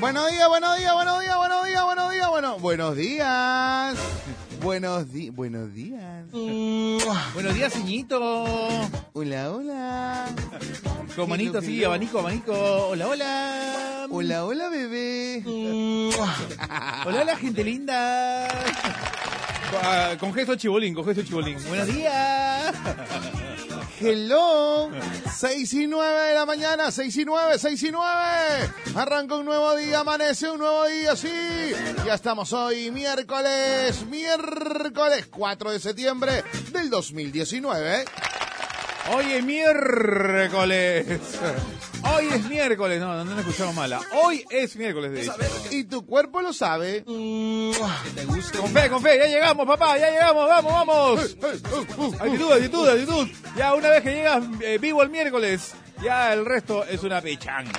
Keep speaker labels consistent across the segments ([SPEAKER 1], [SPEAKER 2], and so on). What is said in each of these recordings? [SPEAKER 1] Buenos días, buenos días, buenos días, buenos días, buenos días, bueno, buenos días. Buenos días, buenos días.
[SPEAKER 2] Buenos días, ciñito.
[SPEAKER 1] Hola, hola.
[SPEAKER 2] Con manito así, abanico, abanico. Hola, hola.
[SPEAKER 1] Hola, hola, bebé.
[SPEAKER 2] Hola, hola, gente linda.
[SPEAKER 3] Ah, con gesto chibolín, con gesto chibolín.
[SPEAKER 2] Buenos días.
[SPEAKER 1] Hello. 6 y 9 de la mañana, 6 y 9, 6 y 9. Arranca un nuevo día, amanece un nuevo día, sí. Ya estamos hoy, miércoles, miércoles 4 de septiembre del 2019.
[SPEAKER 3] Hoy es miércoles. Hoy es miércoles. No, no, no lo escuchamos mala. Hoy es miércoles, de hecho.
[SPEAKER 1] Y tu cuerpo lo sabe.
[SPEAKER 3] Con fe, con fe. Ya llegamos, papá. Ya llegamos. Vamos, vamos. Actitud, actitud, actitud. Ya una vez que llegas eh, vivo el miércoles, ya el resto es una pichanga.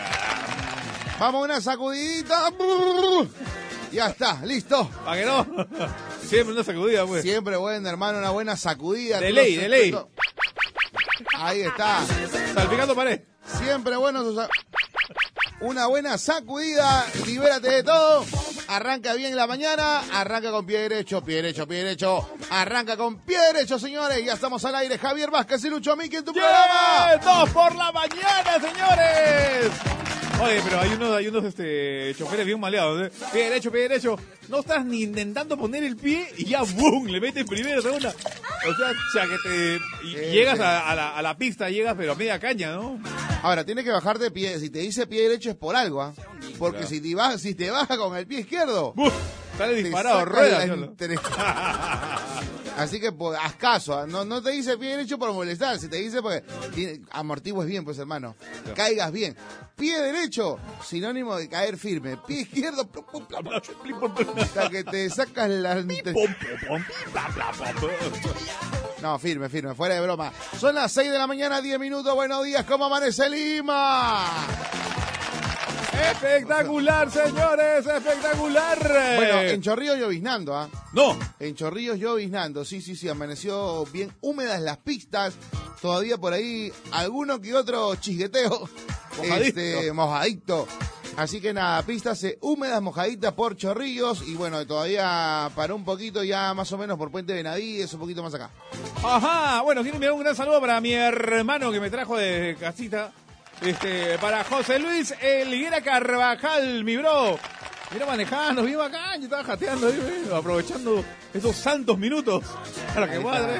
[SPEAKER 1] Vamos a una sacudidita. Ya está, listo.
[SPEAKER 3] ¿Para que no? Siempre una sacudida, pues.
[SPEAKER 1] Siempre bueno, hermano, una buena sacudida.
[SPEAKER 3] De ley, de ley.
[SPEAKER 1] Ahí está.
[SPEAKER 3] Salpicando pared.
[SPEAKER 1] Siempre bueno. Susa- Una buena sacudida, libérate de todo. Arranca bien la mañana, arranca con pie derecho, pie derecho, pie derecho. Arranca con pie derecho, señores. Ya estamos al aire. Javier Vázquez y Lucho Miki en tu
[SPEAKER 3] ¡Yeah!
[SPEAKER 1] programa.
[SPEAKER 3] ¡Dos por la mañana, señores! Oye, pero hay unos, hay unos este, choferes bien maleados. ¿eh? Pie derecho, pie derecho. No estás ni intentando poner el pie y ya ¡boom! Le meten primero, segunda. O sea, o sea, que te. y-
[SPEAKER 1] Sí,
[SPEAKER 3] llegas
[SPEAKER 1] sí.
[SPEAKER 3] A, a la, a la pista, llegas, pero a media caña, ¿no?
[SPEAKER 1] Ahora, tienes que bajar de pie. Si te dice pie derecho es por algo, ¿ah? Porque
[SPEAKER 3] Claro.
[SPEAKER 1] si, te baja, si te baja con el pie izquierdo,
[SPEAKER 3] ¡Buf! Sale
[SPEAKER 1] te
[SPEAKER 3] disparado,
[SPEAKER 1] saca
[SPEAKER 3] rueda.
[SPEAKER 1] la
[SPEAKER 3] solo.
[SPEAKER 1] inter- Así que pues, haz caso, ¿ah? no, no te dice pie derecho por molestar, si te dice porque tiene- amortigues bien, pues hermano, caigas bien. Pie derecho, sinónimo de caer firme. Pie izquierdo, plum, plum, plum, hasta que te sacas la... No, firme, firme, fuera de broma. Son las 6 de la mañana, 10 minutos, buenos días, ¿cómo amanece Lima?
[SPEAKER 3] ¡Espectacular, señores! ¡Espectacular!
[SPEAKER 1] Bueno, en Chorrillos lloviznando, ¿ah?
[SPEAKER 3] No,
[SPEAKER 1] En Chorrillos lloviznando, sí, sí, sí, amaneció bien húmedas las pistas. Todavía por ahí alguno que otro chisgueteo.
[SPEAKER 3] Mojadito.
[SPEAKER 1] Este, mojadito. Así que nada, pistas eh, húmedas, mojaditas por Chorrillos. Y bueno, todavía para un poquito ya más o menos por Puente Benavides, un poquito más acá.
[SPEAKER 3] Ajá, bueno, quiero enviar un gran saludo para mi hermano que me trajo de casita. Este, para José Luis Elguera Carvajal, mi bro. Mira manejando, bien bacán, yo estaba jateando ahí, bueno, aprovechando esos santos minutos para que
[SPEAKER 1] Ahí
[SPEAKER 3] cuadre.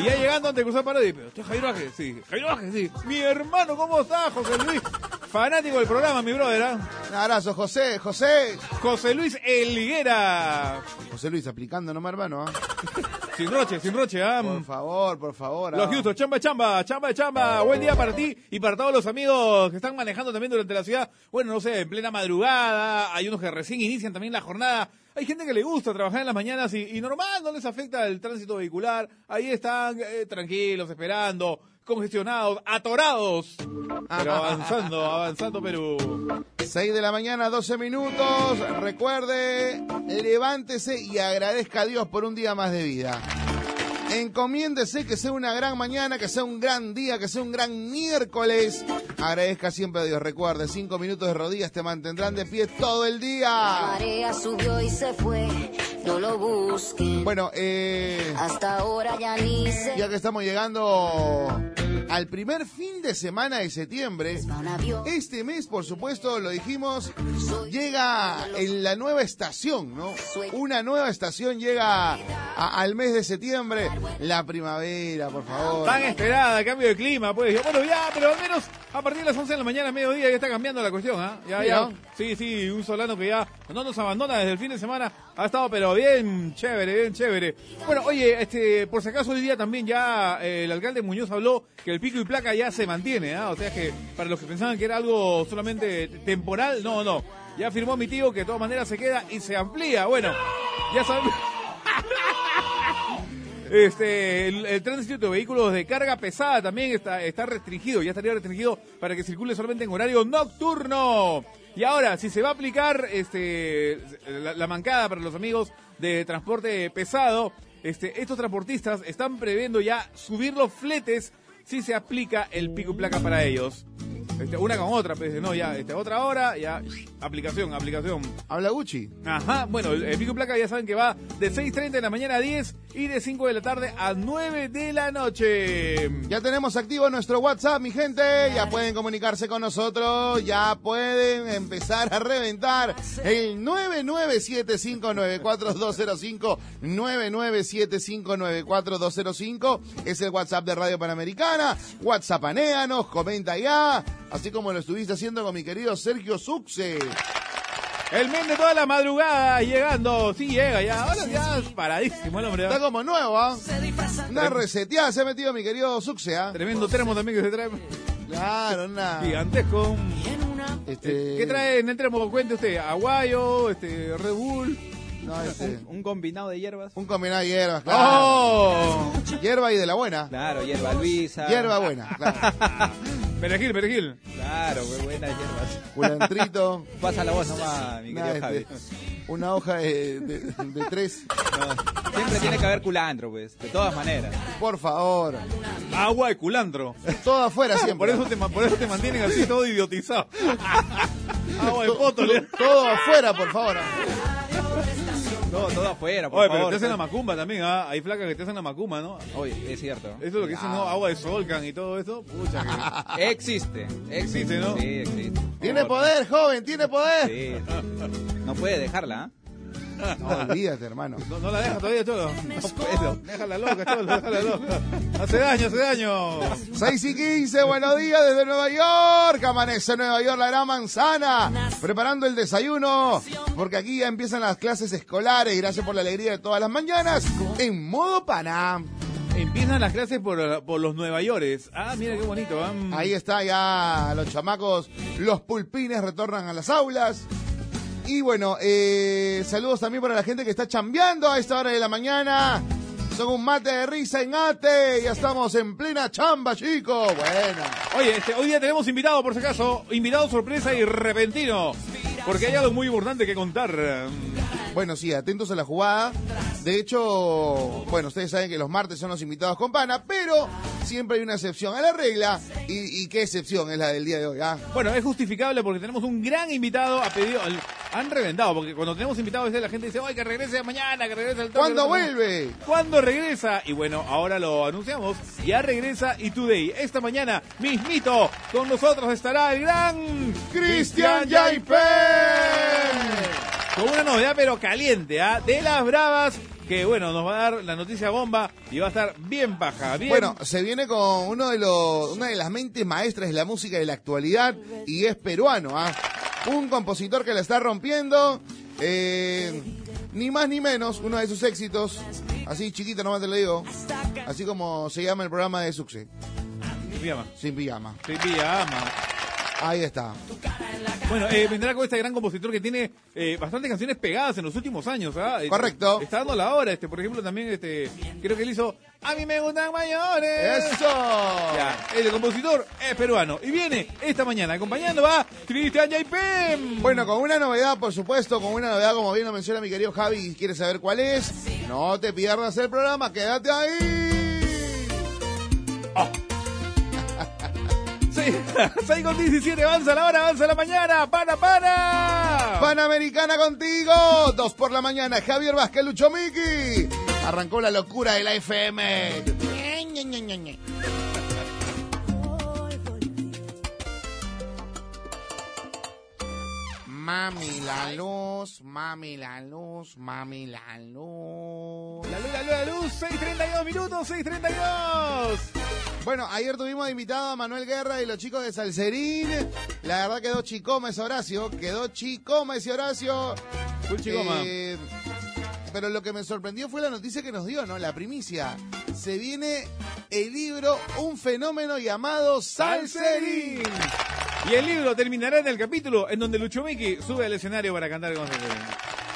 [SPEAKER 3] Y ya llegando antes de cruzar para pero ¿usted es Javier Vázquez? Sí, Javier Vázquez, sí. Mi hermano, ¿cómo estás, José Luis? Fanático del programa, mi brother, ¿ah?
[SPEAKER 1] Un abrazo, José, José.
[SPEAKER 3] José Luis Elguera.
[SPEAKER 1] José Luis, aplicando nomás, hermano. ¿ah?
[SPEAKER 3] Sin roche, sin roche, ¿ah?
[SPEAKER 1] Por favor, por favor.
[SPEAKER 3] Los
[SPEAKER 1] ah.
[SPEAKER 3] Houston, chamba, chamba, chamba, chamba. Buen día para ti y para todos los amigos que están manejando también durante la ciudad. Bueno, no sé, en plena madrugada. Hay unos que recién inician también la jornada. Hay gente que le gusta trabajar en las mañanas y, y normal, no les afecta el tránsito vehicular. Ahí están eh, tranquilos, esperando, congestionados, atorados. Pero avanzando, avanzando Perú.
[SPEAKER 1] 6 de la mañana, 12 minutos. Recuerde, levántese y agradezca a Dios por un día más de vida. Encomiéndese que sea una gran mañana, que sea un gran día, que sea un gran miércoles. Agradezca siempre a Dios. Recuerde, 5 minutos de rodillas te mantendrán de pie todo el día.
[SPEAKER 4] marea subió y se fue, no lo busquen.
[SPEAKER 1] Bueno, eh,
[SPEAKER 4] Hasta ahora ya ni
[SPEAKER 1] ya
[SPEAKER 4] se
[SPEAKER 1] que estamos llegando al primer fin de semana de septiembre,
[SPEAKER 4] va un avión.
[SPEAKER 1] Este mes, por supuesto, lo dijimos, llega en la nueva estación, ¿no? Una nueva estación llega a- al mes de septiembre, la primavera, por favor.
[SPEAKER 3] Tan esperada, cambio de clima, pues. Bueno, ya, pero al menos a partir de las 11 de la mañana, mediodía, ya está cambiando la cuestión, ¿ah? Ya,
[SPEAKER 1] Sí,
[SPEAKER 3] ya.
[SPEAKER 1] ¿no?
[SPEAKER 3] Sí, sí, un solano que ya no nos abandona desde el fin de semana. Ha estado, pero bien chévere, bien chévere. Bueno, oye, este, por si acaso hoy día también ya eh, el alcalde Muñoz habló que el pico y placa ya se mantiene, ¿ah? O sea que para los que pensaban que era algo solamente temporal, no, no. Ya afirmó mi tío que de todas maneras se queda y se amplía. Bueno, ya sabemos. Este, el, el tránsito de vehículos de carga pesada también está, está restringido, ya estaría restringido para que circule solamente en horario nocturno. Y ahora, si se va a aplicar este, la, la mancada para los amigos de transporte pesado, este, estos transportistas están previendo ya subir los fletes si se aplica el pico y placa para ellos. Este, una con otra, pues, no, ya, este, otra hora, ya, aplicación, aplicación.
[SPEAKER 1] Habla Gucci.
[SPEAKER 3] Ajá, bueno, el, el pico y placa ya saben que va de 6.30 de la mañana a 10 y de 5 de la tarde a 9 de la noche.
[SPEAKER 1] Ya tenemos activo nuestro WhatsApp, mi gente. Ya pueden comunicarse con nosotros. Ya pueden empezar a reventar el 997594205. 997594205 es el WhatsApp de Radio Panamericana. WhatsAppanéanos, comenta ya. Así como lo estuviste haciendo con mi querido Sergio Suxe.
[SPEAKER 3] El men de toda la madrugada llegando, sí llega ya, ahora ya es paradísimo el hombre.
[SPEAKER 1] Está
[SPEAKER 3] ¿ah?
[SPEAKER 1] como nuevo, ¿ah? Una reseteada se ha metido mi querido Suxe, ¿ah?
[SPEAKER 3] Tremendo termo también que se trae,
[SPEAKER 1] Claro, una...
[SPEAKER 3] gigantesco.
[SPEAKER 1] Ah.
[SPEAKER 3] Eh,
[SPEAKER 1] Este...
[SPEAKER 3] ¿Qué trae en el termo? Cuente usted, aguayo, este, Red Bull.
[SPEAKER 1] No, este,
[SPEAKER 2] Un combinado de hierbas.
[SPEAKER 1] Un combinado de hierbas, claro.
[SPEAKER 3] ¡Oh!
[SPEAKER 1] Hierba y de la buena.
[SPEAKER 2] Claro, hierba Luisa.
[SPEAKER 1] Hierba buena, claro.
[SPEAKER 3] Perejil, perejil.
[SPEAKER 2] Claro, muy buenas hierbas.
[SPEAKER 1] Culantrito.
[SPEAKER 2] Pasa la voz nomás, Ah, mi
[SPEAKER 1] nada,
[SPEAKER 2] querido Javi.
[SPEAKER 1] este, una hoja de, de- de tres.
[SPEAKER 2] No, siempre tiene que haber culantro, pues, de todas maneras.
[SPEAKER 1] Por favor.
[SPEAKER 3] Agua y culantro.
[SPEAKER 1] Todo afuera siempre.
[SPEAKER 3] Por eso, te, ma- por eso te mantienen así todo idiotizado. Agua de potole.
[SPEAKER 1] Todo afuera, por favor.
[SPEAKER 2] Todo, todo afuera, por
[SPEAKER 3] Oye, pero
[SPEAKER 2] favor.
[SPEAKER 3] te hacen
[SPEAKER 1] pues.
[SPEAKER 3] la macumba también, ¿ah? Hay flacas que te hacen la macumba, ¿no?
[SPEAKER 2] Oye, es cierto.
[SPEAKER 3] Eso es lo que dicen, ¿no? Agua de solcan y todo eso. Pucha, que...
[SPEAKER 2] Existe.
[SPEAKER 3] Existe,
[SPEAKER 2] Existe,
[SPEAKER 3] ¿no?
[SPEAKER 2] Sí, existe.
[SPEAKER 1] Tiene poder, joven, tiene poder.
[SPEAKER 2] Sí. No puede dejarla, ¿ah?
[SPEAKER 1] No, olvídate, hermano.
[SPEAKER 3] No, no la dejas todavía, Cholo. No puedo. Déjala loca, Cholo, déjala loca. Hace daño, hace daño.
[SPEAKER 1] 6 y 15, buenos días desde Nueva York. Amanece en Nueva York, la gran manzana. Preparando el desayuno, porque aquí ya empiezan las clases escolares. Gracias por la alegría de todas las mañanas. En modo pana.
[SPEAKER 3] Empiezan las clases por, por los Nueva Yorkes. Ah, mira qué bonito. ¿ah?
[SPEAKER 1] Ahí está ya los chamacos, los pulpines retornan a las aulas. Y bueno, eh, saludos también para la gente que está chambeando a esta hora de la mañana. Son un mate de risa en ate. Ya estamos en plena chamba, chicos. Bueno.
[SPEAKER 3] Oye, este, hoy día tenemos invitado, por si acaso. Invitado sorpresa y repentino. Porque hay algo muy importante que contar.
[SPEAKER 1] Bueno, sí, atentos a la jugada. De hecho, bueno, ustedes saben que los martes son los invitados con pana, pero siempre hay una excepción a la regla. ¿Y, y qué excepción es la del día de hoy? ah?
[SPEAKER 3] Bueno, es justificable porque tenemos un gran invitado a pedido. al- Han reventado, porque cuando tenemos invitados a veces la gente dice, ¡ay, que regrese mañana, que regrese el toque,
[SPEAKER 1] ¿Cuándo
[SPEAKER 3] que regrese mañana".
[SPEAKER 1] vuelve?
[SPEAKER 3] ¿Cuándo regresa? Y bueno, ahora lo anunciamos. Ya regresa y Today. Esta mañana, mismito, con nosotros estará el gran
[SPEAKER 1] Cristian
[SPEAKER 3] Yaipe
[SPEAKER 1] Yaipe.
[SPEAKER 3] con una novedad pero caliente, ¿ah? De las bravas, que bueno, nos va a dar la noticia bomba y va a estar bien baja, bien.
[SPEAKER 1] Bueno, se viene con uno de los, una de las mentes maestras de la música de la actualidad y es peruano, ¿ah? un compositor que la está rompiendo, eh, ni más ni menos, uno de sus éxitos, así chiquito nomás te lo digo, así como se llama el programa de Suxe,
[SPEAKER 3] Se llama.
[SPEAKER 1] sin pijama.
[SPEAKER 3] Se llama.
[SPEAKER 1] Ahí está.
[SPEAKER 3] Bueno, eh, vendrá con este gran compositor que tiene eh, bastantes canciones pegadas en los últimos años, ¿ah? Eh,
[SPEAKER 1] Correcto.
[SPEAKER 3] Está dando la hora, este, por ejemplo, también, este, creo que él hizo A mí me gustan mayores.
[SPEAKER 1] ¡Eso!
[SPEAKER 3] Ya, el compositor es peruano y viene esta mañana acompañando a Cristian Yaipem.
[SPEAKER 1] Bueno, con una novedad, por supuesto, con una novedad, como bien lo menciona mi querido Javi, y quieres saber cuál es, no te pierdas el programa, quédate ahí.
[SPEAKER 3] Sí, 6 con 17, avanza la hora, avanza la mañana, para, para.
[SPEAKER 1] Panamericana contigo. Dos por la mañana. Javier Vázquez Lucho Miki. Arrancó la locura de la FM. Mami la luz, mami la luz, mami la luz.
[SPEAKER 3] La luz, la luz, la luz, 6.32 minutos, 6.32.
[SPEAKER 1] Bueno, ayer tuvimos de invitado a Manuel Guerra y los chicos de Salserín. La verdad quedó chicomes Horacio, quedó chicomes y Horacio.
[SPEAKER 3] Full chicoma.
[SPEAKER 1] Eh, pero lo que me sorprendió fue la noticia que nos dio, ¿no? La primicia. Se viene el libro Un fenómeno llamado Salserín.
[SPEAKER 3] Salserín. Y el libro terminará en el capítulo en donde Lucho Miki sube al escenario para cantar con Salserín.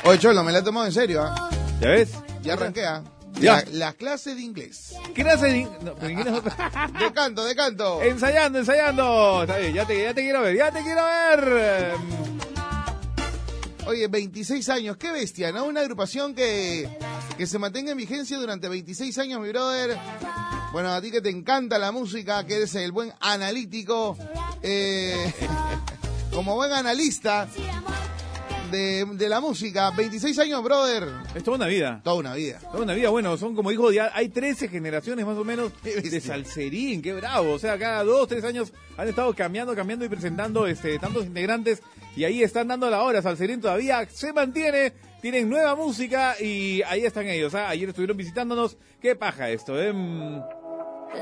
[SPEAKER 1] Oye, Cholo, me la he tomado en serio, ¿ah?
[SPEAKER 3] ¿Ya ves?
[SPEAKER 1] Ya arranqué, ¿ah?
[SPEAKER 3] Ya.
[SPEAKER 1] La- Las clases de inglés.
[SPEAKER 3] ¿Qué hace? No, pero ¿qué no?
[SPEAKER 1] De canto, de canto.
[SPEAKER 3] Ensayando, ensayando. Está bien, ya te, ya te quiero ver, ya te quiero ver.
[SPEAKER 1] Oye, 26 años, qué bestia, ¿no? Una agrupación que, que se mantenga en vigencia durante 26 años, mi brother. Bueno, a ti que te encanta la música, que eres el buen analítico. eh, como buen analista de, de la música. 26 años, brother.
[SPEAKER 3] Es toda una vida.
[SPEAKER 1] Toda una vida.
[SPEAKER 3] Toda una vida, bueno, son como dijo, ya hay 13 generaciones más o menos de
[SPEAKER 1] bestia.
[SPEAKER 3] Salserín, qué bravo. O sea, cada dos, tres años han estado cambiando, cambiando y presentando este tantos integrantes y ahí están dando la hora. Salserín todavía se mantiene, tienen nueva música y ahí están ellos. Ah, Ayer estuvieron visitándonos. Qué paja esto, ¿eh? Mm.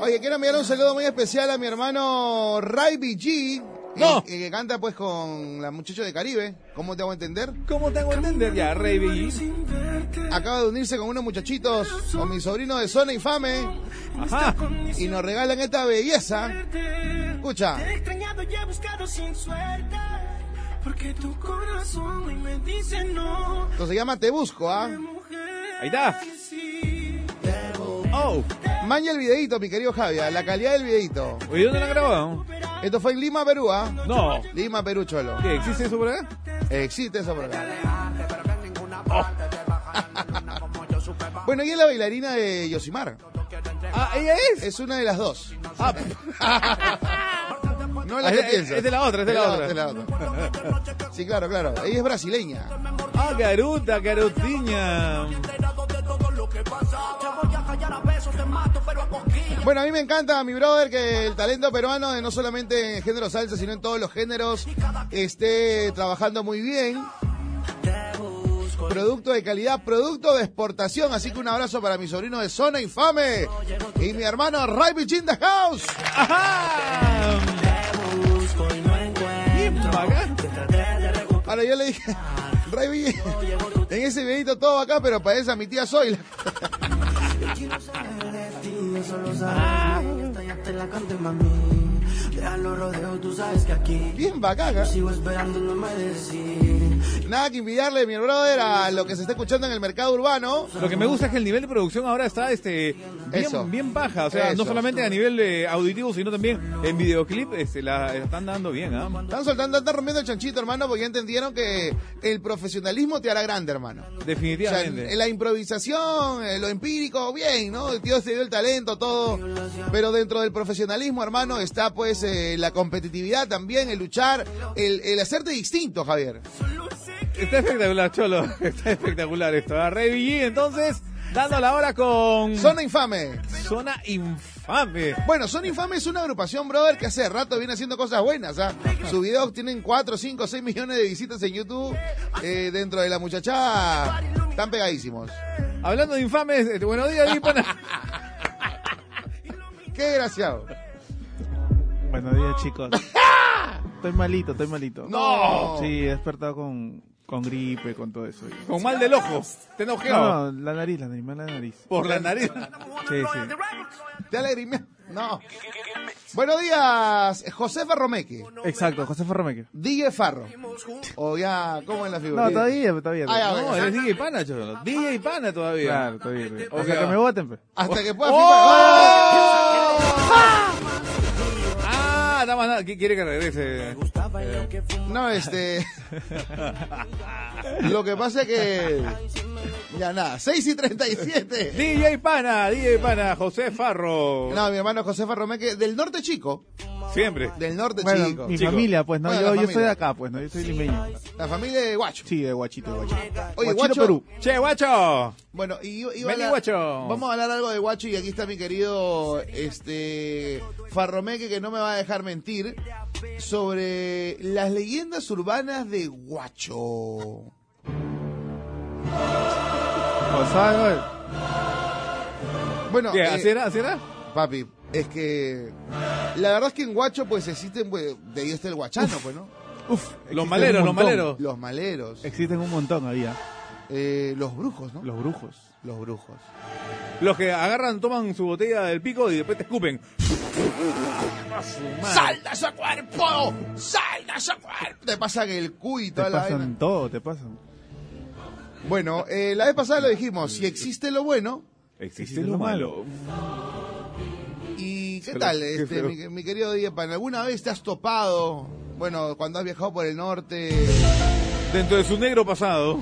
[SPEAKER 1] Oye, quiero enviar un saludo muy especial a mi hermano Ray BG.
[SPEAKER 3] No.
[SPEAKER 1] Que, que canta pues con la muchacha de Caribe. ¿Cómo te hago entender?
[SPEAKER 3] ¿Cómo tengo que entender ya, Rey B?
[SPEAKER 1] Acaba de unirse con unos muchachitos, con mi sobrino de Zona Infame,
[SPEAKER 3] Ajá.
[SPEAKER 1] y nos regalan esta belleza. Escucha.
[SPEAKER 5] Te he extrañado y he buscado sin suerte. Porque tu corazón hoy me dice no.
[SPEAKER 1] Esto se llama Te Busco, ¿ah?
[SPEAKER 5] Mujer,
[SPEAKER 3] Ahí está.
[SPEAKER 5] sí.
[SPEAKER 3] Oh,
[SPEAKER 1] Maña el videito, mi querido Javier, la calidad del videito.
[SPEAKER 3] ¿y dónde la grabaron?
[SPEAKER 1] Esto fue en Lima, Perú, ¿ah?
[SPEAKER 3] No.
[SPEAKER 1] Lima, Perú, cholo.
[SPEAKER 3] ¿Qué, ¿Existe eso por acá?
[SPEAKER 1] Existe esa programa. Bueno, y es la bailarina de Yosimar.
[SPEAKER 3] Ah, ella es.
[SPEAKER 1] Es una de las dos.
[SPEAKER 3] Ah,
[SPEAKER 1] No la que
[SPEAKER 3] Es- es-
[SPEAKER 1] piensas.
[SPEAKER 3] es de la otra, es de la otra.
[SPEAKER 1] otra. Sí, claro, claro. Ella es brasileña.
[SPEAKER 3] ah, garuta, garutiña.
[SPEAKER 1] Bueno, a mí me encanta, mi brother, que el talento peruano, de no solamente en género salsa, sino en todos los géneros, esté trabajando muy bien. Producto de calidad, producto de exportación. Así que un abrazo para mi sobrino de Zona Infame y mi hermano Ray Bichin the House.
[SPEAKER 3] ¡Ajá! Bien, bacán.
[SPEAKER 1] Ahora yo le dije, Ray Bichin, en ese videito todo acá, pero para esa mi tía soy. Bien bacana. Nada que envidiarle, mi brother, a lo que se está escuchando en el mercado urbano.
[SPEAKER 3] Lo que me gusta es que el nivel de producción ahora está este bien,
[SPEAKER 1] Eso.
[SPEAKER 3] bien baja. O sea,
[SPEAKER 1] Eso.
[SPEAKER 3] no solamente a nivel eh, auditivo, sino también en videoclip este, la están dando bien, ¿ah?
[SPEAKER 1] Están soltando, están rompiendo el chanchito, hermano, porque ya entendieron que el profesionalismo te hará grande, hermano. O sea,
[SPEAKER 3] Definitivamente.
[SPEAKER 1] la improvisación, eh, lo empírico, bien, ¿no? El tío se dio el talento, todo. Pero dentro del profesionalismo, hermano, está pues eh, la competitividad también, el luchar, el, el hacerte distinto, Javier.
[SPEAKER 3] Está espectacular, Cholo. Está espectacular esto. ¿ah? Rey Villín, entonces, dando la hora con
[SPEAKER 1] Zona Infame.
[SPEAKER 3] Zona Infame.
[SPEAKER 1] Bueno, Zona Infame es una agrupación, brother, que hace rato viene haciendo cosas buenas. ¿ah? Sus videos tienen 4, 5, 6 millones de visitas en YouTube. eh, dentro de la muchachada, están pegadísimos.
[SPEAKER 3] Hablando de infames, este, buenos días, mi pana.
[SPEAKER 1] Qué desgraciado.
[SPEAKER 6] Buenos días, chicos. Estoy malito, estoy malito.
[SPEAKER 1] No.
[SPEAKER 6] Sí, he despertado con, con gripe, con todo eso.
[SPEAKER 3] Con mal del ojo. Te enojeo.
[SPEAKER 6] No, la nariz, la nariz, la nariz.
[SPEAKER 3] Por la nariz.
[SPEAKER 6] Sí, sí.
[SPEAKER 1] Te alegrimea. No. Buenos días, Josefa Romeque.
[SPEAKER 6] Exacto, José Ferromeque.
[SPEAKER 1] DJ Farro. O ya, ¿cómo es la figura?
[SPEAKER 6] No, todavía, todavía.
[SPEAKER 1] Ah, ya,
[SPEAKER 6] todavía.
[SPEAKER 3] No, eres DJ pana, Cholo. DJ pana todavía.
[SPEAKER 6] Claro, todavía. todavía. O
[SPEAKER 3] Ok.
[SPEAKER 6] sea, que me pues. voten, pe.
[SPEAKER 1] Hasta que pueda
[SPEAKER 3] ¡Oh!
[SPEAKER 6] Oh.
[SPEAKER 1] firmar.
[SPEAKER 3] Ah, nada más nada. ¿Qué quiere que regrese?
[SPEAKER 1] No, este. Lo que pasa es que. Ya nada, 6 y 37.
[SPEAKER 3] DJ Pana, DJ Pana, José Farro.
[SPEAKER 1] No, mi hermano Josefa Romeque, del norte chico.
[SPEAKER 3] Siempre.
[SPEAKER 1] Del norte
[SPEAKER 6] Bueno,
[SPEAKER 1] chico.
[SPEAKER 6] mi
[SPEAKER 3] Chicos.
[SPEAKER 6] familia, pues, ¿no?
[SPEAKER 1] Bueno, la
[SPEAKER 6] yo, yo soy de
[SPEAKER 1] familia.
[SPEAKER 6] acá, pues, ¿no? Yo soy limeño.
[SPEAKER 1] La familia de Guacho.
[SPEAKER 6] Sí, de Guachito, de Guachito.
[SPEAKER 1] Oye,
[SPEAKER 6] Guachito,
[SPEAKER 1] Guacho.
[SPEAKER 6] Perú.
[SPEAKER 3] Che, guacho.
[SPEAKER 1] Bueno, y, y- y-
[SPEAKER 3] Vení,
[SPEAKER 1] la-
[SPEAKER 3] guacho.
[SPEAKER 1] vamos a hablar algo de Guacho y aquí está mi querido este Farromeque que no me va a dejar mentir sobre las leyendas urbanas de Guacho.
[SPEAKER 6] Gonzalo,
[SPEAKER 1] Bueno,
[SPEAKER 3] ¿Qué?
[SPEAKER 1] eh,
[SPEAKER 3] ¿Así era? ¿Así era?
[SPEAKER 1] papi, es que la verdad es que en Guacho pues existen pues, de ahí está el guachano, pues, ¿no?
[SPEAKER 6] Uf,
[SPEAKER 3] Los
[SPEAKER 6] existen
[SPEAKER 3] maleros,
[SPEAKER 6] un
[SPEAKER 3] los
[SPEAKER 6] montón.
[SPEAKER 3] maleros.
[SPEAKER 1] Los maleros,
[SPEAKER 6] Existen un montón ¿ah? había.
[SPEAKER 1] eh, los brujos, ¿no?
[SPEAKER 6] Eh. Los brujos.
[SPEAKER 1] Los brujos.
[SPEAKER 3] Los que agarran, toman su botella del pico y después te escupen.
[SPEAKER 1] ¡Sal de su cuerpo! ¡Sal de su cuerpo! Te pasan el cuy y
[SPEAKER 6] Te
[SPEAKER 1] toda la vaina.
[SPEAKER 6] pasan todo, te pasan.
[SPEAKER 1] Bueno, eh, la vez pasada lo dijimos, si existe lo bueno,
[SPEAKER 3] Existe lo malo.
[SPEAKER 1] ¿y qué
[SPEAKER 3] Feo,
[SPEAKER 1] tal,
[SPEAKER 3] qué
[SPEAKER 1] este,
[SPEAKER 3] feo.
[SPEAKER 1] mi, mi querido Diego Pan? ¿Alguna vez te has topado, bueno, cuando has viajado por el norte,
[SPEAKER 3] Dentro de su negro pasado.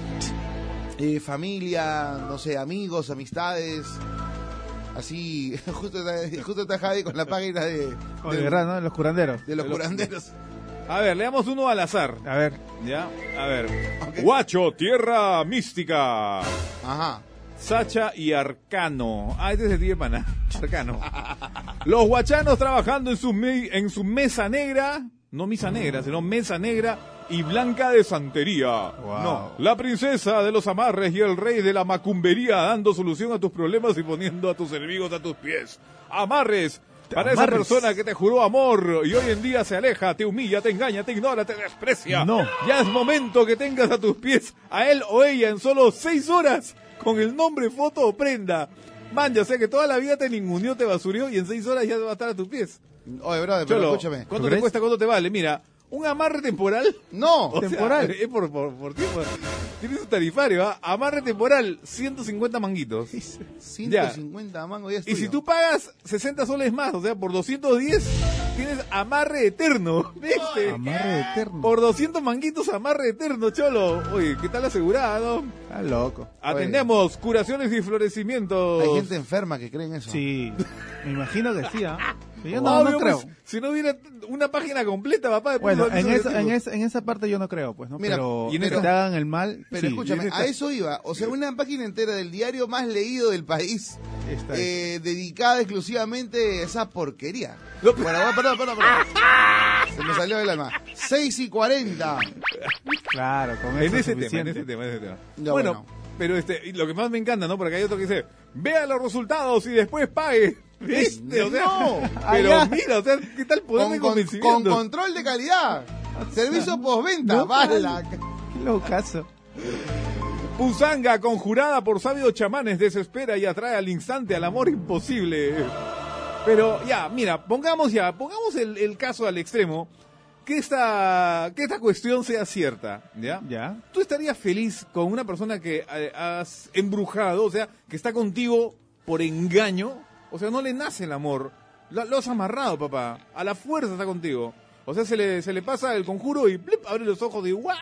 [SPEAKER 1] eh, familia, no sé, amigos, amistades, Así, justo está, justo está Javi con la página de,
[SPEAKER 6] Oh, de
[SPEAKER 1] del-
[SPEAKER 6] verdad, ¿no? Los curanderos.
[SPEAKER 1] de los curanderos.
[SPEAKER 3] A ver, le damos uno al azar.
[SPEAKER 6] A ver,
[SPEAKER 3] ¿Ya? A ver. Guacho, Tierra Mística.
[SPEAKER 1] Ajá.
[SPEAKER 3] Sacha y Arcano. Ah, este es el tío de pana. Arcano. Los guachanos trabajando en su, me- en su mesa negra. No misa negra, sino mesa negra y blanca de santería. No. La princesa de los amarres y el rey de la macumbería dando solución a tus problemas y poniendo a tus enemigos a tus pies. Amarres. Para esa
[SPEAKER 6] Amarres.
[SPEAKER 3] persona que te juró amor y hoy en día se aleja, te humilla, te engaña, te ignora, te desprecia.
[SPEAKER 6] No.
[SPEAKER 3] Ya es momento que tengas a tus pies a él o ella en solo seis horas con el nombre, foto o prenda. Man, ya sea que toda la vida te ninguneó, te basurió y en seis horas ya va a estar a tus pies.
[SPEAKER 1] Oye, brother, pero
[SPEAKER 3] Cholo,
[SPEAKER 1] escúchame.
[SPEAKER 6] ¿Tú
[SPEAKER 3] ¿Cuánto te
[SPEAKER 6] crees?
[SPEAKER 3] cuesta? ¿Cuánto te vale? Mira, un amarre temporal.
[SPEAKER 1] No,
[SPEAKER 3] O sea,
[SPEAKER 6] Temporal.
[SPEAKER 3] es por, por, por tiempo. Tiene su tarifario, ¿ah? Amarre temporal, 150 manguitos.
[SPEAKER 1] 150 mango y es
[SPEAKER 3] Y si
[SPEAKER 1] tuyo.
[SPEAKER 3] tú pagas 60 soles más, o sea, por 210, tienes amarre eterno. ¿Viste?
[SPEAKER 6] amarre eterno.
[SPEAKER 3] Por 200 manguitos, amarre eterno, cholo. Oye, ¿qué tal asegurado?
[SPEAKER 6] Está loco.
[SPEAKER 3] Atendemos curaciones y florecimientos.
[SPEAKER 1] Hay gente enferma que cree en eso.
[SPEAKER 6] Sí, me imagino que sí, ¿ah? Pero Yo no,
[SPEAKER 3] Obvio,
[SPEAKER 6] no creo.
[SPEAKER 3] pues, si no hubiera una página completa, papá. de
[SPEAKER 6] Bueno,
[SPEAKER 3] puto
[SPEAKER 6] en
[SPEAKER 3] aviso
[SPEAKER 6] esa, en,
[SPEAKER 3] de
[SPEAKER 6] esa, en esa parte yo no creo, pues, ¿no?
[SPEAKER 1] Mira,
[SPEAKER 6] pero
[SPEAKER 3] y en
[SPEAKER 6] que
[SPEAKER 3] esta-
[SPEAKER 6] te hagan el mal,
[SPEAKER 1] Pero
[SPEAKER 6] sí.
[SPEAKER 1] escúchame, a eso iba. O sea, una página entera del diario más leído del país,
[SPEAKER 6] Está ahí.
[SPEAKER 1] eh, dedicada exclusivamente a esa porquería.
[SPEAKER 3] No, pero-
[SPEAKER 1] Bueno, bueno, perdón, perdón, perdón. Se me salió del alma. 6 y 40.
[SPEAKER 6] Claro, con
[SPEAKER 3] En
[SPEAKER 6] eso es
[SPEAKER 3] ese tema, en
[SPEAKER 6] suficiente.
[SPEAKER 3] ese tema, en ese tema.
[SPEAKER 1] Ya,
[SPEAKER 3] bueno,
[SPEAKER 1] bueno.
[SPEAKER 3] pero este, y lo que más me encanta, ¿no? Porque hay otro que dice, vea los resultados y después pague. ¿Viste? O sea,
[SPEAKER 1] No.
[SPEAKER 3] pero
[SPEAKER 6] Allá.
[SPEAKER 3] mira, o sea, ¿qué tal poder
[SPEAKER 1] Con,
[SPEAKER 3] de
[SPEAKER 1] con-
[SPEAKER 3] convencimiento?
[SPEAKER 1] con control de calidad. Servicio postventa.
[SPEAKER 6] Ah, No,
[SPEAKER 1] Bala.
[SPEAKER 6] Qué locazo.
[SPEAKER 3] Puzanga, conjurada por sabios chamanes, desespera y atrae al instante al amor imposible. Pero ya, mira, pongamos ya, pongamos el, el caso al extremo, que esta, que esta cuestión sea cierta, ¿ya?
[SPEAKER 6] Ya.
[SPEAKER 3] ¿Tú estarías feliz con una persona que eh, has embrujado, o sea, que está contigo por engaño? O sea, no le nace el amor. Lo, lo has amarrado, papá. A la fuerza está contigo. O sea, se le, se le pasa el conjuro y plip, abre los ojos y ¡guau!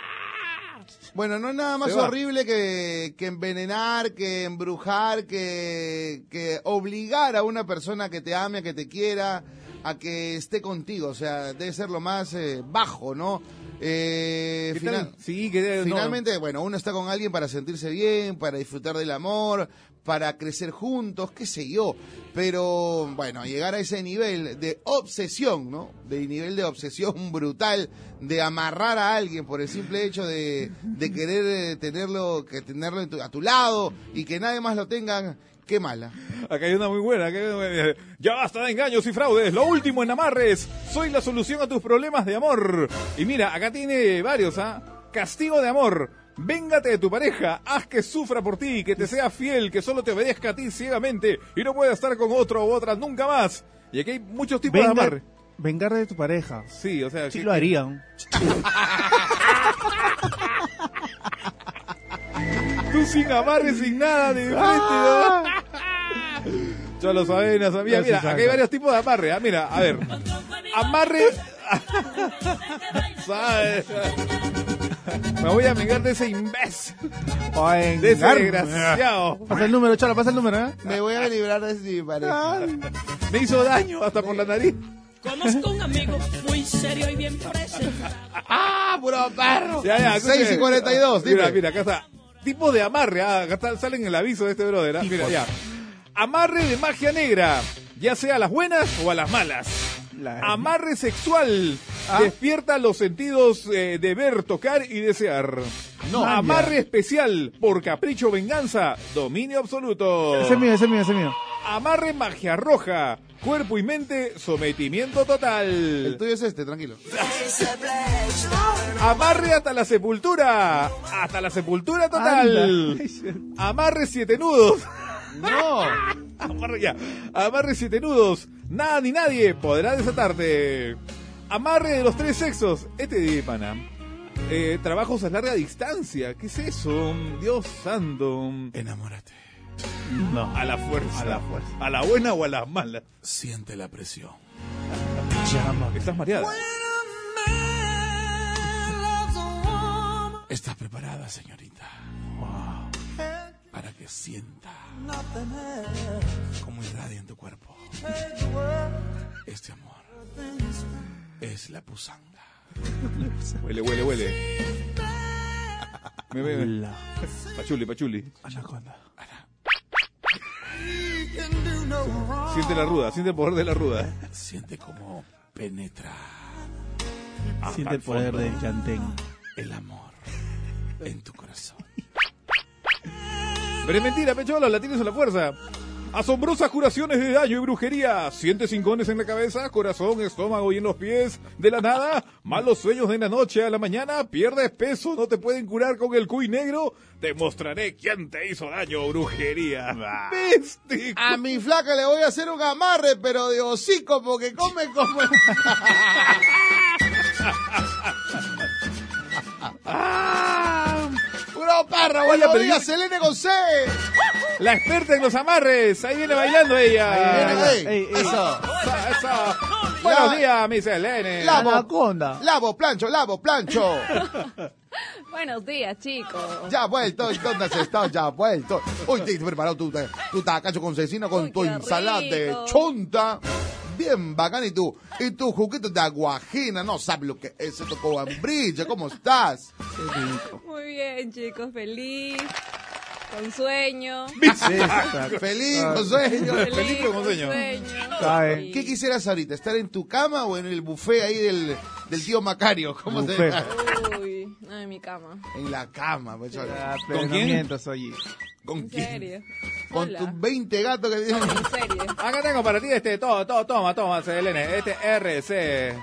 [SPEAKER 1] Bueno, no es nada más
[SPEAKER 3] Se va.
[SPEAKER 1] horrible que, que envenenar, que embrujar, que, que obligar a una persona que te ame, a que te quiera, a que esté contigo. O sea, debe ser lo más eh, bajo, ¿no? Eh,
[SPEAKER 3] ¿Qué
[SPEAKER 1] final-
[SPEAKER 3] tal? Sí, que no.
[SPEAKER 1] Finalmente, bueno, uno está con alguien para sentirse bien, para disfrutar del amor, para crecer juntos, qué sé yo. Pero, bueno, llegar a ese nivel de obsesión, ¿no? De nivel de obsesión brutal, de amarrar a alguien por el simple hecho de, de querer eh, tenerlo, que tenerlo en tu- a tu lado y que nadie más lo tengan, qué mala.
[SPEAKER 3] Acá hay una muy buena. acá hay una muy buena. Ya basta de engaños y fraudes. Lo último en amarres. Soy la solución a tus problemas de amor. Y mira, acá tiene varios, ¿ah? Castigo de amor. Véngate de tu pareja, haz que sufra por ti, que te sea fiel, que solo te obedezca a ti ciegamente y no pueda estar con otro u otra nunca más. Y aquí hay muchos tipos de
[SPEAKER 6] Vengar,
[SPEAKER 3] amarre.
[SPEAKER 6] vengar de tu pareja.
[SPEAKER 3] Sí, o sea,
[SPEAKER 6] Sí
[SPEAKER 3] que-
[SPEAKER 6] lo harían.
[SPEAKER 3] tú sin amarre, sin nada, de frente, ¿no? Ya lo saben, ya sabía. Mira, acá hay varios tipos de amarre. ah, Mira, a ver. Amarre. ¿Sabes? Me voy a vengar de ese imbécil.
[SPEAKER 6] O a
[SPEAKER 3] De ese
[SPEAKER 6] vengar.
[SPEAKER 3] desgraciado.
[SPEAKER 6] Pasa el número, Cholo, pasa el número, ¿eh?
[SPEAKER 1] Me voy a librar de este ese pareja.
[SPEAKER 3] Me hizo daño hasta por la nariz.
[SPEAKER 7] Conozco un amigo muy serio y bien presentado.
[SPEAKER 1] ¡Ah, puro perro!
[SPEAKER 3] Ya, ya,
[SPEAKER 1] 6 y 42, dime.
[SPEAKER 3] ah, Mira, mira, acá está. Tipo de amarre. ah, acá está- sale en el aviso de este brother. ah, Mira, ya. Amarre de magia negra. Ya sea a las buenas o a las malas.
[SPEAKER 6] La-
[SPEAKER 3] Amarre sexual. Despierta los sentidos eh, de ver, tocar y desear. No.
[SPEAKER 6] Maya.
[SPEAKER 3] Amarre especial. Por capricho, venganza. Dominio absoluto.
[SPEAKER 6] Ese es mío, ese es mío, ese es mío.
[SPEAKER 3] Amarre magia roja. Cuerpo y mente, sometimiento
[SPEAKER 1] El
[SPEAKER 3] total.
[SPEAKER 1] tuyo es este, tranquilo.
[SPEAKER 3] Amarre hasta la sepultura. Hasta la sepultura total. Amarre siete nudos.
[SPEAKER 1] ¡No!
[SPEAKER 3] Amarre ya. Amarre siete nudos. Nada ni nadie podrá desatarte. Amarre de los tres sexos. Este de pana. Eh, trabajos a larga distancia. ¿Qué es eso? Dios santo.
[SPEAKER 8] Enamórate.
[SPEAKER 3] A la fuerza. A la fuerza. A la buena o a las malas.
[SPEAKER 8] Siente la presión.
[SPEAKER 3] Estás mareada.
[SPEAKER 8] ¿Estás preparada, señorita? Para que sienta cómo irradia en tu cuerpo este amor. Es la pusanga.
[SPEAKER 3] Huele, huele, huele. Me, me, me. Pachuli, pachuli.
[SPEAKER 8] Anaconda. Ana-
[SPEAKER 3] Siente la ruda, siente el poder de la ruda.
[SPEAKER 8] Siente cómo penetra
[SPEAKER 6] Siente el poder del chantén.
[SPEAKER 8] el amor en tu corazón.
[SPEAKER 3] Pero es mentira, pecho, los latinos son la fuerza. Asombrosas curaciones de daño y brujería. Sientes cincones en la cabeza, corazón, estómago y en los pies. De la nada, malos sueños de la noche a la mañana, pierdes peso, no te pueden curar con el cuy negro. Te mostraré quién te hizo daño, brujería. Bestia.
[SPEAKER 1] A mi flaca le voy a hacer un amarre, pero de hocico, porque come como. ¡Puro perro!
[SPEAKER 3] Hola,
[SPEAKER 1] ¡Buenos
[SPEAKER 3] pero
[SPEAKER 1] días,
[SPEAKER 3] yo-
[SPEAKER 1] Selene con C!
[SPEAKER 3] La experta en los amarres. Ahí viene bailando ella.
[SPEAKER 1] Viene, ey,
[SPEAKER 6] ey, ey.
[SPEAKER 1] eso.
[SPEAKER 3] Esa, esa. Buenos
[SPEAKER 1] La-
[SPEAKER 3] días, mi Selene.
[SPEAKER 1] La-
[SPEAKER 6] Anaconda.
[SPEAKER 1] Lavo, plancho, lavo, plancho.
[SPEAKER 9] Buenos días, chicos.
[SPEAKER 1] Ya vuelto, entonces está ya vuelto. Uy, te he preparado tu, tu tacacho con cecina con
[SPEAKER 9] Uy,
[SPEAKER 1] tu
[SPEAKER 9] qué
[SPEAKER 1] ensalada de
[SPEAKER 9] rico.
[SPEAKER 1] chonta. Bien bacán, y tú. Y tu juguito de aguajina, no sabes lo que es esto cobambrilla. ¿Cómo estás?
[SPEAKER 9] Muy bien, chicos. Feliz. Con sueño.
[SPEAKER 6] Exacto.
[SPEAKER 1] Feliz, José.
[SPEAKER 3] Feliz, pero con sueño.
[SPEAKER 6] Cae.
[SPEAKER 9] Y-
[SPEAKER 1] ¿Qué quisieras ahorita? ¿Estar en tu cama o en el buffet ahí del, del tío Macario? ¿Cómo se
[SPEAKER 6] Buffet.
[SPEAKER 1] llama?
[SPEAKER 9] Uy, no, en mi cama.
[SPEAKER 1] En la cama, pues, chale.
[SPEAKER 6] Ah,
[SPEAKER 3] ¿Con
[SPEAKER 6] pero no
[SPEAKER 3] quién?
[SPEAKER 6] mientas, oye.
[SPEAKER 1] ¿Con
[SPEAKER 9] En
[SPEAKER 1] quién?
[SPEAKER 9] serio.
[SPEAKER 1] Con
[SPEAKER 9] Hola.
[SPEAKER 1] tus 20 gatos que tienen.
[SPEAKER 9] En serio.
[SPEAKER 3] Acá tengo para ti este, todo, todo, toma, toma, Selene. Este RC.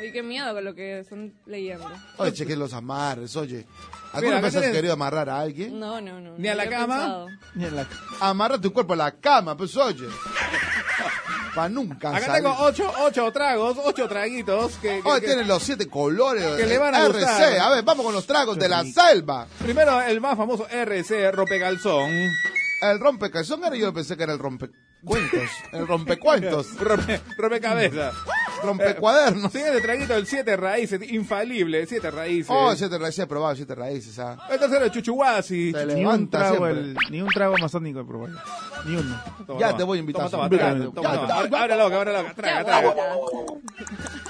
[SPEAKER 9] Uy, qué miedo con lo que están leyendo.
[SPEAKER 1] Oye, chequen los amarres, oye.
[SPEAKER 3] Mira,
[SPEAKER 1] ¿Alguna
[SPEAKER 3] acá
[SPEAKER 1] vez has
[SPEAKER 3] tenés-
[SPEAKER 1] querido amarrar a alguien?
[SPEAKER 9] No, no, no.
[SPEAKER 3] ¿Ni
[SPEAKER 9] no
[SPEAKER 3] a la
[SPEAKER 9] lo he
[SPEAKER 3] cama?
[SPEAKER 9] pensado.
[SPEAKER 6] Ni en la-
[SPEAKER 1] Amarra tu cuerpo a la cama, pues oye. Para nunca
[SPEAKER 3] Acá
[SPEAKER 1] salir.
[SPEAKER 3] tengo ocho, ocho tragos, ocho traguitos. Que, que-
[SPEAKER 1] Oye,
[SPEAKER 3] que-
[SPEAKER 1] tienen los siete colores.
[SPEAKER 3] Que le van a
[SPEAKER 1] RC.
[SPEAKER 3] gustar.
[SPEAKER 1] A ver, vamos con los tragos de la
[SPEAKER 6] rico.
[SPEAKER 1] selva.
[SPEAKER 3] Primero, el más famoso RC, Ropecalzón.
[SPEAKER 1] El rompecabezón era yo pensé que era el rompecuentos. El rompecuentos.
[SPEAKER 3] Rope, Ropecabezas.
[SPEAKER 1] Rompecuadernos.
[SPEAKER 3] Siguiente traguito, el siete raíces, infalible, siete raíces.
[SPEAKER 1] Oh, siete raíces, he probado siete raíces. ah.
[SPEAKER 3] El tercero, el chuchuguasi.
[SPEAKER 1] Se
[SPEAKER 6] Ni un
[SPEAKER 1] levanta
[SPEAKER 6] trago,
[SPEAKER 1] siempre.
[SPEAKER 6] el- ni un trago amazónico he probado. Ni uno.
[SPEAKER 3] Toma,
[SPEAKER 1] Ya
[SPEAKER 3] toma.
[SPEAKER 1] te voy a invitar.
[SPEAKER 3] Toma, toma,
[SPEAKER 1] Invítame.
[SPEAKER 3] traga, toma,
[SPEAKER 1] Ya,
[SPEAKER 3] toma.
[SPEAKER 1] ya, ya.
[SPEAKER 3] Abre la boca, abre la boca. Traga,
[SPEAKER 9] Ya,
[SPEAKER 3] traga.
[SPEAKER 9] guarda.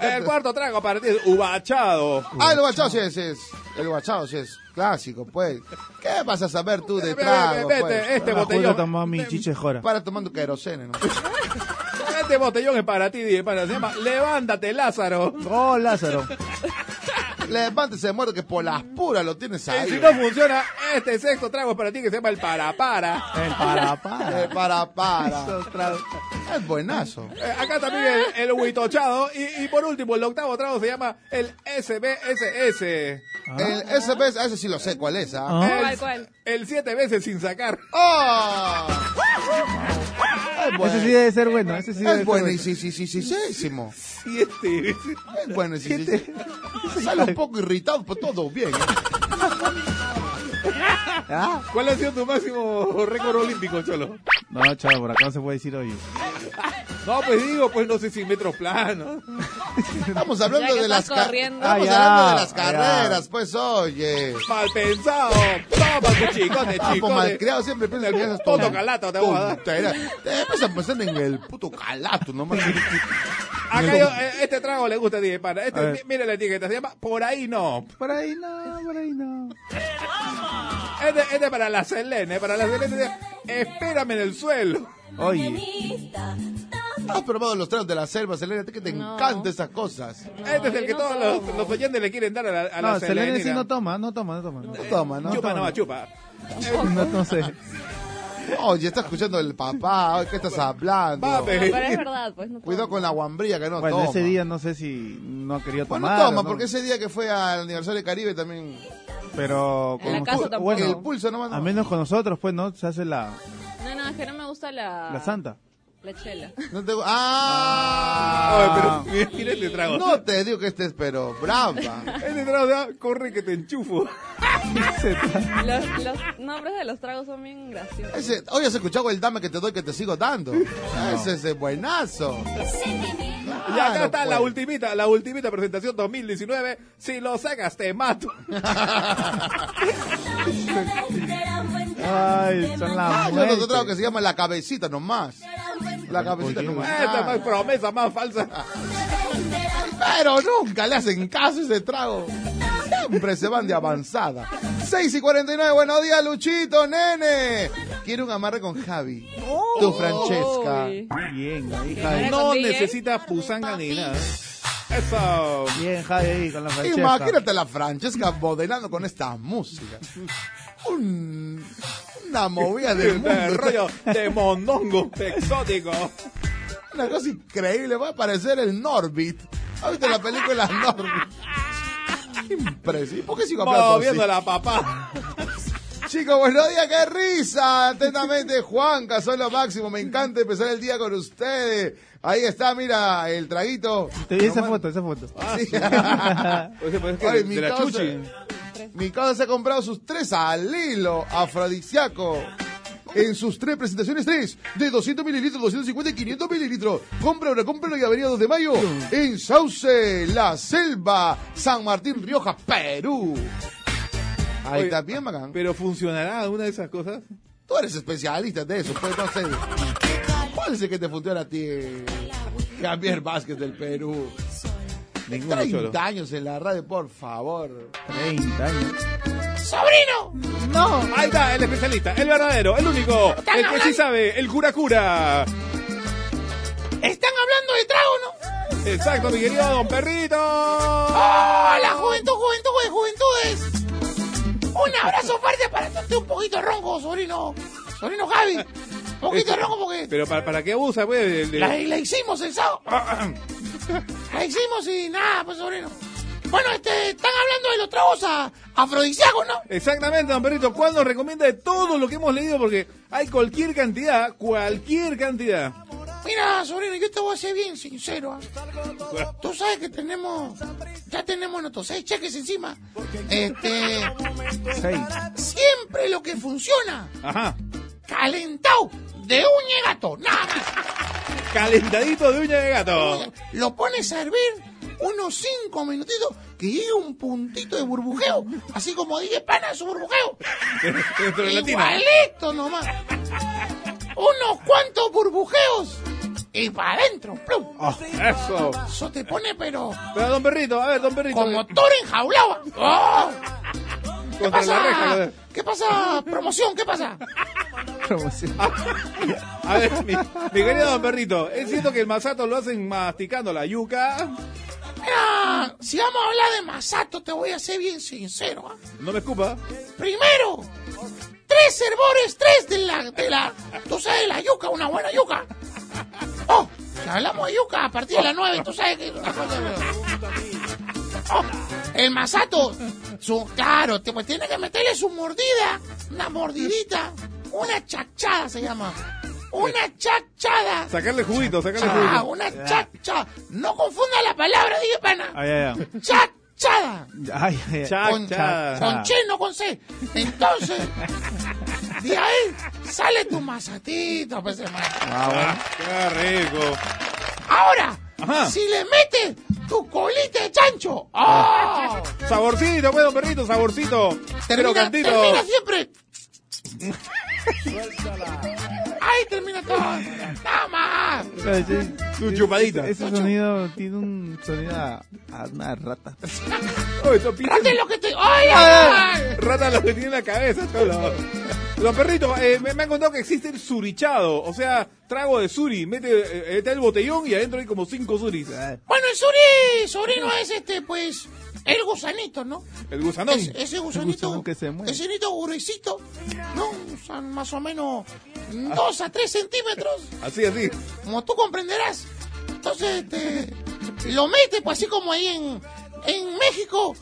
[SPEAKER 3] El cuarto trago para ti es ubachado.
[SPEAKER 1] Ah, el guachado sí es, es. El guachado sí es clásico, pues. ¿Qué vas a saber tú de
[SPEAKER 3] Vete,
[SPEAKER 1] trago,
[SPEAKER 3] vete,
[SPEAKER 1] pues?
[SPEAKER 3] Este
[SPEAKER 6] La
[SPEAKER 3] botellón.
[SPEAKER 6] Julia tomó mi chichejora.
[SPEAKER 1] Para tomando querosene, ¿no?
[SPEAKER 3] Este botellón es para ti, Di, para, se llama Levántate, Lázaro.
[SPEAKER 6] Oh, Lázaro.
[SPEAKER 1] Levántese de muerto que por las puras lo tienes
[SPEAKER 3] Y si
[SPEAKER 1] ahí.
[SPEAKER 3] no funciona, este sexto trago es para ti que se llama el para para.
[SPEAKER 6] El para para.
[SPEAKER 1] Eh, para, para.
[SPEAKER 6] Esos tragos.
[SPEAKER 1] Es buenazo.
[SPEAKER 3] Eh, acá también el, el huitochado. Y, y por último, el octavo trago se llama el SBSS.
[SPEAKER 1] El SP, ese sí lo sé cuál es, ¿ah?
[SPEAKER 6] Ah.
[SPEAKER 9] ¿Cuál, cuál?
[SPEAKER 3] El siete veces sin sacar.
[SPEAKER 1] ¡Ah! ¡Oh! Es bueno.
[SPEAKER 6] Ese sí debe ser bueno. Ese sí debe
[SPEAKER 1] Es
[SPEAKER 6] ser
[SPEAKER 1] bueno y sí, sí, sí, sí, síísimo.
[SPEAKER 3] Siete veces.
[SPEAKER 1] Es bueno y sí, sí, sí. Sale un poco irritado, pero todo bien. ¿eh?
[SPEAKER 6] Ah.
[SPEAKER 3] ¿Cuál ha sido tu máximo récord olímpico, Cholo?
[SPEAKER 6] No, chavo, por acá no se puede decir hoy.
[SPEAKER 3] No, pues digo, pues no sé si metros planos.
[SPEAKER 1] Estamos
[SPEAKER 9] Ya
[SPEAKER 1] hablando
[SPEAKER 9] que
[SPEAKER 1] de las
[SPEAKER 9] estás
[SPEAKER 1] ca-
[SPEAKER 9] corriendo.
[SPEAKER 1] Estamos
[SPEAKER 6] Ah, ya,
[SPEAKER 1] hablando de las
[SPEAKER 6] ya.
[SPEAKER 1] carreras, pues oye.
[SPEAKER 3] Mal pensado. Toma tu chicote,
[SPEAKER 1] Ah, por
[SPEAKER 3] chicote.
[SPEAKER 1] malcriado siempre piensa
[SPEAKER 3] El
[SPEAKER 1] que esas
[SPEAKER 3] puto
[SPEAKER 1] tontas-
[SPEAKER 3] calato te voy a dar.
[SPEAKER 1] tonteras. Te vas a pensar en el puto calato nomás.
[SPEAKER 3] Acá yo, eh, este trago le gusta a ti, para.
[SPEAKER 6] A
[SPEAKER 3] Este,
[SPEAKER 6] ver.
[SPEAKER 3] mi- mira la etiqueta, se llama Por ahí no.
[SPEAKER 6] Por ahí no, por ahí no.
[SPEAKER 3] Este, este para la Selene, para la Selene. dice, Espérame en el suelo.
[SPEAKER 6] Oye,
[SPEAKER 1] Has probado los tragos de la selva, Selena, a ti que te encantan esas cosas.
[SPEAKER 9] Eh,
[SPEAKER 3] este es el
[SPEAKER 9] yo
[SPEAKER 3] que
[SPEAKER 9] no
[SPEAKER 3] todos
[SPEAKER 9] tomo.
[SPEAKER 3] los, los oyentes le quieren dar a la, a la
[SPEAKER 6] Ah, no, Selene sí
[SPEAKER 3] Selenina.
[SPEAKER 6] no toma, no toma, no toma. No,
[SPEAKER 1] No toma, ¿no?
[SPEAKER 3] Chupa,
[SPEAKER 1] Toma.
[SPEAKER 3] no, chupa.
[SPEAKER 6] no, no sé.
[SPEAKER 1] Oye, está escuchando el papá, oye, ¿qué estás hablando?
[SPEAKER 3] Va,
[SPEAKER 9] No,
[SPEAKER 3] pe.
[SPEAKER 9] pero es verdad, pues no
[SPEAKER 1] Cuidado con la guambrilla que no
[SPEAKER 6] Bueno,
[SPEAKER 1] toma.
[SPEAKER 6] ese día no sé si no ha querido
[SPEAKER 1] Bueno,
[SPEAKER 6] tomar.
[SPEAKER 1] no toma,
[SPEAKER 6] o Pues no.
[SPEAKER 1] porque ese día que fue al aniversario de Caribe también.
[SPEAKER 6] Pero
[SPEAKER 9] En la
[SPEAKER 6] como-
[SPEAKER 9] casa tampoco.
[SPEAKER 1] El
[SPEAKER 6] bueno,
[SPEAKER 1] pulso nomás. no.
[SPEAKER 6] a menos con nosotros, pues, ¿no? Se hace la,
[SPEAKER 9] No, no, es que no me gusta la...
[SPEAKER 6] la santa.
[SPEAKER 9] La chela.
[SPEAKER 1] No te... ¡Ah!
[SPEAKER 3] Ay, pero mira este trago.
[SPEAKER 1] No te digo que estés, pero brava.
[SPEAKER 3] Este trago se llama Corre que te enchufo.
[SPEAKER 9] Los, los nombres de los tragos son bien graciosos.
[SPEAKER 1] Ese, hoy has escuchado el dame que te doy que te sigo dando. Ese es el buenazo.
[SPEAKER 3] Y acá
[SPEAKER 1] Claro,
[SPEAKER 3] está
[SPEAKER 1] pues.
[SPEAKER 3] la ultimita, la ultimita presentación 2019. Si lo sacas, te mato.
[SPEAKER 6] Ay, son
[SPEAKER 1] Ah, yo
[SPEAKER 6] la
[SPEAKER 1] tengo
[SPEAKER 6] muerte.
[SPEAKER 1] otro trago que se llama La Cabecita nomás. La Cabecita nomás.
[SPEAKER 3] Esta
[SPEAKER 6] Ah.
[SPEAKER 3] es más promesa, más falsa.
[SPEAKER 1] Pero nunca le hacen caso a ese trago. Siempre se van de avanzada. 6 y 49, buenos días, Luchito, nene. Quiero un amarre con Javi. Tu Francesca.
[SPEAKER 9] Uy.
[SPEAKER 6] Bien, ahí,
[SPEAKER 9] Ahora
[SPEAKER 6] Javi.
[SPEAKER 3] No
[SPEAKER 9] con DJ.
[SPEAKER 3] necesitas pusanga ni nada. Eso.
[SPEAKER 6] Bien, Javi, ahí, con la Francesca.
[SPEAKER 1] Imagínate a la Francesca bodenando con esta música. Un- una movida de
[SPEAKER 3] El
[SPEAKER 1] mundo.
[SPEAKER 3] rollo de mondongo exótico.
[SPEAKER 1] Una cosa increíble, va a parecer el Norbit. ¿Has visto la película Norbit? Impresionante. ¿Por qué sigo hablando así?
[SPEAKER 3] Moviendo la papá.
[SPEAKER 1] Chicos, buenos días, qué risa. Atentamente, Juanca, son lo máximo. Me encanta empezar el día con ustedes. Ahí está, mira, el traguito.
[SPEAKER 6] Te vi esa
[SPEAKER 1] Nomás-
[SPEAKER 6] foto, esa foto.
[SPEAKER 1] Sí.
[SPEAKER 3] Oye, pues es que
[SPEAKER 1] Ah, Ay,
[SPEAKER 3] de
[SPEAKER 1] mi
[SPEAKER 3] la
[SPEAKER 1] causa-
[SPEAKER 3] chuchi.
[SPEAKER 1] Mi casa se ha comprado sus tres al hilo afrodisiaco. En sus tres presentaciones, tres de 200 mililitros, 250 y 500 mililitros. Compra ahora, compra y Avenida 2 de Mayo en Sauce, La Selva, San Martín, Rioja, Perú. Ahí
[SPEAKER 3] Oye,
[SPEAKER 1] está bien, Macán.
[SPEAKER 3] Pero funcionará alguna de esas cosas.
[SPEAKER 1] Tú eres especialista de eso, pues no sé. ¿Cuál es el que te funciona a ti? Javier Vázquez del Perú.
[SPEAKER 3] Ninguno,
[SPEAKER 1] 30
[SPEAKER 3] Cholo.
[SPEAKER 1] años en la radio, por favor.
[SPEAKER 6] 30 años.
[SPEAKER 3] Ahí está, el especialista, el verdadero, el único, el que sí sabe, el cura cura.
[SPEAKER 8] Están hablando de trago, ¿no?
[SPEAKER 3] Exacto, mi querido don perrito.
[SPEAKER 8] ¡Ah, la juventud, juventud, de juventudes! Un abrazo fuerte para todos un poquito ronco, sobrino. Sobrino Javi. Un poquito ronco porque
[SPEAKER 6] Este
[SPEAKER 3] Pero para, para qué abusa, pues. de- de-
[SPEAKER 8] la, la hicimos el sábado. La hicimos y nada, pues sobrino. Bueno, este, están hablando de los tragos a, afrodisíacos, ¿no?
[SPEAKER 3] Exactamente, don perrito. ¿Cuál nos recomienda de todo lo que hemos leído? Porque hay cualquier cantidad, cualquier cantidad.
[SPEAKER 8] Mira, sobrino, yo te voy a ser bien sincero. ¿ah? Tú sabes que tenemos, ya tenemos nuestros seis cheques encima. Este,
[SPEAKER 6] 6.
[SPEAKER 8] siempre lo que funciona,
[SPEAKER 3] Ajá.
[SPEAKER 8] calentado de uña y gato, nada más.
[SPEAKER 3] Calentadito de uña de gato.
[SPEAKER 8] lo pones a hervir unos cinco minutitos que llegue un puntito de burbujeo, así como dije pana su burbujeo.
[SPEAKER 3] Dentro de la tina.
[SPEAKER 8] Igualito nomás. Unos cuantos burbujeos y para adentro. plum.
[SPEAKER 3] Oh, eso.
[SPEAKER 8] Eso te pone pero
[SPEAKER 3] Pero, don perrito, a ver, don perrito. eh,
[SPEAKER 8] como toro enjaulado. ¡Oh! ¿Qué
[SPEAKER 3] Ah. Contra la reja, lo
[SPEAKER 8] pasa?
[SPEAKER 3] de-
[SPEAKER 8] ¿Qué pasa? Promoción, ¿qué pasa?
[SPEAKER 6] Promoción.
[SPEAKER 3] A ver, mi, mi querido don perrito, es cierto que el masato lo hacen masticando la yuca.
[SPEAKER 8] Mira, si vamos a hablar de Masato, te voy a ser bien sincero. ¿ah?
[SPEAKER 3] No me escupa.
[SPEAKER 8] Primero, tres hervores, tres de la, de la, tú sabes, la yuca, una buena yuca. Oh, si hablamos de yuca a partir de las nueve, tú sabes que es una cosa de- Oh, el masato, su, claro, te, pues, tiene que meterle su mordida, una mordidita, una chachada se llama, una chachada.
[SPEAKER 3] Sacarle juguito, sacarle
[SPEAKER 8] Ah,
[SPEAKER 3] juguito.
[SPEAKER 8] una chachada. No confunda la palabra, dije pana.
[SPEAKER 6] Ay, ay,
[SPEAKER 8] Chachada
[SPEAKER 6] ay. Ay, ay, ay.
[SPEAKER 3] Chac,
[SPEAKER 8] con,
[SPEAKER 3] chac.
[SPEAKER 8] con che, no con C. Entonces, de ahí sale tu masatito, pues, hermano.
[SPEAKER 3] Ah, qué rico.
[SPEAKER 8] Ahora,
[SPEAKER 3] Ajá.
[SPEAKER 8] si le metes tu colita de chancho, ¡oh!
[SPEAKER 3] Saborcito, pues, don perrito, saborcito. Pero
[SPEAKER 8] termina,
[SPEAKER 3] cantito.
[SPEAKER 8] termina siempre. Ahí termina todo. Nada más.
[SPEAKER 6] Pero ese-
[SPEAKER 3] Tu chupadita.
[SPEAKER 6] Ese sonido tiene un sonido a, a una rata.
[SPEAKER 3] Oh, eso pinta-
[SPEAKER 8] Rata es lo que te. ¡Ay, ay, ay!
[SPEAKER 3] Rata lo que tiene en la cabeza, cholo. Don perrito, eh, me, me han contado que existe el surichado, o sea, trago de suri. Mete, eh, mete el botellón y adentro hay como cinco suris.
[SPEAKER 8] Bueno, el suri, sobrino es este, pues, el gusanito, ¿no?
[SPEAKER 3] El gusanón.
[SPEAKER 8] Ese- ese gusanito,
[SPEAKER 6] gusano que se mueve.
[SPEAKER 8] ese gusanito gruesito, ¿no? O sea, más o menos dos a tres centímetros,
[SPEAKER 3] Así, así.
[SPEAKER 8] como tú comprenderás. Entonces, este, lo mete, pues así como ahí en, en México,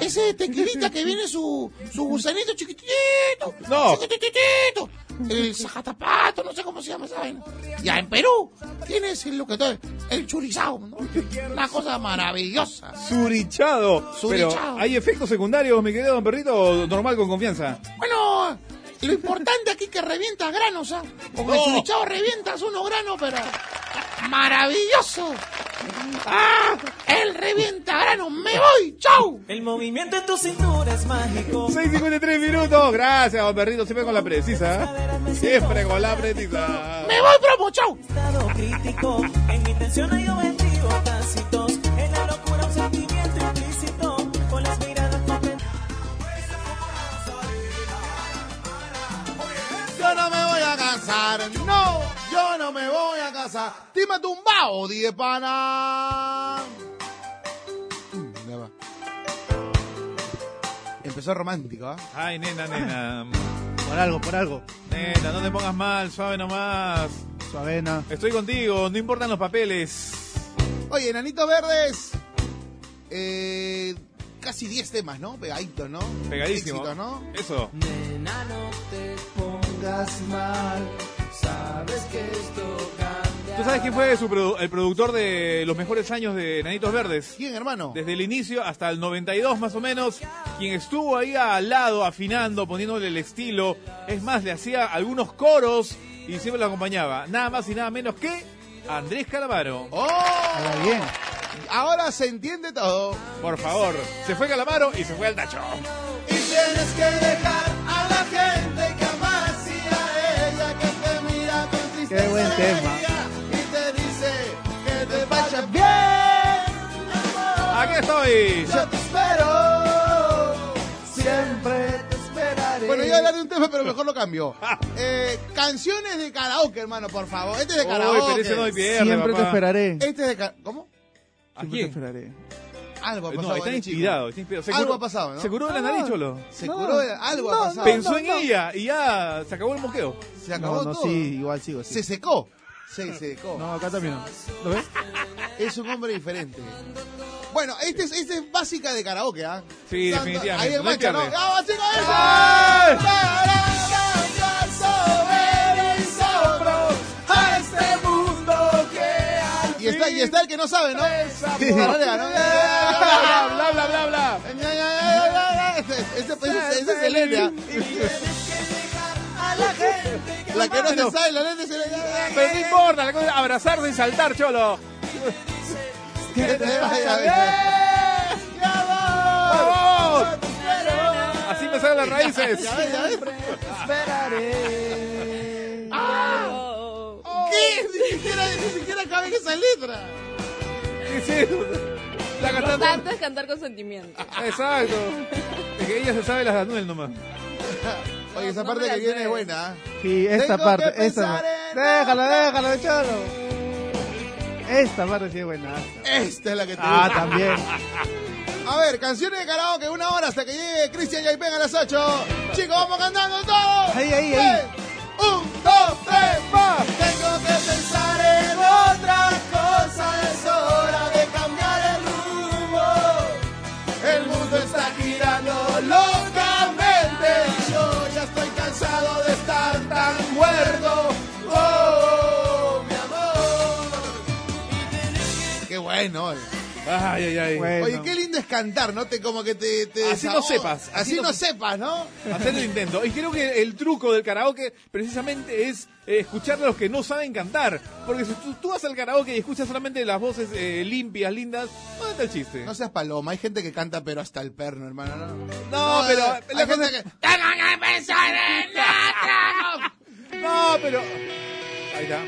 [SPEAKER 8] ese tequilita que viene su, su gusanito chiquitito,
[SPEAKER 3] No.
[SPEAKER 8] chiquititito, el sajatapato, no sé cómo se llama esa vaina. Ya en Perú tienes lo que todo, el churizao, ¿no? Una cosa maravillosa.
[SPEAKER 3] Surichado.
[SPEAKER 8] Surichado.
[SPEAKER 3] Pero hay efectos secundarios, mi querido don perrito, o normal con confianza.
[SPEAKER 8] Bueno, lo importante aquí es que revientas granos, ¿ah? Porque
[SPEAKER 3] No.
[SPEAKER 8] el surichao revientas unos granos, pero maravilloso. ¡Ah! ¡El revientagrano! ¡Me voy! ¡Chau!
[SPEAKER 5] El movimiento en tu cintura es mágico.
[SPEAKER 3] 6.53 minutos. Gracias, don Perrito. Siempre con la precisa. ¿eh? Siempre con la precisa.
[SPEAKER 8] ¡Me voy, promo! ¡Chau!
[SPEAKER 5] Estado crítico. En mi intención hay objetivos tácitos. En la locura un sentimiento implícito. Con las miradas contenidas.
[SPEAKER 1] Yo no me voy a casar, no, yo no me voy a casar. Dime tumbao, de pana. Mm, ya va. Empezó romántico, ¿ah?
[SPEAKER 3] Ay, nena, nena.
[SPEAKER 6] Por algo, por algo.
[SPEAKER 3] Nena, no te pongas mal. Suave nomás.
[SPEAKER 6] Suavena.
[SPEAKER 3] Estoy contigo. No importan los papeles.
[SPEAKER 1] Oye, Enanitos Verdes. eh, casi 10 temas, ¿no? Pegaditos, ¿no?
[SPEAKER 3] Pegadísimo.
[SPEAKER 1] Éxitos, ¿no?
[SPEAKER 3] Eso.
[SPEAKER 10] Nena, no te pongas mal. Sabes que esto cambia.
[SPEAKER 3] ¿Tú sabes quién fue su produ- el productor de los mejores años de Nanitos Verdes?
[SPEAKER 1] ¿Quién, hermano?
[SPEAKER 3] Desde el inicio hasta el 92 más o menos, quien estuvo ahí al lado afinando, poniéndole el estilo, es más, le hacía algunos coros y siempre lo acompañaba. Nada más y nada menos que Andrés Calamaro.
[SPEAKER 1] ¡Oh!
[SPEAKER 6] Está bien.
[SPEAKER 1] Ahora se entiende todo.
[SPEAKER 3] Por favor, se fue Calamaro y se fue al tacho.
[SPEAKER 1] Y tienes que dejar a la gente que amas y a ella que te mira con tristeza.
[SPEAKER 6] Qué buen
[SPEAKER 1] y
[SPEAKER 6] tema.
[SPEAKER 1] alegría Y te dice que te vayas bien.
[SPEAKER 3] Aquí estoy.
[SPEAKER 1] Yo te espero. Siempre te esperaré. Bueno, yo hablar de un tema, pero mejor lo cambio. Eh, canciones de karaoke, hermano, por favor. Este es de
[SPEAKER 3] Uy,
[SPEAKER 1] karaoke.
[SPEAKER 3] pero ese no hay pierde,
[SPEAKER 6] Siempre te
[SPEAKER 3] papá.
[SPEAKER 6] esperaré.
[SPEAKER 1] Este es de karaoke. ¿Cómo?
[SPEAKER 3] ¿A
[SPEAKER 6] Siempre te
[SPEAKER 3] quién?
[SPEAKER 6] esperaré.
[SPEAKER 1] Algo ha pasado.
[SPEAKER 3] Eh, No, está
[SPEAKER 1] en el chico.
[SPEAKER 3] inspirado, está inspirado. Se
[SPEAKER 1] Algo
[SPEAKER 3] curó-
[SPEAKER 1] ha pasado, ¿no?
[SPEAKER 3] Se curó de la nariz, cholo.
[SPEAKER 1] Se curó, de- algo ha pasado.
[SPEAKER 3] Pensó en ella y ya se acabó el mosqueo.
[SPEAKER 1] Se acabó
[SPEAKER 6] No, no,
[SPEAKER 1] todo.
[SPEAKER 6] sí, igual sigo. sí.
[SPEAKER 1] Se secó. Se secó.
[SPEAKER 6] No, acá también. no. ¿Lo ves?
[SPEAKER 1] Es un hombre diferente. Bueno, este es, este es básica de karaoke, ¿ah?
[SPEAKER 3] Sí,
[SPEAKER 1] Tanto-
[SPEAKER 3] definitivamente,
[SPEAKER 1] Ahí es
[SPEAKER 3] no
[SPEAKER 1] mancha, ¿no?
[SPEAKER 3] pierde.
[SPEAKER 1] ¡Vamos, chicos! ¡Eso!
[SPEAKER 3] ¡Ay!
[SPEAKER 1] Y está, y está el que no sabe, ¿no?
[SPEAKER 6] Sí.
[SPEAKER 1] Arriba, ¿no?
[SPEAKER 3] Bla, bla, bla, bla, bla.
[SPEAKER 1] Ese ese- ese es el N, ¿ah? La que no se sabe, la letra es el
[SPEAKER 3] Pero no importa, la cosa es abrazarse y saltar, cholo.
[SPEAKER 1] Que te vaya bien.
[SPEAKER 3] ¡Eh! ¡Vamos! Así me salen las raíces.
[SPEAKER 1] Ya ves, ya ves.
[SPEAKER 9] Oh, oh.
[SPEAKER 1] ¿Qué? Ni siquiera, ni siquiera cabe en esa letra.
[SPEAKER 3] ¿Qué es eso? La cantante.
[SPEAKER 9] Importante es cantar con sentimiento.
[SPEAKER 3] Exacto. Es que ella se sabe las de Anuel nomás.
[SPEAKER 1] Oye, esa
[SPEAKER 9] No
[SPEAKER 1] parte
[SPEAKER 9] me la
[SPEAKER 1] que viene
[SPEAKER 9] sé.
[SPEAKER 1] es buena. ¿ah?
[SPEAKER 6] Sí, esta
[SPEAKER 1] Tengo
[SPEAKER 6] parte.
[SPEAKER 1] que
[SPEAKER 6] esta
[SPEAKER 1] pensar en
[SPEAKER 6] no. Déjalo, déjalo, cholo. Esta parte sí es buena.
[SPEAKER 1] Esta es la que te
[SPEAKER 6] Ah,
[SPEAKER 1] gusta.
[SPEAKER 6] también.
[SPEAKER 1] A ver, canciones de karaoke, una hora hasta que llegue Cristian Yaipen a las 8. Chicos, vamos cantando todos.
[SPEAKER 6] Ahí, ahí, ahí.
[SPEAKER 1] Eh, Un, dos, tres, va. Tengo que pensar en otra cosa, es hora de cambiar el rumbo. El mundo está girando locamente. Yo ya estoy cansado de estar tan muerto. Oh, mi amor. Qué bueno, eh.
[SPEAKER 3] Ay, ay, ay.
[SPEAKER 6] Bueno.
[SPEAKER 1] Oye, qué lindo es cantar, ¿no? Te, como que te... te
[SPEAKER 3] Así no
[SPEAKER 1] desahogas.
[SPEAKER 3] sepas,
[SPEAKER 1] Así,
[SPEAKER 3] así
[SPEAKER 1] no,
[SPEAKER 3] no
[SPEAKER 1] sepas, ¿no?
[SPEAKER 3] Hacer el intento. Y creo que el truco del karaoke precisamente es eh, escuchar a los que no saben cantar. Porque si tú, tú vas al karaoke y escuchas solamente las voces eh, limpias, lindas, ¿dónde está el chiste?
[SPEAKER 1] No seas paloma, hay gente que canta pero hasta el perno, hermano. No,
[SPEAKER 3] No, pero-
[SPEAKER 1] Hay
[SPEAKER 3] la
[SPEAKER 1] gente
[SPEAKER 3] cosa-
[SPEAKER 1] que... ¡Tengo que pensar en otra!
[SPEAKER 3] No, pero... Ahí está.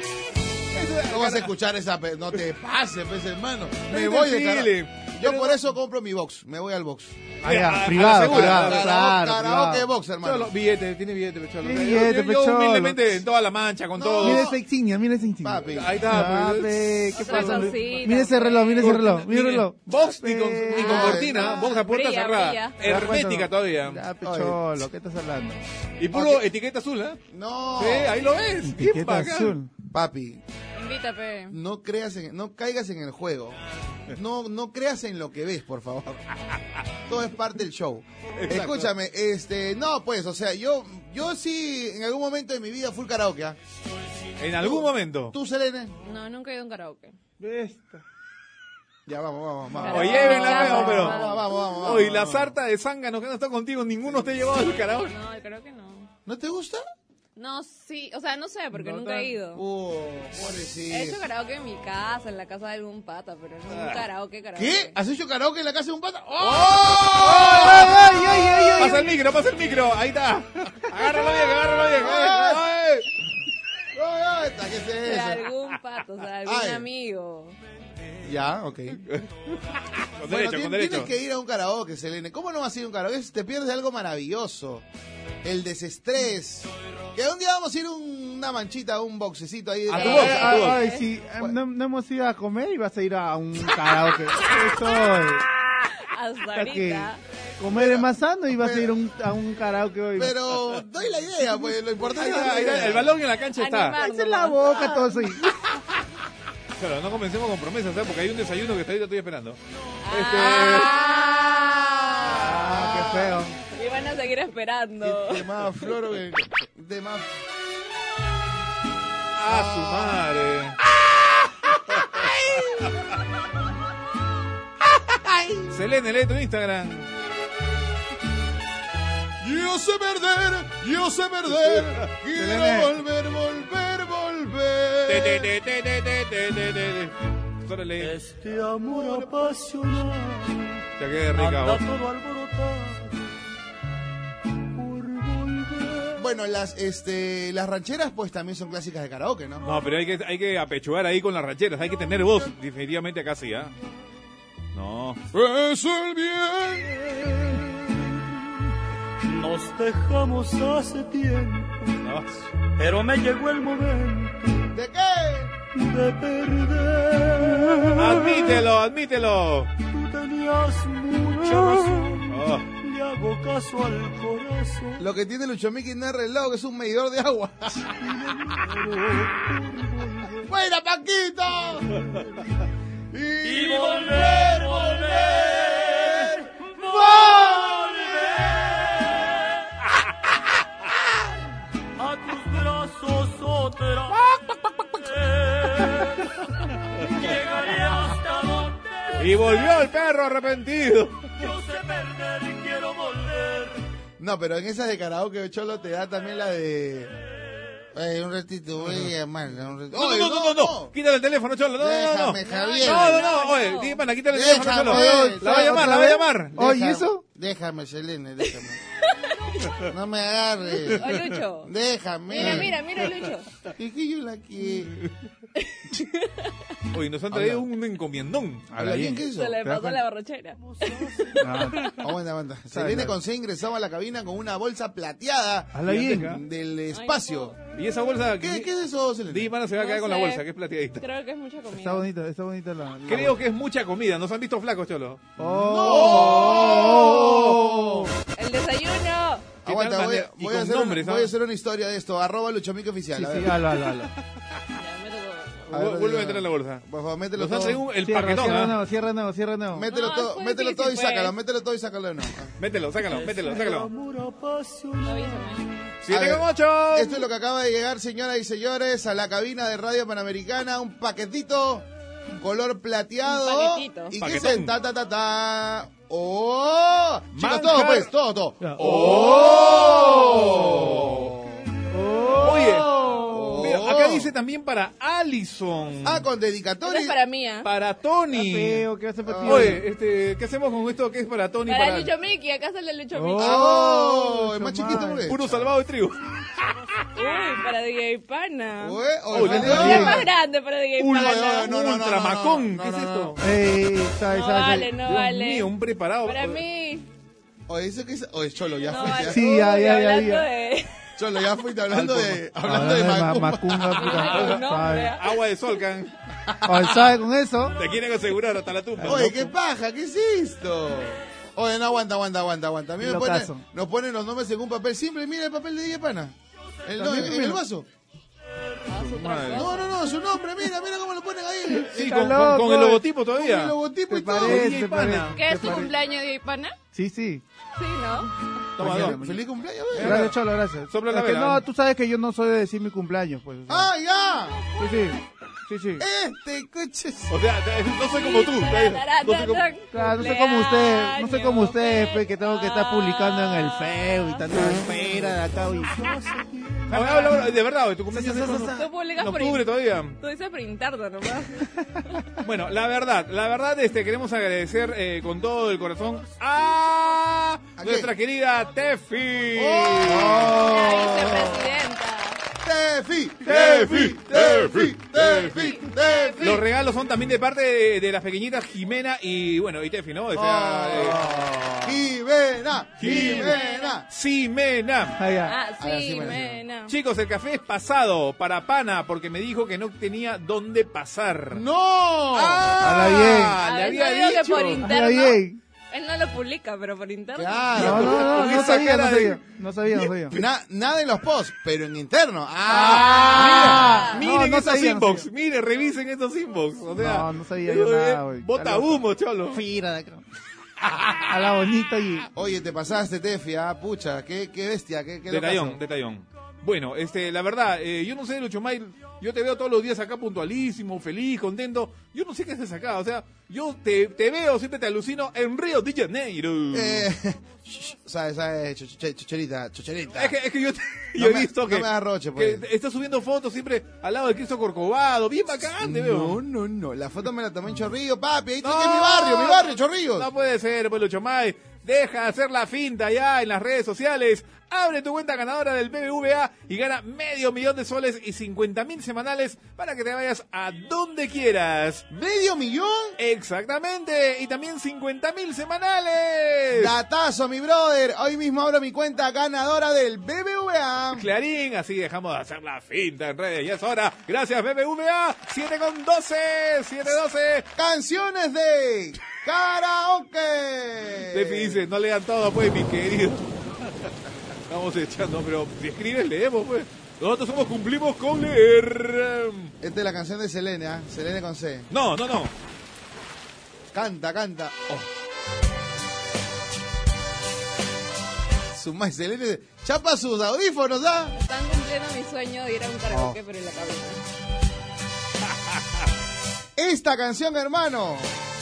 [SPEAKER 1] No vas a escuchar esa... pe- No te pases, pues, hermano. Me voy de cara.
[SPEAKER 3] Chile.
[SPEAKER 1] Yo por eso compro mi box, me voy al box.
[SPEAKER 6] Ahí,
[SPEAKER 3] A- a la
[SPEAKER 6] ah, privado,
[SPEAKER 3] segura.
[SPEAKER 6] privado,
[SPEAKER 1] Karaoke-
[SPEAKER 6] claro.
[SPEAKER 1] karaoke
[SPEAKER 6] privado.
[SPEAKER 1] box, hermano.
[SPEAKER 3] Cholo, billete, tiene billete, pecholo.
[SPEAKER 6] Tiene billete,
[SPEAKER 3] yo, yo,
[SPEAKER 6] pecholo.
[SPEAKER 3] humildemente en toda la mancha, con todo.
[SPEAKER 6] Mira esa insignia, mira esa insignia.
[SPEAKER 1] Papi.
[SPEAKER 3] Ahí está.
[SPEAKER 6] Ah,
[SPEAKER 3] pues.
[SPEAKER 6] pe, ¿Qué
[SPEAKER 9] Otra
[SPEAKER 6] pasa? Luis?
[SPEAKER 9] cosita,
[SPEAKER 6] Mira ese reloj, mira ese
[SPEAKER 9] pe.
[SPEAKER 6] reloj, mira el
[SPEAKER 3] Miren,
[SPEAKER 6] reloj.
[SPEAKER 3] Box ni con, ni con
[SPEAKER 1] Ay,
[SPEAKER 3] cortina,
[SPEAKER 1] no.
[SPEAKER 3] box a puerta
[SPEAKER 9] Brilla,
[SPEAKER 3] cerrada.
[SPEAKER 9] brilla.
[SPEAKER 3] Hermética todavía.
[SPEAKER 6] Ya, pecholo, ¿qué estás hablando?
[SPEAKER 3] Y puro etiqueta azul, ¿eh?
[SPEAKER 1] No,
[SPEAKER 3] Sí, ahí lo ves. Qué
[SPEAKER 6] Etiqueta
[SPEAKER 3] bacán.
[SPEAKER 6] azul.
[SPEAKER 1] papi,
[SPEAKER 9] Invítame.
[SPEAKER 1] no creas en, no caigas en el juego. No, no creas en lo que ves, por favor. Todo es parte del show.
[SPEAKER 3] Exacto.
[SPEAKER 1] Escúchame, este, no, pues, o sea, yo, yo sí, en algún momento de mi vida full karaoke. ¿ah?
[SPEAKER 3] En algún momento.
[SPEAKER 1] ¿Tú, Selene?
[SPEAKER 9] No, nunca he ido a un karaoke.
[SPEAKER 1] Ya, vamos, vamos, vamos.
[SPEAKER 3] Oye, ven la
[SPEAKER 9] Vamos,
[SPEAKER 3] nueva, pero.
[SPEAKER 1] vamos, vamos, vamos, vamos.
[SPEAKER 3] Oye, la sarta de zánganos que no está contigo, ninguno te ha llevado al karaoke.
[SPEAKER 9] No, el karaoke no.
[SPEAKER 1] ¿No te gusta?
[SPEAKER 9] No, sí, o sea, no sé, porque
[SPEAKER 1] ¿No
[SPEAKER 9] nunca
[SPEAKER 1] tan?
[SPEAKER 9] he ido.
[SPEAKER 1] Uh,
[SPEAKER 9] He hecho
[SPEAKER 1] pobrecito.
[SPEAKER 9] karaoke en mi casa, en la casa de algún pata, pero no un
[SPEAKER 1] Ah.
[SPEAKER 9] karaoke, karaoke.
[SPEAKER 1] ¿Qué? Ah, ¿Has hecho karaoke en la casa de un pata?
[SPEAKER 3] ¡Oh! ay,
[SPEAKER 1] ¡Oh!
[SPEAKER 3] ay, ay, ay! Pasa el micro, pasa el micro, ahí está. Agárralo bien, agárralo bien. Ay, ay.
[SPEAKER 1] Ay, ay, ¡Oh, está, ¿Qué es
[SPEAKER 9] De
[SPEAKER 1] eso?
[SPEAKER 9] algún pato, o sea, de algún
[SPEAKER 1] Ay.
[SPEAKER 9] amigo.
[SPEAKER 1] Ya, ok. Bueno,
[SPEAKER 3] Con derecho,
[SPEAKER 1] tien-
[SPEAKER 3] con derecho.
[SPEAKER 1] tienes que ir a un karaoke, Selene. ¿Cómo no vas a ir a un karaoke? Es- Te pierdes algo maravilloso. El desestrés. Que un día vamos a ir a un- una manchita, a un boxecito ahí. de
[SPEAKER 3] A tu
[SPEAKER 1] karaoke.
[SPEAKER 3] box, a tu box.
[SPEAKER 6] Ay, sí, eh, no, no hemos ido a comer y vas a ir a un karaoke. Eso.
[SPEAKER 9] Hasta
[SPEAKER 6] Hasta que
[SPEAKER 9] ahorita.
[SPEAKER 6] comer es más sano y vas a ir a un, a un karaoke hoy.
[SPEAKER 1] Pero doy la idea, pues lo importante
[SPEAKER 3] Ahí
[SPEAKER 1] es
[SPEAKER 3] está, ahí está, el
[SPEAKER 1] la idea.
[SPEAKER 3] balón en la cancha está.
[SPEAKER 9] Animal.
[SPEAKER 6] Cállese la boca, todo eso. y-
[SPEAKER 3] Claro, no comencemos con promesas, ¿sabes? Porque hay un desayuno que hasta ahorita estoy esperando. Este,
[SPEAKER 6] Ah, qué feo.
[SPEAKER 9] Y van a seguir esperando.
[SPEAKER 1] De más floro que. De más.
[SPEAKER 3] ¡Ah, su madre! Selene, lee tu Instagram.
[SPEAKER 1] Yo sé perder, yo sé perder.
[SPEAKER 3] Selene.
[SPEAKER 1] Quiero volver, volver,
[SPEAKER 3] Te, te,
[SPEAKER 1] volver.
[SPEAKER 3] te, te, te, te, te, te, te. Órale.
[SPEAKER 10] Este amor apasionado
[SPEAKER 3] Ya qué rica voz.
[SPEAKER 10] todo alborotado por volver.
[SPEAKER 1] Bueno, las, este, las rancheras pues también son clásicas de karaoke, ¿no?
[SPEAKER 3] No, pero hay que, hay que apechugar ahí con las rancheras. Hay que tener voz. Definitivamente acá sí, ¿ah? No.
[SPEAKER 1] Es el bien.
[SPEAKER 10] Nos dejamos hace tiempo,
[SPEAKER 3] No.
[SPEAKER 10] pero me llegó el momento
[SPEAKER 1] ¿De qué?
[SPEAKER 10] de perder.
[SPEAKER 3] Admítelo, admítelo.
[SPEAKER 10] Tú tenías mucha razón,
[SPEAKER 3] Oh.
[SPEAKER 10] le hago caso al corazón.
[SPEAKER 1] Lo que tiene Lucho Miki no es reloj, es un medidor de agua. ¡Fuera, Paquito!
[SPEAKER 10] Y volver, volver, a tus brazos otra vez. Llegaré hasta donde
[SPEAKER 3] Y volvió el perro arrepentido.
[SPEAKER 10] yo sé perder y quiero volver.
[SPEAKER 1] No, pero en esas de karaoke, Cholo, te da también la de... Eh, un ratito, voy a llamar. Un ratito.
[SPEAKER 3] No,
[SPEAKER 1] Oye,
[SPEAKER 3] no, no, no, no. Quítale el teléfono, Cholo. No, no, no.
[SPEAKER 1] Déjame, Javier.
[SPEAKER 3] No, no, no. Oye, di, pana, quítale el teléfono, Cholo.
[SPEAKER 1] Déjame.
[SPEAKER 3] La va a llamar, la va a llamar.
[SPEAKER 1] Deja-
[SPEAKER 6] Oye, ¿eso?
[SPEAKER 1] Déjame, Selene, déjame. No me agarres.
[SPEAKER 9] Oye, Lucho.
[SPEAKER 1] Déjame.
[SPEAKER 9] Mira, mira, mira, Lucho.
[SPEAKER 1] Es que yo la quiero.
[SPEAKER 3] Oye, nos han traído un encomiendón.
[SPEAKER 1] Habla bien que eso.
[SPEAKER 9] Se le
[SPEAKER 6] ¿Te das
[SPEAKER 9] pasó la borrachera.
[SPEAKER 6] Ah,
[SPEAKER 1] Aguanta, aguanta. Selene con C ingresaba a la cabina con una bolsa plateada
[SPEAKER 6] Habla bien.
[SPEAKER 1] del espacio.
[SPEAKER 3] Y esa bolsa.
[SPEAKER 1] ¿Qué, qué es eso,
[SPEAKER 3] Di,
[SPEAKER 1] Selene?
[SPEAKER 3] pana, se va a
[SPEAKER 9] No
[SPEAKER 3] quedar con la
[SPEAKER 9] sé.
[SPEAKER 3] bolsa, que es plateadita.
[SPEAKER 9] Creo que es mucha comida.
[SPEAKER 6] Está bonita, está bonita la. la-
[SPEAKER 3] Creo que es mucha comida. Nos han visto flacos, Cholo.
[SPEAKER 6] ¡Oh!
[SPEAKER 9] El desayuno.
[SPEAKER 3] ¿Qué
[SPEAKER 1] Aguanta,
[SPEAKER 3] tal
[SPEAKER 1] voy,
[SPEAKER 3] manera? Y
[SPEAKER 1] voy a
[SPEAKER 3] con
[SPEAKER 1] hacer
[SPEAKER 3] nombres,
[SPEAKER 1] una, voy a
[SPEAKER 3] ¿ah?
[SPEAKER 1] hacer una historia de esto. Arroba Luchomique
[SPEAKER 6] Sí,
[SPEAKER 1] Oficial. a ver.
[SPEAKER 6] sí, ala, ala, ala.
[SPEAKER 9] Ya, me tocó.
[SPEAKER 1] A ver,
[SPEAKER 3] Vu- Vuelve a meter en la bolsa.
[SPEAKER 1] Por favor, mételo
[SPEAKER 3] Nos
[SPEAKER 1] todo.
[SPEAKER 3] hacen un- el
[SPEAKER 6] Cierra,
[SPEAKER 3] paquetón.
[SPEAKER 6] cierra
[SPEAKER 3] ¿ah?
[SPEAKER 6] nuevo, cierra nuevo, cierra nuevo.
[SPEAKER 1] Mételo
[SPEAKER 9] No,
[SPEAKER 1] todo,
[SPEAKER 9] fue
[SPEAKER 1] mételo todo y
[SPEAKER 9] difícil,
[SPEAKER 1] sácalo,
[SPEAKER 9] pues.
[SPEAKER 1] mételo todo y sácalo de nuevo.
[SPEAKER 3] Mételo, sácalo, mételo, sácalo.
[SPEAKER 10] Amor apasionado.
[SPEAKER 9] Avísame.
[SPEAKER 1] A
[SPEAKER 3] 7
[SPEAKER 1] ver,
[SPEAKER 3] con 8.
[SPEAKER 1] Esto es lo que acaba de llegar, señoras y señores, a la cabina de Radio Panamericana, un paquetito color
[SPEAKER 9] Un
[SPEAKER 1] plateado.
[SPEAKER 9] paquetito.
[SPEAKER 1] ¿Y qué es
[SPEAKER 3] Paquetón.
[SPEAKER 1] el ta ta ta ta? ¡Oh! Chicos,
[SPEAKER 3] Manjar.
[SPEAKER 1] todo pues, todo, todo.
[SPEAKER 6] Ya.
[SPEAKER 1] ¡Oh!
[SPEAKER 3] Oye,
[SPEAKER 1] Oh.
[SPEAKER 3] mira, acá dice también para Allison.
[SPEAKER 1] Ah, con
[SPEAKER 9] Esto
[SPEAKER 1] dedicatoria.
[SPEAKER 9] es para mí, ¿ah?
[SPEAKER 3] Para
[SPEAKER 6] Está
[SPEAKER 3] Tony.
[SPEAKER 6] feo, ¿qué hace para ti?
[SPEAKER 3] Oye, este, ¿qué hacemos con esto que es para Tony?
[SPEAKER 9] Para Lucho Miki, acá sale Lucho Miki.
[SPEAKER 1] ¡Oh!
[SPEAKER 6] Oh,
[SPEAKER 1] Es más
[SPEAKER 6] su
[SPEAKER 1] chiquito,
[SPEAKER 6] madre.
[SPEAKER 1] pues.
[SPEAKER 3] Puro salvado de trigo.
[SPEAKER 9] Uy, para DJ Pana.
[SPEAKER 1] Oh,
[SPEAKER 9] Uy,
[SPEAKER 1] eh, oh,
[SPEAKER 3] Uy,
[SPEAKER 1] el-
[SPEAKER 6] no,
[SPEAKER 9] es
[SPEAKER 6] no,
[SPEAKER 9] más grande para
[SPEAKER 3] Eh,
[SPEAKER 9] DJ
[SPEAKER 1] Uy,
[SPEAKER 9] Pana.
[SPEAKER 1] no, no, no, no, no,
[SPEAKER 3] Ultra
[SPEAKER 1] no,
[SPEAKER 3] macón,
[SPEAKER 1] no,
[SPEAKER 3] ¿qué es
[SPEAKER 1] no, no.
[SPEAKER 3] esto?
[SPEAKER 6] Ey, sabe,
[SPEAKER 9] No
[SPEAKER 6] sabe,
[SPEAKER 9] vale,
[SPEAKER 6] sabe.
[SPEAKER 9] no
[SPEAKER 3] Dios
[SPEAKER 9] vale.
[SPEAKER 3] mío, un preparado.
[SPEAKER 9] Para
[SPEAKER 3] Oye,
[SPEAKER 9] mí.
[SPEAKER 1] Oye, eso que es. Oye, Cholo, ya
[SPEAKER 9] No
[SPEAKER 1] fuiste.
[SPEAKER 9] vale.
[SPEAKER 6] Sí, ya, ya,
[SPEAKER 9] Uy,
[SPEAKER 6] ya,
[SPEAKER 9] hablando
[SPEAKER 6] ya.
[SPEAKER 9] de-
[SPEAKER 1] Cholo, ya fuiste hablando de. Hablando de
[SPEAKER 6] ma-
[SPEAKER 1] Macumba.
[SPEAKER 6] Macumba, puta.
[SPEAKER 9] No,
[SPEAKER 6] sabe.
[SPEAKER 9] hombre.
[SPEAKER 3] Agua de sol, can.
[SPEAKER 6] Oye, ¿sabe con eso?
[SPEAKER 3] Te quieren asegurar hasta la tumba.
[SPEAKER 1] Oye, qué paja, ¿qué es esto? Oye, no aguanta, aguanta, aguanta, aguanta. A mí me
[SPEAKER 6] Lo
[SPEAKER 1] ponen-
[SPEAKER 6] caso.
[SPEAKER 1] nos ponen los nombres en un papel simple. Mira el papel de Diego Pana. El, no,
[SPEAKER 6] También
[SPEAKER 1] en- en
[SPEAKER 6] primero.
[SPEAKER 1] el vaso.
[SPEAKER 9] Ah,
[SPEAKER 3] Madre.
[SPEAKER 1] No, no, no, su nombre, mira, mira cómo lo ponen ahí.
[SPEAKER 3] Sí,
[SPEAKER 6] Está
[SPEAKER 3] con, con-
[SPEAKER 6] loco,
[SPEAKER 3] con el
[SPEAKER 6] oye.
[SPEAKER 3] logotipo
[SPEAKER 1] Con el
[SPEAKER 3] todavía.
[SPEAKER 1] logotipo y
[SPEAKER 6] ¿Te
[SPEAKER 1] todo.
[SPEAKER 6] parece?
[SPEAKER 3] Oye,
[SPEAKER 6] ¿Te
[SPEAKER 3] pana.
[SPEAKER 6] parece?
[SPEAKER 9] ¿Qué es
[SPEAKER 6] ¿Te
[SPEAKER 9] tu
[SPEAKER 6] parece?
[SPEAKER 9] cumpleaños, DJ Pana?
[SPEAKER 6] Sí, sí.
[SPEAKER 9] Sí, ¿no?
[SPEAKER 3] Toma
[SPEAKER 6] Mañana,
[SPEAKER 3] dos.
[SPEAKER 1] Feliz cumpleaños, bebé.
[SPEAKER 6] Gracias, Cholo, gracias.
[SPEAKER 3] Sopla la
[SPEAKER 6] Es que
[SPEAKER 3] vela.
[SPEAKER 6] no, tú sabes que yo no soy de decir mi cumpleaños, pues. o sea.
[SPEAKER 1] ¡Ah, ya!
[SPEAKER 6] Sí, sí.
[SPEAKER 3] Sí, sí.
[SPEAKER 1] Este coche.
[SPEAKER 3] O sea, te- no soy como tú. te- No soy como...
[SPEAKER 6] Claro, no soy como usted, no soy como usted, pe, que tengo que estar publicando en el feo y tanta espera de acá. Y...
[SPEAKER 3] Habla, habla, habla, de verdad, hoy tu cumpleaños es cuando-
[SPEAKER 9] Tú publicas
[SPEAKER 3] en octubre
[SPEAKER 9] por
[SPEAKER 3] todavía.
[SPEAKER 9] Tú dices por interno nomás.
[SPEAKER 3] Bueno, la verdad, la verdad, este, queremos agradecer eh, con todo el corazón a, nuestra querida Tefi.
[SPEAKER 1] Oh,
[SPEAKER 9] ¡Oh!
[SPEAKER 1] Tefi,
[SPEAKER 3] Tefi, Tefi,
[SPEAKER 1] Tefi, Tefi.
[SPEAKER 3] Los regalos son también de parte de, de las pequeñitas Jimena y bueno, y Tefi, ¿no? O
[SPEAKER 1] Oh.
[SPEAKER 3] sea, eh,
[SPEAKER 1] Jimena,
[SPEAKER 3] Jimena. Simena.
[SPEAKER 9] Ah, sí, mena.
[SPEAKER 3] Chicos, el café es pasado para Pana porque me dijo que no tenía dónde pasar.
[SPEAKER 1] ¡No!
[SPEAKER 3] ¡Ah!
[SPEAKER 6] Habla bien.
[SPEAKER 3] Le
[SPEAKER 9] A ver,
[SPEAKER 3] había
[SPEAKER 9] yo digo que
[SPEAKER 3] dicho.
[SPEAKER 9] por interno.
[SPEAKER 6] bien. Ah,
[SPEAKER 9] Él no lo publica, pero por interno.
[SPEAKER 6] No, no, no,
[SPEAKER 1] Con
[SPEAKER 6] no
[SPEAKER 1] esa
[SPEAKER 6] sabía, no
[SPEAKER 1] cara de-
[SPEAKER 6] sabía, no sabía, no sabía.
[SPEAKER 1] Na- nada en los posts, pero en interno.
[SPEAKER 3] Ah,
[SPEAKER 1] ¡Ah!
[SPEAKER 3] miren
[SPEAKER 6] no, no
[SPEAKER 3] esos
[SPEAKER 6] sabía, no
[SPEAKER 3] inbox,
[SPEAKER 6] sabía.
[SPEAKER 3] miren, revisen esos inbox. O sea, eh,
[SPEAKER 6] No, no sabía yo nada, güey.
[SPEAKER 3] Bota
[SPEAKER 6] Está loco.
[SPEAKER 3] humo, cholo.
[SPEAKER 6] Fira de acá. A la bonita y...
[SPEAKER 1] Oye, te pasaste, Tefi, ah, pucha, qué, qué bestia, qué, qué
[SPEAKER 3] Detallón,
[SPEAKER 1] locazo.
[SPEAKER 3] detallón. Bueno, este, la verdad, eh, yo no sé, Lucho May, yo te veo todos los días acá puntualísimo, feliz, contento. Yo no sé qué haces acá, o sea, yo te, te veo, siempre te alucino en Río de Janeiro.
[SPEAKER 1] Eh, sabes, sabes, cho- cho- chochelita, chochelita.
[SPEAKER 3] Es que, es que yo, te-
[SPEAKER 1] No
[SPEAKER 3] yo he
[SPEAKER 1] me-
[SPEAKER 3] visto
[SPEAKER 1] no
[SPEAKER 3] que,
[SPEAKER 1] me hagas roche,
[SPEAKER 3] que
[SPEAKER 1] pues.
[SPEAKER 3] está subiendo fotos siempre al lado de Cristo Corcovado, bien bacán, te
[SPEAKER 1] No,
[SPEAKER 3] veo.
[SPEAKER 1] no, no, la foto me la tomé en Chorrillo, papi, ahí está que es mi barrio, mi barrio, Chorrillos.
[SPEAKER 3] No puede ser, pues Lucho May. Deja de hacer la finta ya en las redes sociales. Abre tu cuenta ganadora del BBVA y gana medio millón de soles y 50 mil semanales para que te vayas a donde quieras.
[SPEAKER 1] ¿Medio millón?
[SPEAKER 3] Exactamente. Y también 50 mil semanales.
[SPEAKER 1] Datazo, mi brother. Hoy mismo abro mi cuenta ganadora del BBVA.
[SPEAKER 3] Clarín, así dejamos de hacer la finta en redes. Ya es hora. Gracias, BBVA. 7 con 12. 7 12.
[SPEAKER 1] Eh. Canciones de karaoke.
[SPEAKER 3] Tefi dice, no lean todo, pues, mi querido. Estamos echando, pero si escribes, leemos, pues. Nosotros somos cumplimos con leer.
[SPEAKER 1] Esta es la canción de Selene, ¿ah? Selene con C.
[SPEAKER 3] No, no, no.
[SPEAKER 1] Canta, canta. Oh. Su madre, Selene. Chapa sus audífonos, ¿ah?
[SPEAKER 9] Están cumpliendo mi sueño de ir a un
[SPEAKER 6] Oh.
[SPEAKER 9] karaoke, pero en la cabeza.
[SPEAKER 1] Esta canción, hermano.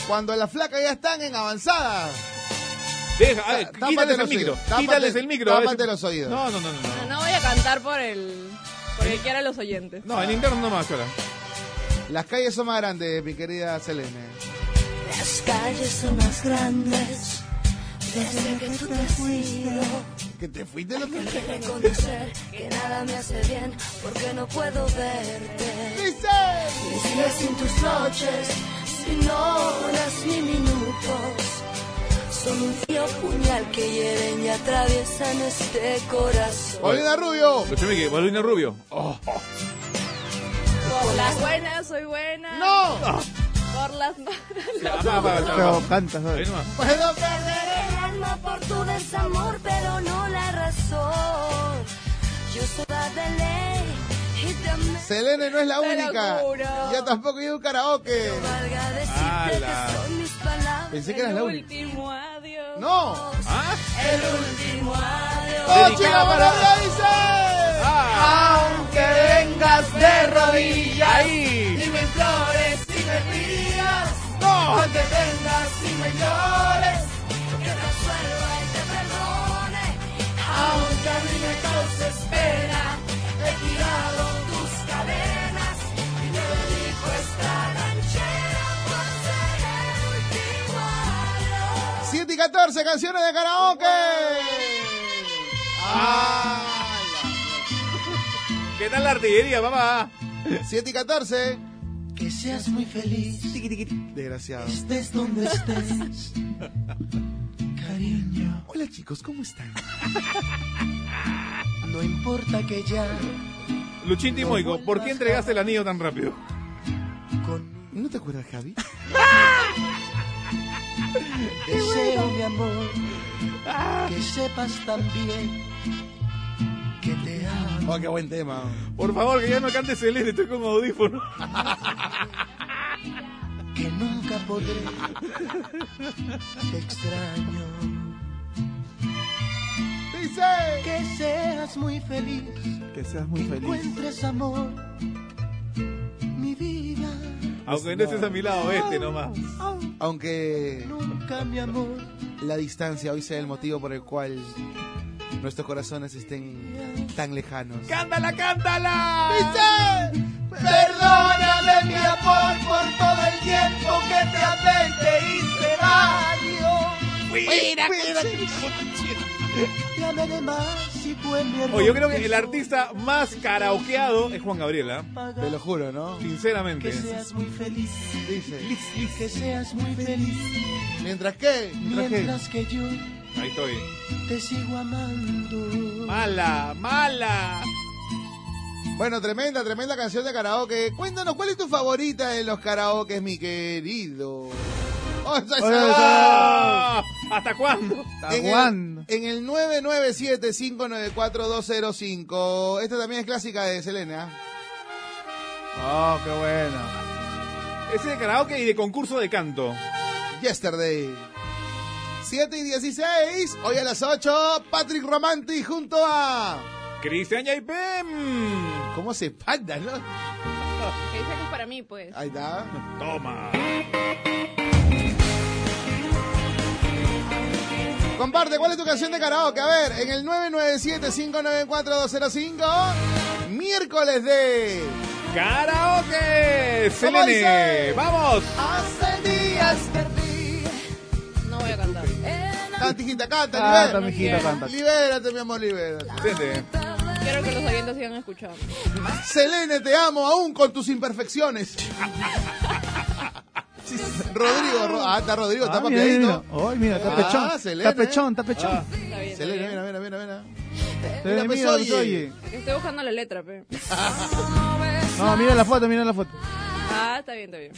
[SPEAKER 1] Cuando las flacas ya están en avanzada.
[SPEAKER 3] Deja, a ver,
[SPEAKER 1] Tá- tápate
[SPEAKER 3] quítales el
[SPEAKER 1] los
[SPEAKER 3] micro.
[SPEAKER 1] oídos, tápate-
[SPEAKER 3] Quítales el micro. a ver
[SPEAKER 1] tápate
[SPEAKER 3] si-
[SPEAKER 1] los oídos.
[SPEAKER 3] No, no, no, no.
[SPEAKER 9] No,
[SPEAKER 3] No,
[SPEAKER 9] no voy a cantar por el. Porque quiera los oyentes.
[SPEAKER 3] no en interno nomás, ahora.
[SPEAKER 1] Las calles son más grandes, mi querida Selene.
[SPEAKER 4] Las calles son más grandes desde que tú te has ido.
[SPEAKER 1] Que te fuiste lo que
[SPEAKER 4] Hay que reconocer que nada me hace bien porque no puedo verte.
[SPEAKER 1] dice.
[SPEAKER 4] Mis días sin tus noches, sin horas ni minutos. Son un frío puñal que hieren y atraviesan este corazón.
[SPEAKER 1] Paulina Rubio.
[SPEAKER 3] Lucho Miki, Molina Rubio. Oh,
[SPEAKER 9] Por las buenas, soy buena.
[SPEAKER 1] No.
[SPEAKER 9] Por las malas.
[SPEAKER 3] ya, apaga, apaga, apaga,
[SPEAKER 6] Pero
[SPEAKER 3] apaga.
[SPEAKER 6] cantas,
[SPEAKER 3] Ahí
[SPEAKER 6] ¿sabes?
[SPEAKER 3] nomás.
[SPEAKER 1] Puedo perder.
[SPEAKER 4] Perderé el alma por tu desamor, pero no la razón. Yo soy la de ley y te amé.
[SPEAKER 1] Selene no es la
[SPEAKER 9] Te lo
[SPEAKER 1] única.
[SPEAKER 9] juro.
[SPEAKER 1] Ya tampoco hay un karaoke.
[SPEAKER 4] Valga decirte
[SPEAKER 3] Ala.
[SPEAKER 4] que son mis palabras.
[SPEAKER 1] Pensé que eras
[SPEAKER 9] el
[SPEAKER 1] la única.
[SPEAKER 9] último adiós.
[SPEAKER 1] No.
[SPEAKER 3] Ah,
[SPEAKER 4] El último adiós.
[SPEAKER 1] ¡Oh,
[SPEAKER 3] Dedicada
[SPEAKER 1] chica
[SPEAKER 3] para-
[SPEAKER 1] Maravilla dice!
[SPEAKER 3] Aunque vengas de rodillas. Ahí.
[SPEAKER 10] Dime flores y me rías,
[SPEAKER 3] No.
[SPEAKER 10] te vengas y me llores,
[SPEAKER 4] Que te absuelva y te perdone.
[SPEAKER 10] aunque a mí me causes pena, he tirado tus cadenas.
[SPEAKER 4] Esta ranchera por ser el último adiós.
[SPEAKER 1] 7 y 14 canciones de karaoke. Ah,
[SPEAKER 3] ¿Qué tal la artillería, papá?
[SPEAKER 1] 7 y 14.
[SPEAKER 10] Que seas muy feliz,
[SPEAKER 1] Desgraciado.
[SPEAKER 10] estés donde estés, cariño.
[SPEAKER 1] Hola chicos, ¿cómo están?
[SPEAKER 10] No importa que ya
[SPEAKER 3] Luchín Timoico, ¿por qué entregaste el anillo tan rápido?
[SPEAKER 10] con
[SPEAKER 1] ¿No te acuerdas, Javi?
[SPEAKER 10] deseo mi amor, que sepas también que te amo.
[SPEAKER 1] Oh, qué buen tema.
[SPEAKER 3] Por favor, que ya no cante Celeste, estoy con audífono.
[SPEAKER 10] que nunca podré. Te extraño.
[SPEAKER 1] Dice.
[SPEAKER 10] Que seas muy feliz,
[SPEAKER 6] Que seas
[SPEAKER 10] que
[SPEAKER 6] muy feliz.
[SPEAKER 10] encuentres amor, mi vida.
[SPEAKER 3] Aunque no estés a mi lado, este nomás.
[SPEAKER 1] Aunque. La distancia hoy sea el motivo por el cual nuestros corazones estén tan lejanos.
[SPEAKER 3] ¡Cántala, cántala!
[SPEAKER 10] Perdóname mi amor por todo el tiempo que te adverte y se
[SPEAKER 3] Cuida, cuida,
[SPEAKER 10] de más si fue mi error.
[SPEAKER 3] Oye, yo creo que el artista más karaokeado es Juan Gabriel, ¿ah?
[SPEAKER 1] Te lo juro, ¿no?
[SPEAKER 3] Sinceramente.
[SPEAKER 10] Que seas muy feliz,
[SPEAKER 1] Dice.
[SPEAKER 10] que seas muy feliz,
[SPEAKER 1] Mientras que.
[SPEAKER 10] mientras que yo
[SPEAKER 3] Ahí estoy.
[SPEAKER 10] te sigo amando.
[SPEAKER 3] Mala, mala.
[SPEAKER 1] Bueno, tremenda, tremenda canción de karaoke. Cuéntanos, ¿cuál es tu favorita de los karaokes, mi querido? ¡Oh, ya está!
[SPEAKER 10] Oh.
[SPEAKER 3] ¡Ah! ¿Hasta cuándo?
[SPEAKER 1] En
[SPEAKER 6] Tahuán.
[SPEAKER 1] el, en el 997-594-205. Esta también es clásica de Selena.
[SPEAKER 6] Oh, qué bueno.
[SPEAKER 3] Ese de karaoke y de concurso de canto.
[SPEAKER 1] Yesterday. 7 y 16. Hoy a las 8. Patrick Romanti junto a.
[SPEAKER 3] Cristian Yaipem.
[SPEAKER 1] ¿Cómo se panda, no?
[SPEAKER 9] Que dice que es para mí, pues.
[SPEAKER 1] Ahí está.
[SPEAKER 3] Toma.
[SPEAKER 1] Comparte, ¿cuál es tu canción de karaoke? A ver, en el 997-594-205. Miércoles de.
[SPEAKER 3] ¡Karaoke!
[SPEAKER 1] ¿Cómo
[SPEAKER 3] ¡Selene!
[SPEAKER 1] dice?
[SPEAKER 3] ¡Vamos!
[SPEAKER 10] Hace días perdí
[SPEAKER 9] No voy a cantar.
[SPEAKER 1] Canta, hijita, canta,
[SPEAKER 6] Canta,
[SPEAKER 1] libera-
[SPEAKER 6] mijito, Ah, canta.
[SPEAKER 1] Libérate, mi amor, libérate.
[SPEAKER 3] Selene.
[SPEAKER 9] Quiero que los oyentes sigan escuchando.
[SPEAKER 1] Selene, te amo aún con tus imperfecciones. Sí, Rodrigo, Ro- ah, está Rodrigo, está
[SPEAKER 6] Ah, mira, mira, mira.
[SPEAKER 1] papiadito.
[SPEAKER 6] Ay, mira, está
[SPEAKER 1] Ah,
[SPEAKER 6] pechón.
[SPEAKER 1] Selena,
[SPEAKER 6] Está pechón, está pechón.
[SPEAKER 9] Está bien. está
[SPEAKER 1] Selene,
[SPEAKER 9] bien.
[SPEAKER 1] mira, mira, mira, mira.
[SPEAKER 6] Se ve,
[SPEAKER 1] Mira, pues,
[SPEAKER 6] mira,
[SPEAKER 1] oye.
[SPEAKER 6] oye.
[SPEAKER 9] Estoy buscando la letra, pe.
[SPEAKER 6] No, mira la foto, mira la foto.
[SPEAKER 9] Ah, está bien, está bien.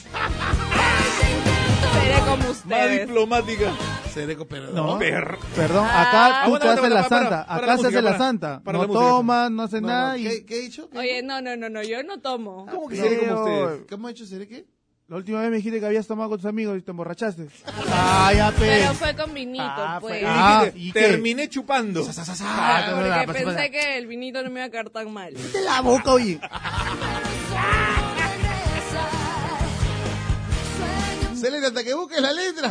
[SPEAKER 9] Seré como
[SPEAKER 3] Más
[SPEAKER 9] ustedes.
[SPEAKER 3] diplomática.
[SPEAKER 1] Selene, perdón.
[SPEAKER 6] No.
[SPEAKER 3] Per-
[SPEAKER 6] Perdón, acá
[SPEAKER 9] Ah,
[SPEAKER 6] tú
[SPEAKER 3] bueno,
[SPEAKER 6] te
[SPEAKER 3] bueno,
[SPEAKER 6] haces la
[SPEAKER 3] para, para,
[SPEAKER 6] santa.
[SPEAKER 3] para la
[SPEAKER 6] Acá se hace
[SPEAKER 3] música,
[SPEAKER 6] la
[SPEAKER 3] para,
[SPEAKER 6] santa.
[SPEAKER 3] para la
[SPEAKER 6] No
[SPEAKER 3] música.
[SPEAKER 6] toma, no hace
[SPEAKER 1] No,
[SPEAKER 6] nada
[SPEAKER 1] no,
[SPEAKER 6] y.
[SPEAKER 1] ¿Qué, qué he dicho? ¿Qué-
[SPEAKER 9] Oye, no, no, no, no, yo no tomo.
[SPEAKER 3] ¿Cómo que
[SPEAKER 6] No,
[SPEAKER 3] seré como
[SPEAKER 6] oye.
[SPEAKER 3] ustedes?
[SPEAKER 1] ¿Qué hemos hecho? ¿Seré qué?
[SPEAKER 6] La última vez me dijiste que habías tomado con tus amigos y te emborrachaste.
[SPEAKER 1] pues.
[SPEAKER 6] Ah, ya
[SPEAKER 9] Pero fue con vinito,
[SPEAKER 6] Ah, fue-
[SPEAKER 9] pues.
[SPEAKER 6] Ah,
[SPEAKER 3] Dijiste,
[SPEAKER 6] ¿y qué?
[SPEAKER 3] terminé chupando.
[SPEAKER 9] Ah,
[SPEAKER 1] pues,
[SPEAKER 9] porque pensé que el vinito no me iba a caer tan mal.
[SPEAKER 6] la boca, oye.
[SPEAKER 1] Selene, hasta que busques la letra.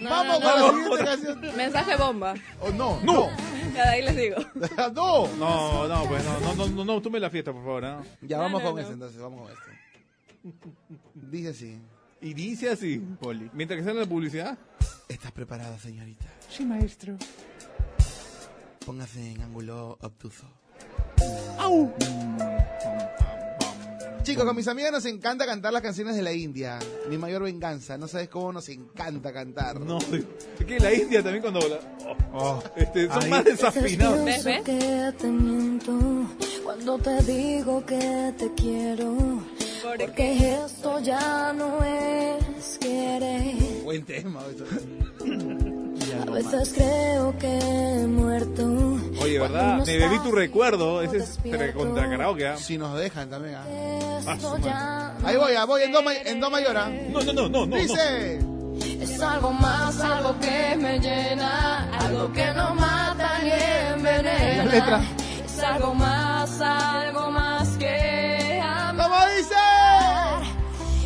[SPEAKER 9] No,
[SPEAKER 1] Vamos
[SPEAKER 9] no,
[SPEAKER 1] para la
[SPEAKER 9] no.
[SPEAKER 1] siguiente canción.
[SPEAKER 9] Mensaje bomba.
[SPEAKER 1] Oh, no, no.
[SPEAKER 9] Ya de ahí les digo.
[SPEAKER 1] no.
[SPEAKER 3] No, no, pues no, no, no, no, no tumbe la fiesta, por favor. ¿ah?
[SPEAKER 1] Ya,
[SPEAKER 9] No,
[SPEAKER 1] vamos
[SPEAKER 9] no,
[SPEAKER 1] con
[SPEAKER 9] no.
[SPEAKER 1] este entonces, vamos con este. Dice así.
[SPEAKER 3] Y dice así, Poli. Mientras que sale la publicidad.
[SPEAKER 1] ¿Estás preparada, señorita? Sí, maestro. Póngase en ángulo obtuso. Mm, Chicos, con mis amigas nos encanta cantar las canciones de la India. Mi mayor venganza. No sabes cómo nos encanta cantar.
[SPEAKER 3] No, es que la India también cuando vola. oh, este, son más desafinados.
[SPEAKER 9] ¿Ves, ves?
[SPEAKER 4] que te miento cuando te digo que te quiero.
[SPEAKER 9] ¿Por
[SPEAKER 4] Porque esto ya no es querer.
[SPEAKER 1] Buen tema. eso.
[SPEAKER 4] A veces creo que he muerto.
[SPEAKER 3] Oye, ¿verdad? Me bebí tu recuerdo. Ese es tre- contra
[SPEAKER 4] carajo.
[SPEAKER 3] karaoke. ¿ah?
[SPEAKER 1] Si nos dejan también. ah.
[SPEAKER 4] Esto ya
[SPEAKER 1] Ahí voy, ah, voy en dos, ma- en dos mayora.
[SPEAKER 3] No, no, no, no, no. no.
[SPEAKER 1] Dice.
[SPEAKER 4] es algo más, algo que me llena. Algo que no mata ni envenena.
[SPEAKER 6] La letra.
[SPEAKER 4] Es algo más, algo más que amar.
[SPEAKER 1] ¿Cómo dice?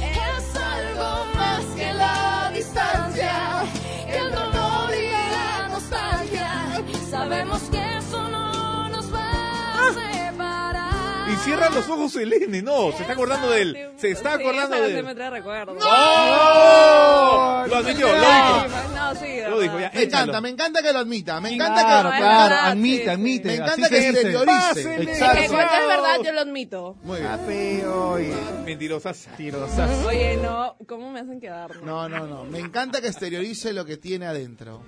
[SPEAKER 4] Es algo más que la distancia, el dolor y la nostalgia. Sabemos que eso no nos va
[SPEAKER 6] Ah.
[SPEAKER 4] a separar.
[SPEAKER 3] Y cierra los ojos Selene, no, se está acordando de él. Se está
[SPEAKER 9] Sí,
[SPEAKER 3] acordando
[SPEAKER 9] esa
[SPEAKER 3] de
[SPEAKER 9] canción me
[SPEAKER 3] él.
[SPEAKER 9] trae recuerdos.
[SPEAKER 3] ¡Oh! Lo admitió, lo
[SPEAKER 9] Ay,
[SPEAKER 3] dijo.
[SPEAKER 9] pues, No, sí,
[SPEAKER 3] Lo dijo,
[SPEAKER 9] verdad.
[SPEAKER 3] ya.
[SPEAKER 1] Me encanta,
[SPEAKER 3] Échalo.
[SPEAKER 1] me encanta que lo admita. Me encanta que
[SPEAKER 6] Claro,
[SPEAKER 9] es
[SPEAKER 6] claro.
[SPEAKER 9] verdad, sí,
[SPEAKER 6] Admite,
[SPEAKER 9] sí.
[SPEAKER 6] admite.
[SPEAKER 1] Me encanta
[SPEAKER 6] Así
[SPEAKER 1] que
[SPEAKER 6] se dice.
[SPEAKER 1] exteriorice.
[SPEAKER 3] Pásele.
[SPEAKER 9] Es que
[SPEAKER 6] Exacto.
[SPEAKER 9] cuando es verdad, yo lo admito.
[SPEAKER 1] Muy bien.
[SPEAKER 6] Papi, oye.
[SPEAKER 3] Mentirosaza.
[SPEAKER 6] Tirosazo.
[SPEAKER 9] Oye, no, ¿cómo me hacen quedar?
[SPEAKER 1] No, no, no. Me encanta que exteriorice lo que tiene adentro.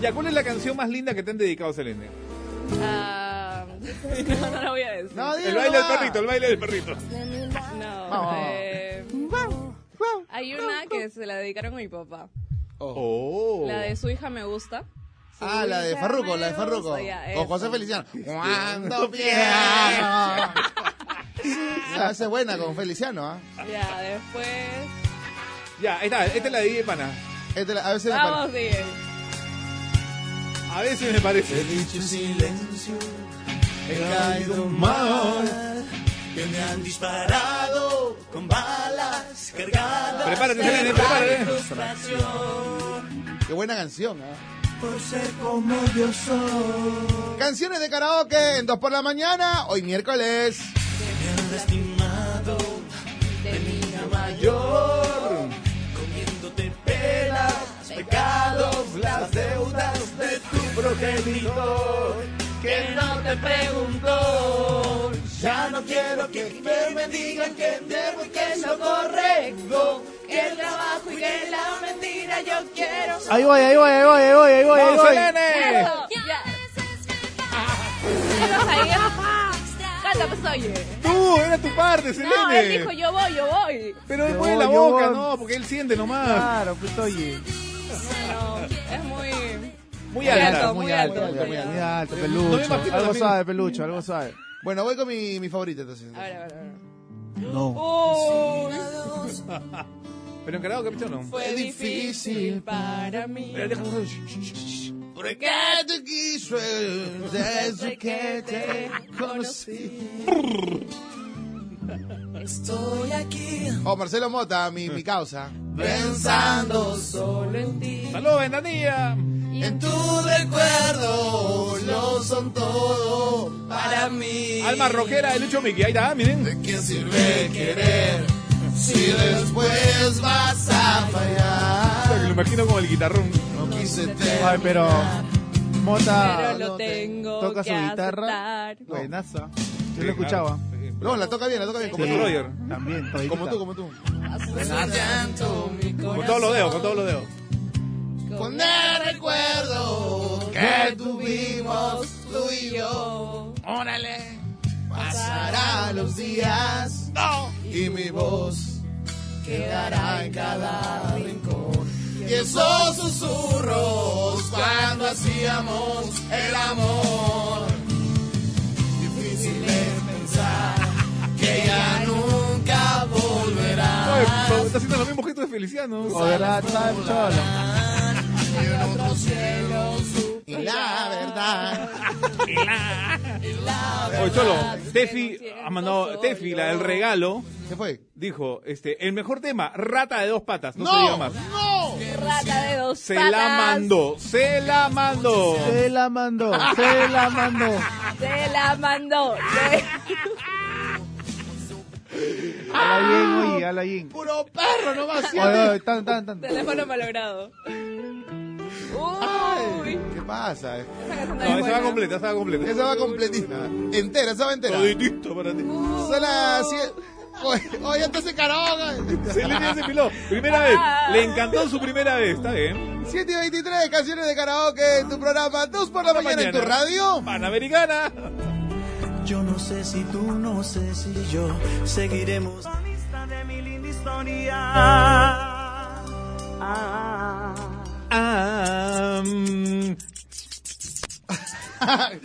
[SPEAKER 3] Ya, ¿cuál es la canción más linda que te han dedicado, Selene?
[SPEAKER 9] Ah, no, no lo voy a decir.
[SPEAKER 1] No,
[SPEAKER 3] El
[SPEAKER 1] dilo
[SPEAKER 3] baile del
[SPEAKER 1] nomás.
[SPEAKER 3] perrito, el baile del perrito.
[SPEAKER 9] No,
[SPEAKER 1] Vamos.
[SPEAKER 9] eh, hay una que se la dedicaron a mi papá.
[SPEAKER 1] Oh.
[SPEAKER 3] Oh.
[SPEAKER 9] La de su hija me gusta. Su
[SPEAKER 1] Ah, la de
[SPEAKER 9] hija
[SPEAKER 1] Farruko,
[SPEAKER 9] me
[SPEAKER 1] la de Farruko.
[SPEAKER 9] gusta, ya,
[SPEAKER 1] Con
[SPEAKER 9] esa.
[SPEAKER 1] José Feliciano. Cuando piano. Se hace buena con Feliciano, ¿ah?
[SPEAKER 9] Ya, después.
[SPEAKER 3] Ya, ahí está, esta es la de DJ Pana.
[SPEAKER 1] Este, a veces me
[SPEAKER 9] Vamos,
[SPEAKER 1] parece.
[SPEAKER 9] Miguel.
[SPEAKER 3] A veces me parece.
[SPEAKER 10] dicho silencio,
[SPEAKER 1] he caído
[SPEAKER 10] mal, que me han disparado con balas
[SPEAKER 4] Cargadas
[SPEAKER 3] Prepárate,
[SPEAKER 4] de
[SPEAKER 3] Selene, prepárate.
[SPEAKER 4] rabia y frustración,
[SPEAKER 1] Qué buena canción, ¿ah?
[SPEAKER 4] Por ser como yo soy.
[SPEAKER 1] Canciones de karaoke en 2 por la mañana, hoy miércoles.
[SPEAKER 4] El lastimado de mi hija mayor. Comiéndote penas, pecados, las deudas de tu progenitor. Que no te preguntó. Ya no quiero que, que me digan que debo y que es lo correcto. Que el trabajo y que la mentira yo quiero.
[SPEAKER 6] Ahí voy, ahí voy, ahí voy, ahí voy, ahí voy. ahí
[SPEAKER 3] ¡Vamos,
[SPEAKER 6] voy.
[SPEAKER 3] Selene!
[SPEAKER 9] Canta, pues oye.
[SPEAKER 3] Tú, era tu parte, Selene.
[SPEAKER 9] No, él dijo, yo voy, yo voy.
[SPEAKER 3] Pero él
[SPEAKER 6] Yo
[SPEAKER 3] mueve la
[SPEAKER 6] voy, yo
[SPEAKER 3] boca,
[SPEAKER 6] voy.
[SPEAKER 3] no, porque él siente nomás.
[SPEAKER 6] Claro, pues oye.
[SPEAKER 9] No, es muy...
[SPEAKER 3] Muy
[SPEAKER 9] Muy
[SPEAKER 3] alta.
[SPEAKER 9] alto, muy alto.
[SPEAKER 1] muy alto, muy
[SPEAKER 6] Muy alto,
[SPEAKER 3] No me imagino
[SPEAKER 6] pelucho. Algo
[SPEAKER 3] también.
[SPEAKER 6] sabe, pelucho, algo sabe.
[SPEAKER 1] Bueno, voy con mi, mi favorita. entonces.
[SPEAKER 9] A ver, a ver, a ver.
[SPEAKER 6] No.
[SPEAKER 9] Uy,
[SPEAKER 3] Pero encargado, capitán, no.
[SPEAKER 9] fue difícil para mí.
[SPEAKER 3] Pero deja- Shh, shh, shh.
[SPEAKER 1] Porque te quiso desde que te conocí.
[SPEAKER 4] Estoy aquí
[SPEAKER 1] Oh, Marcelo Mota, mi, mi causa.
[SPEAKER 4] pensando solo en ti.
[SPEAKER 3] Saludos, ventanilla.
[SPEAKER 4] En tus recuerdos lo son todo para mí.
[SPEAKER 3] Alma rockera de Lucho Miki. Ahí está, miren.
[SPEAKER 4] ¿De qué sirve querer si después vas a fallar?
[SPEAKER 3] Lo imagino como el guitarrón.
[SPEAKER 4] No quise
[SPEAKER 6] Ay,
[SPEAKER 4] tener
[SPEAKER 6] pero. Mota.
[SPEAKER 9] Pero lo tengo
[SPEAKER 6] Toca
[SPEAKER 9] que
[SPEAKER 6] su guitarra.
[SPEAKER 9] aceptar.
[SPEAKER 6] Buenaza. Yo lo escuchaba.
[SPEAKER 1] No, la toca bien, la toca bien. Como,
[SPEAKER 3] Sí.
[SPEAKER 1] tú.
[SPEAKER 3] Roger.
[SPEAKER 6] También, toditita.
[SPEAKER 1] como tú, como tú.
[SPEAKER 4] tanto mi
[SPEAKER 3] Con
[SPEAKER 4] corazón.
[SPEAKER 3] todos los dedos, con todos los dedos.
[SPEAKER 1] Con
[SPEAKER 4] el recuerdo que tuvimos tú y yo. Órale. Pasarán los días y mi voz quedará en cada rincón. Y esos susurros cuando hacíamos el amor. Difícil es pensar que ya nunca volverá.
[SPEAKER 3] Oye, pero está haciendo los mismos gestos de Feliciano.
[SPEAKER 6] Podrá estar chola.
[SPEAKER 1] Y la verdad.
[SPEAKER 3] Oye, Cholo, Tefi ha mandado, Tefi, la del regalo,
[SPEAKER 1] ¿Qué fue?
[SPEAKER 3] dijo, este, el mejor tema, rata de dos patas, no, se diga
[SPEAKER 1] ¡No!
[SPEAKER 3] más.
[SPEAKER 1] ¡No!
[SPEAKER 9] Rata de dos
[SPEAKER 3] Se
[SPEAKER 9] patas.
[SPEAKER 3] la mandó, se la mandó.
[SPEAKER 6] Se la mandó, se la mandó.
[SPEAKER 9] Se la mandó. Se-
[SPEAKER 6] Ala bien, oye, ala bien.
[SPEAKER 1] Puro perro nomás.
[SPEAKER 6] Oye, oye, tan, tan, tan.
[SPEAKER 9] Teléfono malogrado. Uy.
[SPEAKER 1] ¿Qué pasa?
[SPEAKER 9] Esa
[SPEAKER 3] No,
[SPEAKER 9] canción también
[SPEAKER 3] esa va
[SPEAKER 9] buena.
[SPEAKER 3] completa, esa va completa.
[SPEAKER 1] Esa va completita. Entera, esa va entera.
[SPEAKER 3] Toditito para ti.
[SPEAKER 1] Son las 100. Oye, Oye, entonces karaoke.
[SPEAKER 3] Selene ya se piló. Primera vez. Le encantó su primera vez. Está bien.
[SPEAKER 1] 7 y 23, canciones de karaoke en tu programa. 2 por la
[SPEAKER 3] Esta
[SPEAKER 1] mañana en tu
[SPEAKER 3] mañana.
[SPEAKER 1] radio.
[SPEAKER 3] Panamericana.
[SPEAKER 5] Yo no sé si tú, no sé si yo seguiremos. de mi linda historia.
[SPEAKER 3] Ah, mm.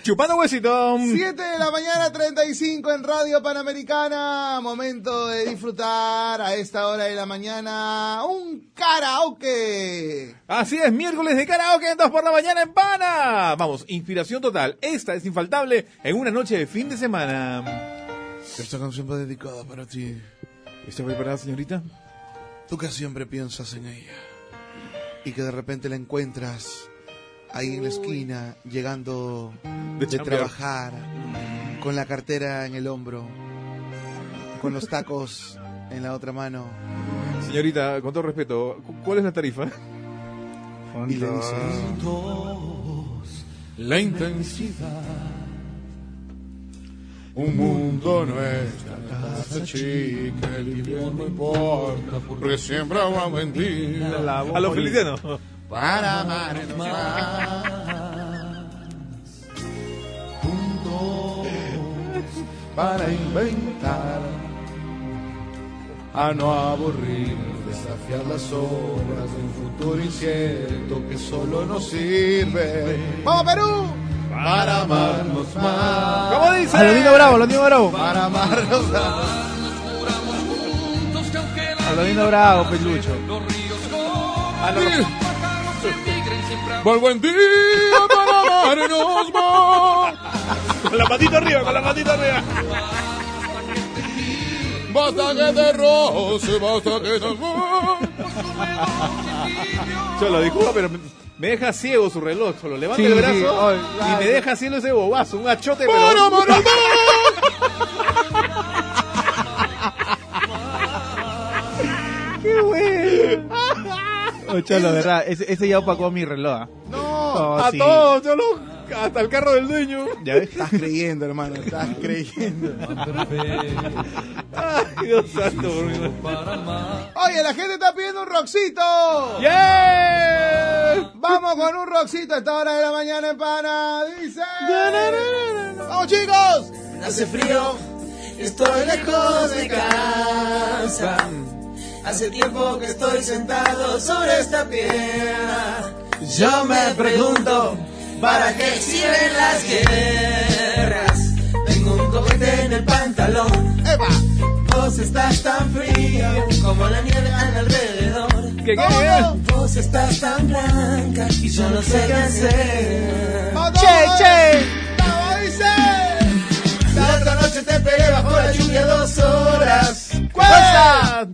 [SPEAKER 3] Chupando huesito.
[SPEAKER 1] 7 de la mañana, 35 en Radio Panamericana. Momento de disfrutar a esta hora de la mañana un karaoke.
[SPEAKER 3] Así es, miércoles de karaoke en 2 por la mañana en Pana. Vamos, inspiración total. Esta es infaltable en una noche de fin de semana.
[SPEAKER 1] Esta canción va dedicada para ti.
[SPEAKER 3] ¿Está preparada, señorita?
[SPEAKER 1] Tú que siempre piensas en ella. Y que de repente la encuentras ahí en la esquina, llegando
[SPEAKER 3] De
[SPEAKER 1] de
[SPEAKER 3] chambear.
[SPEAKER 1] trabajar, con la cartera en el hombro, con los tacos en la otra mano.
[SPEAKER 3] Señorita, con todo respeto, ¿cu- ¿cuál es la tarifa?
[SPEAKER 1] Y le dices...
[SPEAKER 3] La intensidad.
[SPEAKER 1] Un mundo no es tan casa chica, el invierno importa, porque siempre agua bendita
[SPEAKER 3] A los felicianos.
[SPEAKER 1] para amar el mar. Juntos para inventar, a no aburrir, desafiar las obras de un futuro incierto que solo nos sirve. ¡Vamos, Perú! Para amarnos más.
[SPEAKER 3] ¿Cómo dice?
[SPEAKER 6] A lo Dino Bravo, lo Dino Bravo.
[SPEAKER 1] Para amarnos más.
[SPEAKER 6] A lo Dino Bravo, pelucho.
[SPEAKER 3] A los-
[SPEAKER 1] Vuelvo en día para amarnos más.
[SPEAKER 3] Con la patita arriba, con la patita arriba.
[SPEAKER 1] Basta que te roce, basta que te
[SPEAKER 3] Cholo, disculpa, pero me- me deja ciego su reloj, Cholo. Levanta
[SPEAKER 4] Sí,
[SPEAKER 3] el
[SPEAKER 4] sí,
[SPEAKER 3] brazo
[SPEAKER 4] ay,
[SPEAKER 3] y me
[SPEAKER 4] ay.
[SPEAKER 3] deja ciego ese bobazo, un achote.
[SPEAKER 4] Mano,
[SPEAKER 3] pero...
[SPEAKER 4] mano,
[SPEAKER 6] ¡Qué bueno! Cholo, de verdad, ese, ese ya opacó mi reloj. ¿ah?
[SPEAKER 1] No,
[SPEAKER 6] No,
[SPEAKER 1] a
[SPEAKER 6] sí.
[SPEAKER 1] todos,
[SPEAKER 3] Cholo. Hasta el carro del dueño.
[SPEAKER 6] ¿Ya ves?
[SPEAKER 1] Estás creyendo, hermano, estás creyendo.
[SPEAKER 3] Ay, Dios santo, por mi madre.
[SPEAKER 1] Oye, la gente está pidiendo un roxito.
[SPEAKER 3] ¡Yeah!
[SPEAKER 1] Vamos con un roxito a esta hora de la mañana en Pana. Dice. ¡Vamos, chicos!
[SPEAKER 10] Hace frío, estoy lejos de casa. Hace tiempo que estoy sentado sobre esta piedra. Yo me pregunto, ¿para qué sirven las guerras? Tengo un cohete en el pantalón. Vos estás tan fría como la nieve al alrededor.
[SPEAKER 3] ¿Qué
[SPEAKER 10] Vos estás tan blanca y yo no sé qué hacer. La otra noche te pegué bajo la lluvia dos horas.
[SPEAKER 3] ¡Cuesta!
[SPEAKER 1] Ah.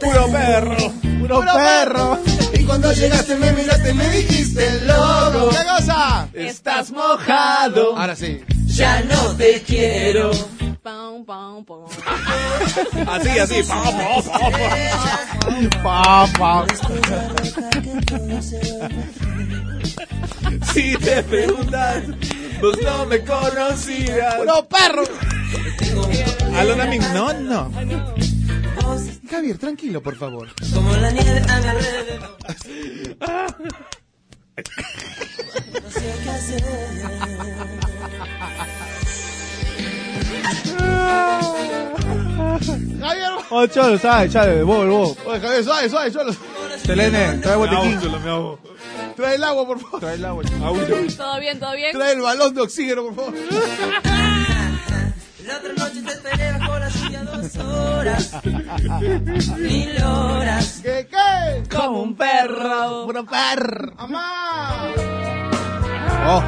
[SPEAKER 10] Puro perro,
[SPEAKER 6] puro perro.
[SPEAKER 10] Y cuando llegaste me miraste y me dijiste loco. Eh.
[SPEAKER 1] ¿Qué cosa?
[SPEAKER 10] Estás mojado.
[SPEAKER 1] Ahora sí.
[SPEAKER 10] Ya no te quiero.
[SPEAKER 9] Pam, pam, pam.
[SPEAKER 3] Así, así. pa, pa, pa,
[SPEAKER 6] Papá.
[SPEAKER 10] Si te preguntas, vos no me conocías.
[SPEAKER 1] ¡Puro perro!
[SPEAKER 3] pa. Alona Ming, no, no.
[SPEAKER 1] Javier, tranquilo, por favor.
[SPEAKER 10] Como la nieve al alrededor. No sé qué hacer.
[SPEAKER 1] Javier,
[SPEAKER 6] Oh, Cholo, sabe, sabe, vos, vos.
[SPEAKER 1] oye, Javier, suave, suave, suave.
[SPEAKER 6] Selene, trae botiquín.
[SPEAKER 3] Cholo, me ahogo.
[SPEAKER 1] Trae el agua, por favor.
[SPEAKER 6] Trae el agua.
[SPEAKER 9] ¿Todo bien, todo bien?
[SPEAKER 1] Trae el balón de oxígeno, por favor.
[SPEAKER 10] La otra noche te esperé bajo la lluvia dos horas. Mil horas.
[SPEAKER 1] ¿Qué, qué?
[SPEAKER 10] Como un perro.
[SPEAKER 6] Puro perro.
[SPEAKER 1] ¡Amá!
[SPEAKER 6] Oh,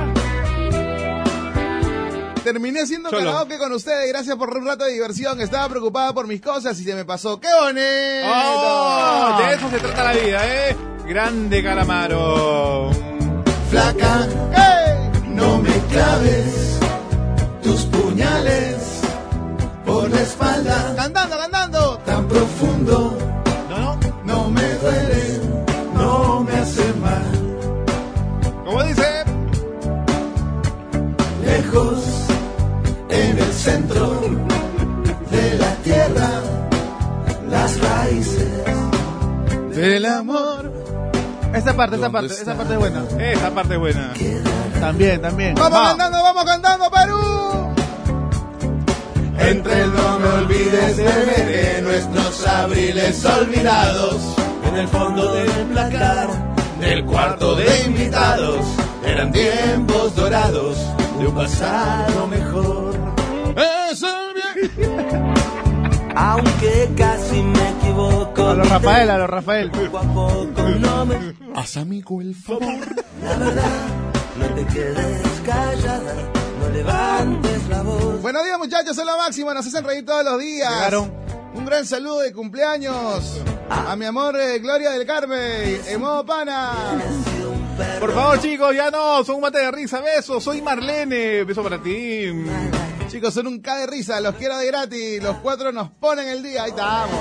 [SPEAKER 1] Terminé haciendo
[SPEAKER 3] Cholo.
[SPEAKER 1] karaoke con ustedes. Gracias por un rato de diversión. Estaba preocupada por mis cosas y se me pasó. ¡Qué bonito!
[SPEAKER 3] Oh, de eso se trata la vida, ¿eh? Grande calamaro.
[SPEAKER 10] Flaca,
[SPEAKER 1] ¡Ey!
[SPEAKER 10] no me claves tus puñales por la espalda.
[SPEAKER 1] ¡Cantando, cantando!
[SPEAKER 10] Tan profundo,
[SPEAKER 3] No, no.
[SPEAKER 10] no me duele, no me hace mal.
[SPEAKER 3] Como dice,
[SPEAKER 10] Lejos, en el centro de la tierra, las raíces.
[SPEAKER 1] Del amor.
[SPEAKER 6] esa parte, esa parte, esa parte es buena.
[SPEAKER 3] esa parte es buena.
[SPEAKER 6] También, también.
[SPEAKER 1] ¡Vamos
[SPEAKER 6] Va.
[SPEAKER 1] cantando, vamos cantando, Perú!
[SPEAKER 10] Entre el no me olvides de de nuestros abriles olvidados. En el fondo del placar, del cuarto de invitados, eran tiempos dorados de un pasado mejor.
[SPEAKER 1] ¡Es el bien!
[SPEAKER 5] Aunque casi me equivoco.
[SPEAKER 6] A los Rafael, a los Rafael.
[SPEAKER 5] Poco a poco no me.
[SPEAKER 1] Haz amigo el favor.
[SPEAKER 5] La verdad, no te quedes callada. No levantes la voz.
[SPEAKER 1] Buenos días, muchachos, son la máxima. Nos hacen reír todos los días.
[SPEAKER 6] Llegaron.
[SPEAKER 1] Un gran saludo de cumpleaños a mi amor eh, Gloria del Carmen, en modo pana.
[SPEAKER 3] Por favor, chicos, ya no, son un mate de risa. Besos, soy Marlene. Eh, Beso para ti.
[SPEAKER 1] Chicos, son un K de risa, los quiero de gratis. Los cuatro nos ponen el día, ahí estamos.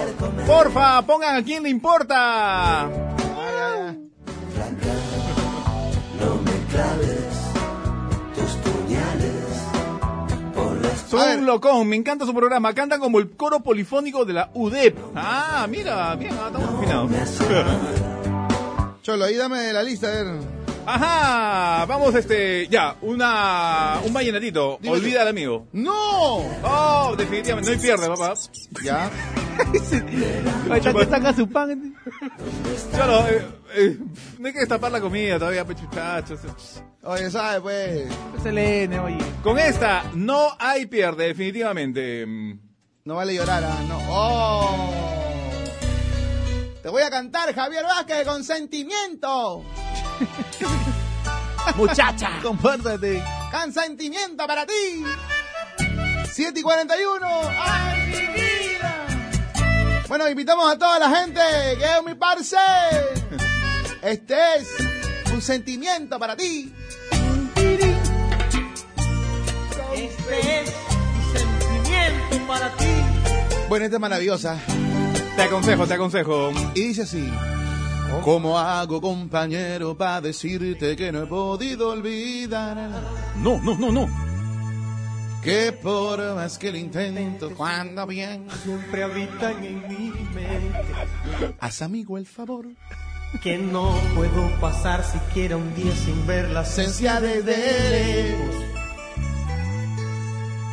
[SPEAKER 3] Porfa, pongan a quién le importa.
[SPEAKER 1] Ay, ay,
[SPEAKER 10] No me claves tus puñales por la espalda.
[SPEAKER 3] Son
[SPEAKER 1] A ver.
[SPEAKER 3] un locón, me encanta su programa. Cantan como el coro polifónico de la UDEP. Ah, mira, bien, ah, estamos afinados.
[SPEAKER 1] ay. Cholo, ahí dame la lista, a ver.
[SPEAKER 3] Ajá, vamos, este, ya, una, un vallenatito.
[SPEAKER 1] Dímelo.
[SPEAKER 3] Olvida al amigo.
[SPEAKER 1] ¡No!
[SPEAKER 3] Oh, definitivamente, no hay pierde, papá.
[SPEAKER 1] Ya.
[SPEAKER 6] Ahí está que saca su pan.
[SPEAKER 3] Cholo, eh, eh, no hay que destapar la comida todavía, pechuchachos.
[SPEAKER 1] Oye, ¿sabes, pues?
[SPEAKER 6] Selene, oye.
[SPEAKER 3] Con esta, no hay pierde, definitivamente. Mm,
[SPEAKER 1] No vale llorar, ah, no. ¡Oh! Te voy a cantar, Javier Vázquez, con sentimiento.
[SPEAKER 6] Muchacha. Compórtate.
[SPEAKER 1] Con sentimiento para ti. 7 y 41. ¡Ay, mi vida! Bueno, invitamos a toda la gente. ¡Que es mi parce! Este es un sentimiento para ti.
[SPEAKER 5] Este es mi sentimiento para ti.
[SPEAKER 1] Bueno, esta es maravillosa.
[SPEAKER 3] Te aconsejo, te aconsejo.
[SPEAKER 1] Y dice así. ¿Cómo hago, compañero, para decirte que no he podido olvidar?
[SPEAKER 3] No, no, no, no.
[SPEAKER 1] Que por más que lo intento, cuando bien
[SPEAKER 10] Siempre habitan en mi mente.
[SPEAKER 1] Haz amigo el favor.
[SPEAKER 10] Que no puedo pasar siquiera un día sin ver la esencia desde lejos.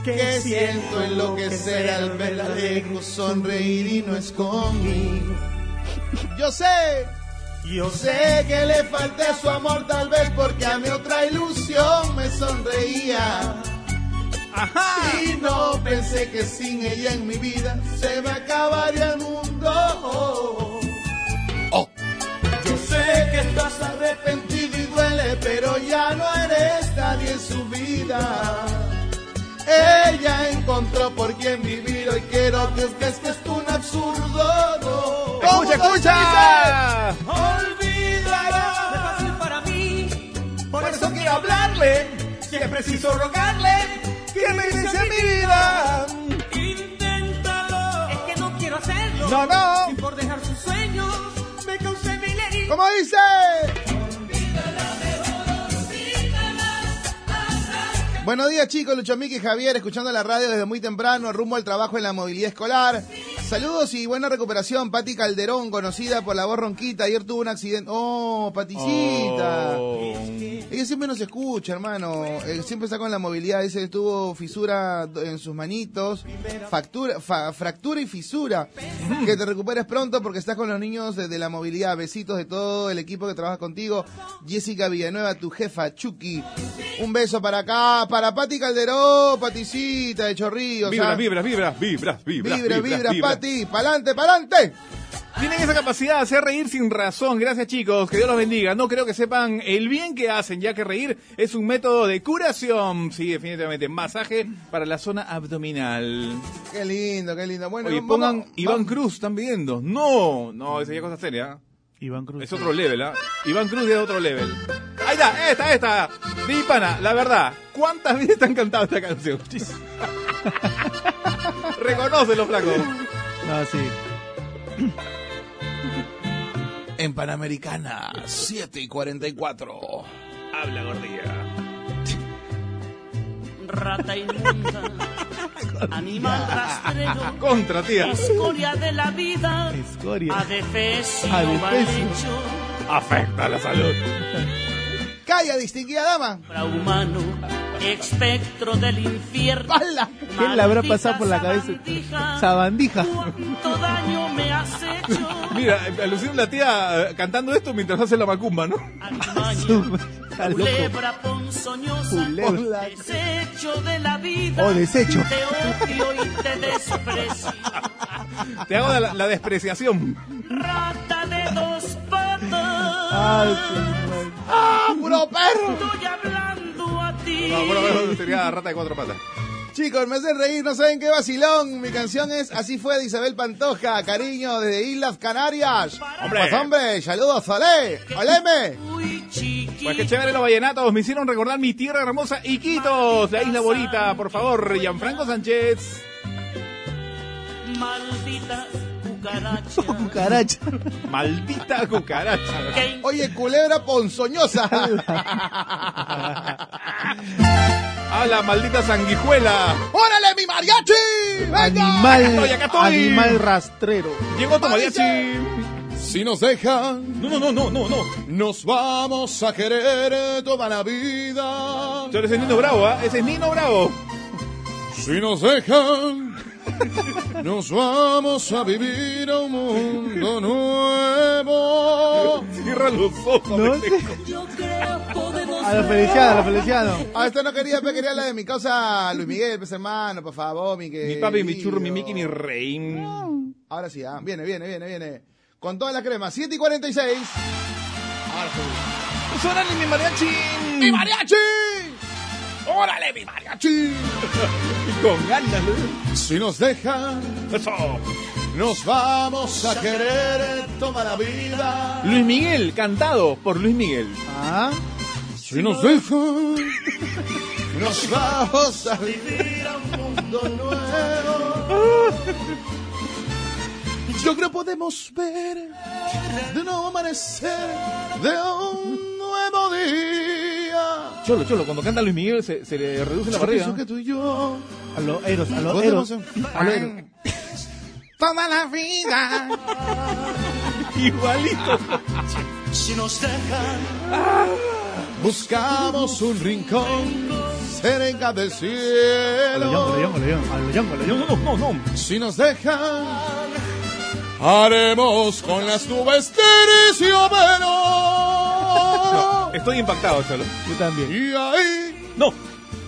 [SPEAKER 1] Que siento enloquecer al verla lejos, sonreír y no es conmigo. Yo sé, yo sé que le falté su amor tal vez porque a mi otra ilusión me sonreía. Y no pensé que sin ella en mi vida se me acabaría el mundo. Yo sé que estás arrepentido y duele, pero ya no eres nadie en su vida. Ella encontró por quien vivir hoy quiero que creas que es un absurdo. no.
[SPEAKER 3] ¡Escucha, escucha!
[SPEAKER 5] Olvídala. No es fácil para mí.
[SPEAKER 4] Por eso quiero hablarle, si es preciso rogarle, que regrese a mi vida.
[SPEAKER 5] Inténtalo. Es que no quiero hacerlo.
[SPEAKER 1] No, no.
[SPEAKER 5] Y por dejar sus sueños, me causé mi ley.
[SPEAKER 1] ¿Cómo dice? Buenos días chicos, Lucho Miki y Javier, escuchando la radio desde muy temprano, rumbo al trabajo en la movilidad escolar. Saludos y buena recuperación, Pati Calderón, conocida por la voz ronquita, ayer tuvo un accidente. Oh, Paticita.
[SPEAKER 3] Oh.
[SPEAKER 1] Ella siempre nos escucha, hermano. Eh, siempre está con la movilidad. Dice que tuvo fisura en sus manitos. Factura, fa- fractura y fisura. Que te recuperes pronto porque estás con los niños de, de la movilidad. Besitos de todo el equipo que trabaja contigo. Jessica Villanueva, tu jefa, Chucky. Un beso para acá, para Pati Calderón, Paticita de Chorrillos.
[SPEAKER 3] Vibras,
[SPEAKER 1] ¿ah?
[SPEAKER 3] vibras, vibras, vibras, vibras.
[SPEAKER 1] Vibra, vibra, Pati. Pa'lante, pa'lante.
[SPEAKER 3] Tienen esa capacidad de hacer reír sin razón. Gracias, chicos. Que Dios los bendiga. No creo que sepan el bien que hacen, ya que reír es un método de curación. Sí, definitivamente. Masaje para la zona abdominal.
[SPEAKER 1] Qué lindo, qué lindo. Bueno,
[SPEAKER 3] Oye,
[SPEAKER 1] vamos-
[SPEAKER 3] pongan
[SPEAKER 1] vamos-
[SPEAKER 3] Iván Cruz, están pidiendo. No, no, esa ya es cosa seria.
[SPEAKER 6] Iván Cruz.
[SPEAKER 3] Es otro level, ¿ah? Iván Cruz es otro level. Ahí está, esta, esta. Di pana, la verdad. ¿Cuántas veces te han cantado esta canción? Reconócelo, flaco.
[SPEAKER 6] No, Ah, sí.
[SPEAKER 1] En Panamericana, 7 y 44.
[SPEAKER 3] Habla, gordilla.
[SPEAKER 7] Rata inmunda, animal rastrero,
[SPEAKER 3] Contra, tía.
[SPEAKER 7] escoria de la vida,
[SPEAKER 6] Escoria. Ah,
[SPEAKER 7] adefesio
[SPEAKER 6] Adefesio.
[SPEAKER 7] mal hecho.
[SPEAKER 3] Afecta la salud.
[SPEAKER 1] Calla, distinguida dama.
[SPEAKER 7] humano, espectro del infierno.
[SPEAKER 1] ¡Hala!
[SPEAKER 6] ¿Qué le habrá pasado por la cabeza? Sabandija.
[SPEAKER 7] ¿Cuánto daño me has hecho?
[SPEAKER 3] Mira, eh, alucina la tía eh, cantando esto mientras hace la macumba, ¿no?
[SPEAKER 7] Alimaña,
[SPEAKER 6] Está loco.
[SPEAKER 7] culebra ponzoñosa,
[SPEAKER 6] Culebra.
[SPEAKER 7] desecho de la vida.
[SPEAKER 6] Oh, desecho.
[SPEAKER 7] Te odio y te desprecio.
[SPEAKER 3] Te hago la, la despreciación.
[SPEAKER 7] Rata de dos
[SPEAKER 6] Ay,
[SPEAKER 7] patas.
[SPEAKER 6] qué
[SPEAKER 1] ¡Ah, puro perro!
[SPEAKER 7] Estoy hablando a ti.
[SPEAKER 3] No, bueno, bueno, sería rata de cuatro patas.
[SPEAKER 1] Chicos, me hacen reír, no saben qué vacilón. Mi canción es Así fue de Isabel Pantoja, cariño, desde Islas Canarias.
[SPEAKER 3] Hombre.
[SPEAKER 1] Pues hombre, saludos, olé, oléme.
[SPEAKER 7] Uy, chiquito.
[SPEAKER 3] Pues qué chévere los vallenatos, me hicieron recordar mi tierra hermosa, Iquitos, la isla bonita, por favor, Gianfranco Sánchez.
[SPEAKER 7] Maldita cucaracha.
[SPEAKER 6] Cucaracha.
[SPEAKER 3] Maldita cucaracha.
[SPEAKER 7] que
[SPEAKER 1] Oye, culebra ponzoñosa.
[SPEAKER 3] A Ah, la maldita sanguijuela.
[SPEAKER 1] ¡Órale, mi mariachi! ¡Venga!
[SPEAKER 3] estoy, acá
[SPEAKER 6] Animal.
[SPEAKER 3] estoy.
[SPEAKER 6] Animal rastrero.
[SPEAKER 3] Llegó tu mariachi.
[SPEAKER 1] Si nos dejan,
[SPEAKER 3] No, no, no, no, no, no.
[SPEAKER 1] nos vamos a querer toda la vida.
[SPEAKER 3] Yo ese es Nino Bravo, ¿ah? Ese es Nino Bravo.
[SPEAKER 1] Si nos dejan, nos vamos a vivir a un mundo nuevo.
[SPEAKER 3] Cierra los ojos.
[SPEAKER 6] No
[SPEAKER 3] me-
[SPEAKER 6] sé.
[SPEAKER 7] yo creo podemos
[SPEAKER 6] A la Feliciano, a la Feliciano.
[SPEAKER 1] Ah, esto no quería, pero quería la de mi causa Luis Miguel, pues hermano, por favor, mi
[SPEAKER 3] Ni
[SPEAKER 1] querido.
[SPEAKER 3] papi, mi churro, mi Mickey, ni reín.
[SPEAKER 1] Ahora sí, ah, viene, viene, viene, viene. Con toda la crema, 7 y 46.
[SPEAKER 3] Suenan en mi mariachi.
[SPEAKER 1] ¡Mi mariachi! ¡Órale, mi mariachi!
[SPEAKER 3] Con ganas.
[SPEAKER 1] Si nos dejan, nos vamos a querer toda la vida.
[SPEAKER 3] Luis Miguel, cantado por Luis Miguel.
[SPEAKER 1] ¿Ah? Si nos dejan, nos vamos a vivir a un mundo nuevo. Yo creo podemos ver de nuevo amanecer de un nuevo día.
[SPEAKER 3] Cholo, cholo, cuando canta Luis Miguel se, se le reduce la
[SPEAKER 1] Yo
[SPEAKER 3] barriga.
[SPEAKER 1] pienso que tú y yo
[SPEAKER 6] A los Eros, a los
[SPEAKER 1] podemos
[SPEAKER 6] Eros.
[SPEAKER 1] ser-
[SPEAKER 6] A los Eros.
[SPEAKER 1] toda la vida.
[SPEAKER 3] Igualito.
[SPEAKER 4] Si nos dejan,
[SPEAKER 1] Buscamos un rincón cerca del
[SPEAKER 6] A los Yongo, a los
[SPEAKER 1] cielo.
[SPEAKER 6] Yongo, a los Yongo, a los Yongo, a los Yongo.
[SPEAKER 3] No, no, no.
[SPEAKER 1] Si nos dejan, haremos con las nubes terciopelo.
[SPEAKER 3] Estoy impactado, Cholo.
[SPEAKER 6] Yo también.
[SPEAKER 1] Y ahí,
[SPEAKER 3] No.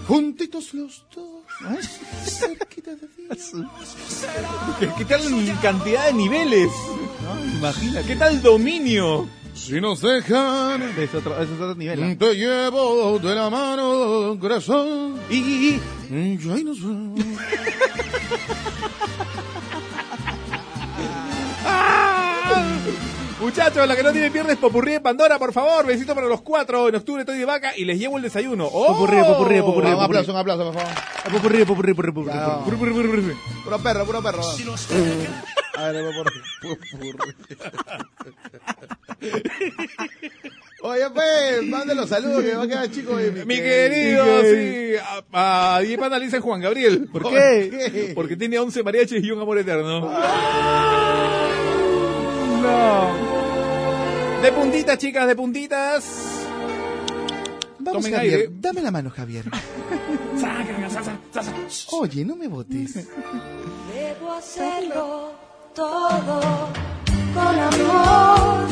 [SPEAKER 1] juntitos los dos, cerquita de ti.
[SPEAKER 3] ¿Qué, qué tal cantidad de niveles?
[SPEAKER 6] No, imagínate.
[SPEAKER 3] ¿Qué tal dominio?
[SPEAKER 1] Si nos dejan,
[SPEAKER 6] Uh, Es otro, es otro nivel.
[SPEAKER 11] Mm.
[SPEAKER 6] ¿ah?
[SPEAKER 1] te llevo de la mano, corazón.
[SPEAKER 3] Y, y, y.
[SPEAKER 1] Y ahí nos vamos.
[SPEAKER 3] Muchachos, la que no tiene piernas, popurrí de Pandora, por favor. Besito para los cuatro. En octubre estoy de vaca y les llevo el desayuno. ¡Oh!
[SPEAKER 6] Popurrí, popurrí, popurrí.
[SPEAKER 1] Un aplauso, un aplauso, por favor.
[SPEAKER 6] Popurrí, popurrí, popurrí, popurrí.
[SPEAKER 1] Ya, vamos.
[SPEAKER 3] Purrí, purrí, purrí, purrí.
[SPEAKER 1] Puro perro, puro perro.
[SPEAKER 4] si nos dejan,
[SPEAKER 1] A ver, voy por- por- Oye, pues, mande los saludos que va a quedar chico. eh,
[SPEAKER 3] Mi
[SPEAKER 1] querido.
[SPEAKER 3] querido, sí. A, a Diez Panda le dicen Juan Gabriel. ¿Por qué?
[SPEAKER 1] qué?
[SPEAKER 3] Porque tiene 11 mariachis y un amor eterno.
[SPEAKER 6] Ah.
[SPEAKER 3] De puntitas, chicas, de puntitas.
[SPEAKER 1] Vamos,
[SPEAKER 3] Tomen
[SPEAKER 1] Javier,
[SPEAKER 3] aire.
[SPEAKER 1] dame la mano, Javier. Oye, no me votes.
[SPEAKER 12] Debo hacerlo todo con amor.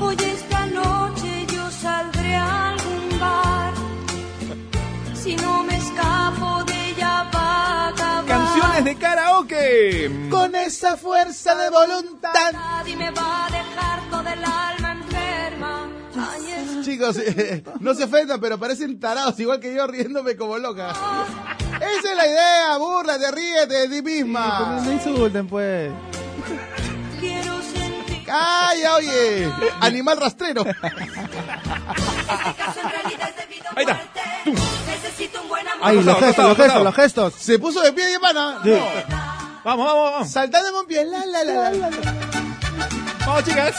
[SPEAKER 12] Hoy esta noche yo saldré a algún bar. Si no me escapo de ella va a acabar.
[SPEAKER 3] Canciones de karaoke.
[SPEAKER 1] Con esa fuerza de voluntad.
[SPEAKER 12] Nadie me va a dejar toda el alma enferma. Ay, es
[SPEAKER 1] Chicos, eh, no se ofendan, pero parecen tarados, igual que yo riéndome como loca. Esa es la idea, burlate, ríete de ti
[SPEAKER 6] Pero
[SPEAKER 1] misma.
[SPEAKER 6] No insulten, pues.
[SPEAKER 12] quiero sentir
[SPEAKER 1] ¡Calla, oye! Animal rastrero.
[SPEAKER 12] que caso en realidad es debido a
[SPEAKER 3] Ahí está.
[SPEAKER 12] muerte. Necesito un buen amor.
[SPEAKER 6] Ay, los
[SPEAKER 3] Acostado,
[SPEAKER 6] gestos, los gestos,
[SPEAKER 3] acostado.
[SPEAKER 6] los gestos.
[SPEAKER 1] Se puso de pie de pana. No.
[SPEAKER 3] Vamos, vamos, vamos.
[SPEAKER 1] Saltando con pie. La, la, la, la, la.
[SPEAKER 3] Vamos, chicas.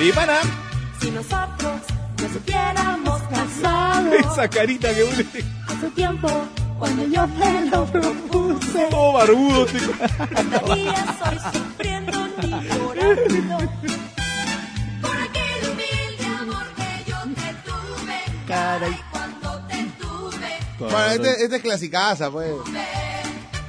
[SPEAKER 3] Y pana.
[SPEAKER 12] Si nosotros nos hubiéramos casado
[SPEAKER 3] Esa carita que une.
[SPEAKER 12] hace tiempo, cuando yo te lo propuse,
[SPEAKER 3] Todo barbudo, tío.
[SPEAKER 12] todavía estoy sufriendo ni llorando. Por aquel humilde amor que yo te tuve, caray, cuando te tuve,
[SPEAKER 1] Bueno, este, este es clasicaza, pues.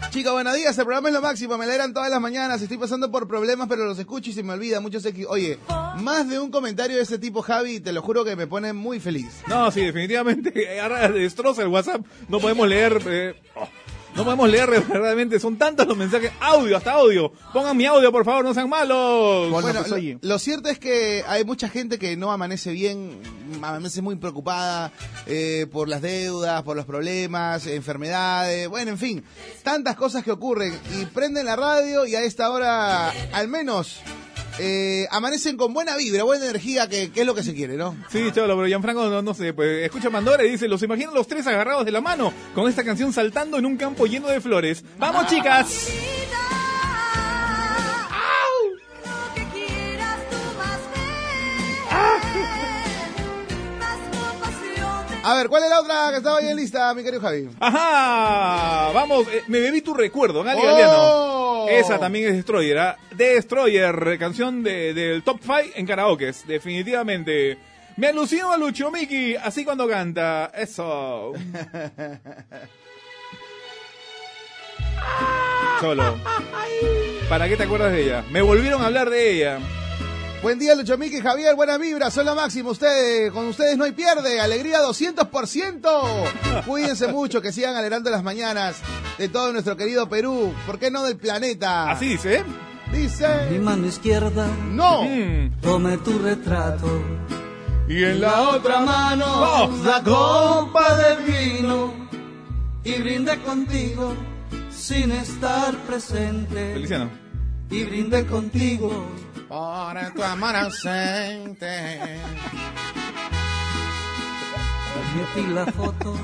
[SPEAKER 1] Chicos, buenos días. El programa es lo máximo. Me alegran todas las mañanas. Estoy pasando por problemas, pero los escucho y se me olvida. Muchos X. Oye, más de un comentario de ese tipo, Javi, te lo juro que me pone muy feliz.
[SPEAKER 3] No, sí, definitivamente. eh, Ahora destroza el WhatsApp. No podemos leer. eh, oh, no podemos leer verdaderamente. Son tantos los mensajes. Audio, hasta audio. Pongan mi audio, por favor, no sean malos.
[SPEAKER 6] Bueno,
[SPEAKER 1] Bueno,
[SPEAKER 6] pues,
[SPEAKER 1] lo-
[SPEAKER 6] oye.
[SPEAKER 1] lo, cierto es que hay mucha gente que no amanece bien, amanece muy preocupada eh, por las deudas, por los problemas, enfermedades, bueno, en fin, tantas cosas que ocurren. Y prenden la radio y a esta hora, al menos, eh, amanecen con buena vibra, buena energía, que, que es lo que se quiere, ¿no?
[SPEAKER 3] Sí, cholo, pero Gianfranco, no, no sé, pues escucha Pandora y dice, los imagino los tres agarrados de la mano con esta canción saltando en un campo lleno de flores. ¡Vamos, chicas!
[SPEAKER 12] vida. Lo que quieras tú más
[SPEAKER 13] Ah.
[SPEAKER 12] ven, más compasión de
[SPEAKER 1] A ver, ¿cuál es la otra que estaba ahí en lista, mi querido Javi?
[SPEAKER 3] ¡Ajá! Vamos, eh, me bebí tu recuerdo, Gali
[SPEAKER 1] ¡Oh!
[SPEAKER 3] Galeano. Esa también es Destroyer, ¿ah? Destroyer, canción de- del Top 5 en karaokes, definitivamente. Me alucino a Lucho Miki, así cuando canta. Eso. Cholo. ¿Para qué te acuerdas de ella? Me volvieron a hablar de ella.
[SPEAKER 1] Buen día, Lucho Mique, Javier, buena vibra, son lo máximo ustedes, con ustedes no hay pierde, alegría 200%. Cuídense mucho, que sigan alegrando las mañanas de todo nuestro querido Perú, ¿por qué no del planeta?
[SPEAKER 3] Así dice, ¿eh?
[SPEAKER 1] dice.
[SPEAKER 4] Mm-hmm.
[SPEAKER 10] mano izquierda
[SPEAKER 1] No,
[SPEAKER 3] Mm.
[SPEAKER 10] tome tu retrato.
[SPEAKER 4] Y en la otra mano
[SPEAKER 1] Oh.
[SPEAKER 3] Vamos.
[SPEAKER 4] la copa de vino y brindé contigo sin estar presente.
[SPEAKER 3] Feliciano.
[SPEAKER 4] Y brindé contigo
[SPEAKER 1] por tu amor ausente.
[SPEAKER 4] la foto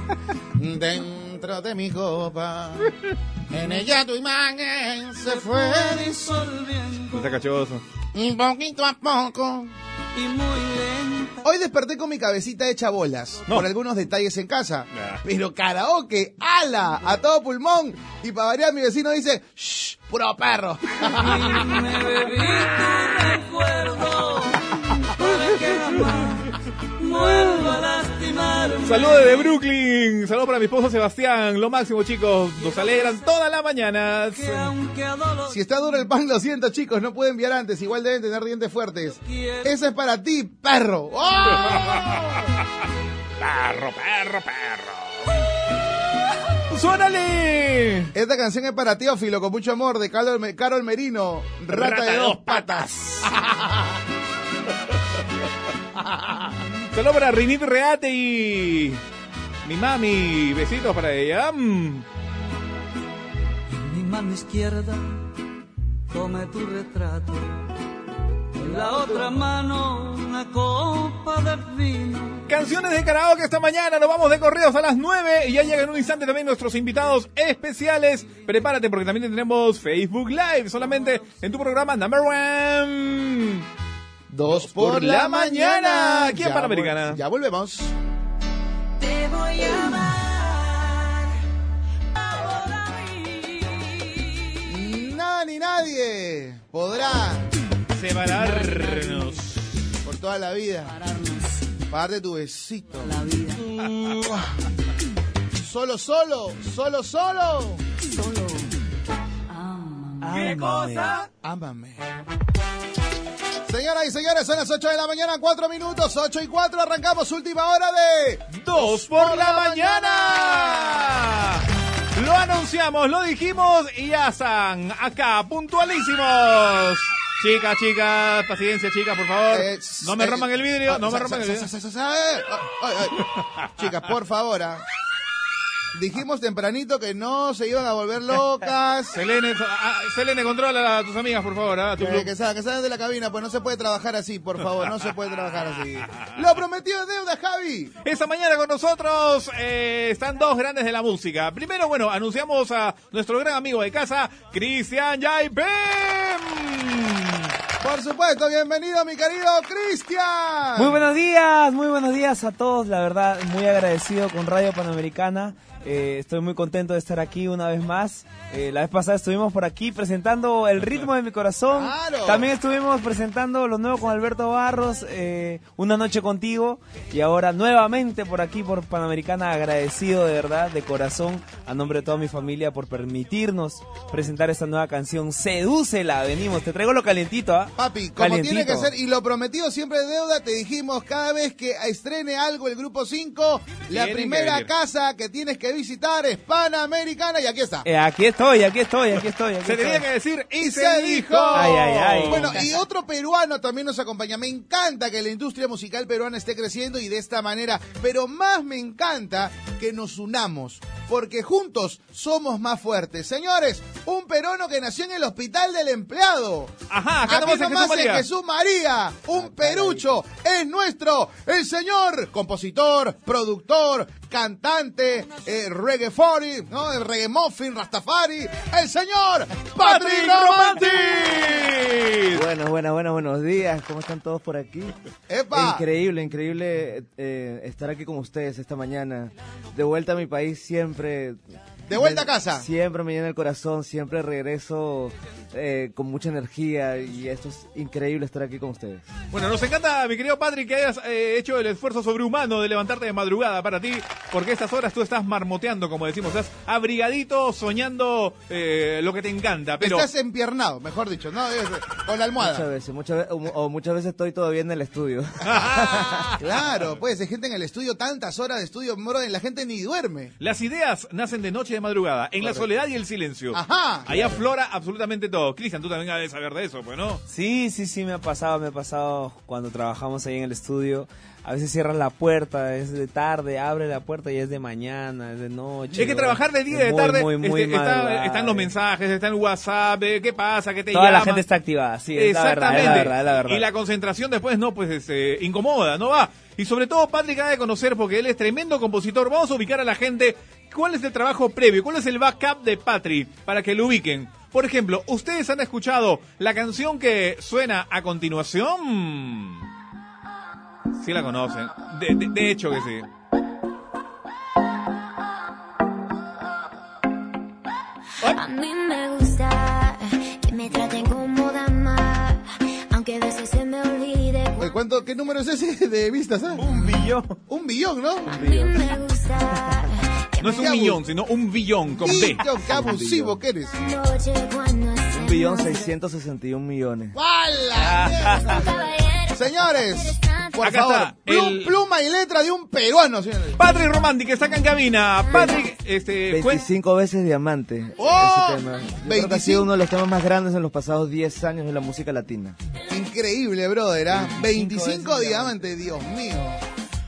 [SPEAKER 1] dentro de mi copa. En ella tu imagen se fue disolviendo.
[SPEAKER 3] No está cachoso.
[SPEAKER 1] Un poquito a poco.
[SPEAKER 4] Y muy lenta.
[SPEAKER 1] Hoy desperté con mi cabecita hecha bolas. Por algunos detalles en casa. Pero karaoke, ala, a todo pulmón. Y para variar, mi vecino dice: ¡Shh! ¡Puro perro!
[SPEAKER 4] me bebí tu recuerdo para que jamás vuelva a lastimarme.
[SPEAKER 3] Saludos de Brooklyn. Saludos para mi esposo Sebastián. Lo máximo, chicos. Nos alegran todas las mañanas.
[SPEAKER 1] Si está duro el pan, lo siento, chicos. No puede enviar antes. Igual deben tener dientes fuertes. Ese es para ti, perro.
[SPEAKER 4] Perro, perro, perro.
[SPEAKER 1] ¡Suénale! Esta canción es para Teófilo, con mucho amor, de Carol, Me- Carol Merino. Rata, de dos patas.
[SPEAKER 3] Saludos para Rinit Reate y mi mami. Besitos para ella. Mm.
[SPEAKER 10] Mi mano izquierda tome tu retrato. En la otra mano una copa de vino.
[SPEAKER 3] Canciones de karaoke esta mañana, nos vamos de correos a las 9 y ya llegan en un instante también nuestros invitados especiales. Prepárate porque también tenemos Facebook Live, solamente en tu programa Number One.
[SPEAKER 1] Dos
[SPEAKER 3] por, la, mañana. Aquí en
[SPEAKER 1] Ya
[SPEAKER 3] Panamericana.
[SPEAKER 1] vol- Ya volvemos.
[SPEAKER 12] Te voy a
[SPEAKER 1] Nada ni nadie podrá
[SPEAKER 3] separarnos
[SPEAKER 1] por toda la vida. Parte tu besito. La vida. Solo, solo, solo, solo. Solo.
[SPEAKER 4] ¿Qué cosa?
[SPEAKER 1] Ámame. Señoras y señores, son las 8 de la mañana, 4 minutos, 8 y 4. Arrancamos última hora de.
[SPEAKER 3] Dos por la mañana. Lo anunciamos, lo dijimos y ya están acá, puntualísimos. Chicas, chicas, paciencia, chicas, por favor.
[SPEAKER 1] Eh,
[SPEAKER 3] No me
[SPEAKER 1] eh,
[SPEAKER 3] rompan el vidrio,
[SPEAKER 1] ah,
[SPEAKER 3] no me
[SPEAKER 1] sa-
[SPEAKER 3] rompan el
[SPEAKER 1] sa-
[SPEAKER 3] vidrio.
[SPEAKER 1] sa- sa- sa- eh, ay, ay, ay. Chicas, por favor. ah. Dijimos tempranito que no se iban a volver locas.
[SPEAKER 3] Selene, ah, Selene, controla a tus amigas, por favor. ah, tu
[SPEAKER 1] Eh,
[SPEAKER 3] club.
[SPEAKER 1] que, salgan, que salgan de la cabina, pues no se puede trabajar así, por favor, no se puede trabajar así. Lo prometido es deuda, Javi.
[SPEAKER 3] Esta mañana con nosotros eh, están dos grandes de la música. Primero, bueno, anunciamos a nuestro gran amigo de casa, Cristian Yaipem.
[SPEAKER 1] Por supuesto, bienvenido mi querido
[SPEAKER 6] Ah.
[SPEAKER 1] Cristian.
[SPEAKER 11] Muy buenos días, muy buenos días a todos, la verdad, muy agradecido con Radio Panamericana. Eh, estoy muy contento de estar aquí una vez más. Eh, la vez pasada estuvimos por aquí presentando El ritmo de mi corazón.
[SPEAKER 1] Claro.
[SPEAKER 11] También estuvimos presentando lo nuevo con Alberto Barros, eh, Una noche contigo. Y ahora nuevamente por aquí, por Panamericana, agradecido de verdad, de corazón, a nombre de toda mi familia, por permitirnos presentar esta nueva canción. Sedúcela, venimos, te traigo lo calientito, ¿ah?
[SPEAKER 1] Papi, Como tiene que ser, y lo prometido siempre es deuda, te dijimos cada vez que estrene algo el Grupo 5, la
[SPEAKER 11] Tienen que
[SPEAKER 1] primera
[SPEAKER 11] venir.
[SPEAKER 1] casa que tienes que visitar es Panamericana y aquí está.
[SPEAKER 11] Eh, aquí estoy, aquí estoy, aquí estoy. aquí
[SPEAKER 1] Se tenía
[SPEAKER 11] estoy.
[SPEAKER 1] que decir,
[SPEAKER 3] y
[SPEAKER 1] se dijo.
[SPEAKER 11] Ay, ay, ay.
[SPEAKER 1] Bueno, y otro peruano también nos acompaña. Me encanta que la industria musical peruana esté creciendo y de esta manera, pero más me encanta que nos unamos, porque juntos somos más fuertes. Señores, un peruano que nació en el hospital del empleado.
[SPEAKER 3] Ajá, acá
[SPEAKER 1] Aquí
[SPEAKER 3] estamos en
[SPEAKER 1] nomás
[SPEAKER 3] Jesús María.
[SPEAKER 1] Jesús María, un perucho, es nuestro, el señor, compositor, productor, cantante, eh, reggae fori, ¿no? El reggae muffin, rastafari, el señor Patrick Romanti.
[SPEAKER 14] Buenas, buenas, buenas, buenos días. ¿Cómo están todos por aquí?
[SPEAKER 1] ¡Epa!
[SPEAKER 14] Increíble, increíble eh, eh, estar aquí con ustedes esta mañana. De vuelta a mi país siempre.
[SPEAKER 1] De vuelta a casa.
[SPEAKER 14] Siempre me llena el corazón, siempre regreso eh, con mucha energía y esto es increíble estar aquí con ustedes.
[SPEAKER 3] Bueno, nos encanta, mi querido Patrick, que hayas eh, hecho el esfuerzo sobrehumano de levantarte de madrugada para ti, porque estas horas tú estás marmoteando, como decimos, estás abrigadito, soñando eh, lo que te encanta. Pero
[SPEAKER 1] Estás empiernado, mejor dicho, ¿no? Es- eh, Con la
[SPEAKER 14] Muchas
[SPEAKER 1] almohada.
[SPEAKER 14] veces, muchas ve- o, mu- o muchas veces estoy todavía en el estudio.
[SPEAKER 1] Claro, pues hay gente en el estudio, tantas horas de estudio, bro, la gente ni duerme.
[SPEAKER 3] las ideas nacen de noche y de madrugada, en la soledad y el silencio.
[SPEAKER 1] Ajá.
[SPEAKER 3] Ahí aflora absolutamente todo. Cristian, tú también debes saber de eso, pues, ¿no?
[SPEAKER 11] Sí, sí, sí, me ha pasado, me ha pasado cuando trabajamos ahí en el estudio. a veces cierran la puerta, es de tarde, abre la puerta y es de mañana, es de noche.
[SPEAKER 3] Hay que
[SPEAKER 11] ¿no?
[SPEAKER 3] trabajar de día y
[SPEAKER 11] Es
[SPEAKER 3] de
[SPEAKER 11] muy,
[SPEAKER 3] tarde.
[SPEAKER 11] muy, muy
[SPEAKER 3] este, está-
[SPEAKER 11] madrugada.
[SPEAKER 3] están los mensajes, está el WhatsApp, eh, ¿qué pasa? ¿Qué te
[SPEAKER 11] Toda la
[SPEAKER 3] llaman?
[SPEAKER 11] gente está activada, sí, es la verdad,
[SPEAKER 3] Exactamente.
[SPEAKER 11] es la verdad, es la verdad.
[SPEAKER 3] Y la concentración después no, pues este, incomoda, no va. Y sobre todo Patrick ha de conocer, porque él es tremendo compositor, vamos a ubicar a la gente cuál es el trabajo previo, cuál es el backup de Patrick para que lo ubiquen. Por ejemplo, ¿ustedes han escuchado la canción que suena a continuación? Sí la conocen, de, de- de hecho que sí.
[SPEAKER 13] A mí me gusta que me traten como dama, aunque a veces se me olvide.
[SPEAKER 1] Oye, ¿Cuánto, ¿Qué número es ese de vistas? Un
[SPEAKER 11] billón.
[SPEAKER 1] Un billón, ¿no?
[SPEAKER 13] Me gusta
[SPEAKER 3] No es un millón, sino un billón con B.
[SPEAKER 1] Billón, qué abusivo que eres.
[SPEAKER 13] cuando llego a no ser
[SPEAKER 14] Un billón 661 millones.
[SPEAKER 1] Señores, por
[SPEAKER 3] Acá
[SPEAKER 1] favor,
[SPEAKER 3] está,
[SPEAKER 1] plu-
[SPEAKER 3] el-
[SPEAKER 1] pluma y letra de un peruano, señores.
[SPEAKER 3] Patrick Romanti, que está acá en cabina. Patrick, este, cuen-
[SPEAKER 14] 25 veces diamante.
[SPEAKER 1] ¡Oh!
[SPEAKER 14] Ese tema. Yo creo que ha sido uno de los temas más grandes en los pasados 10 años de la música latina.
[SPEAKER 1] Increíble, brother, ¿ah? 25 diamantes, Dios mío.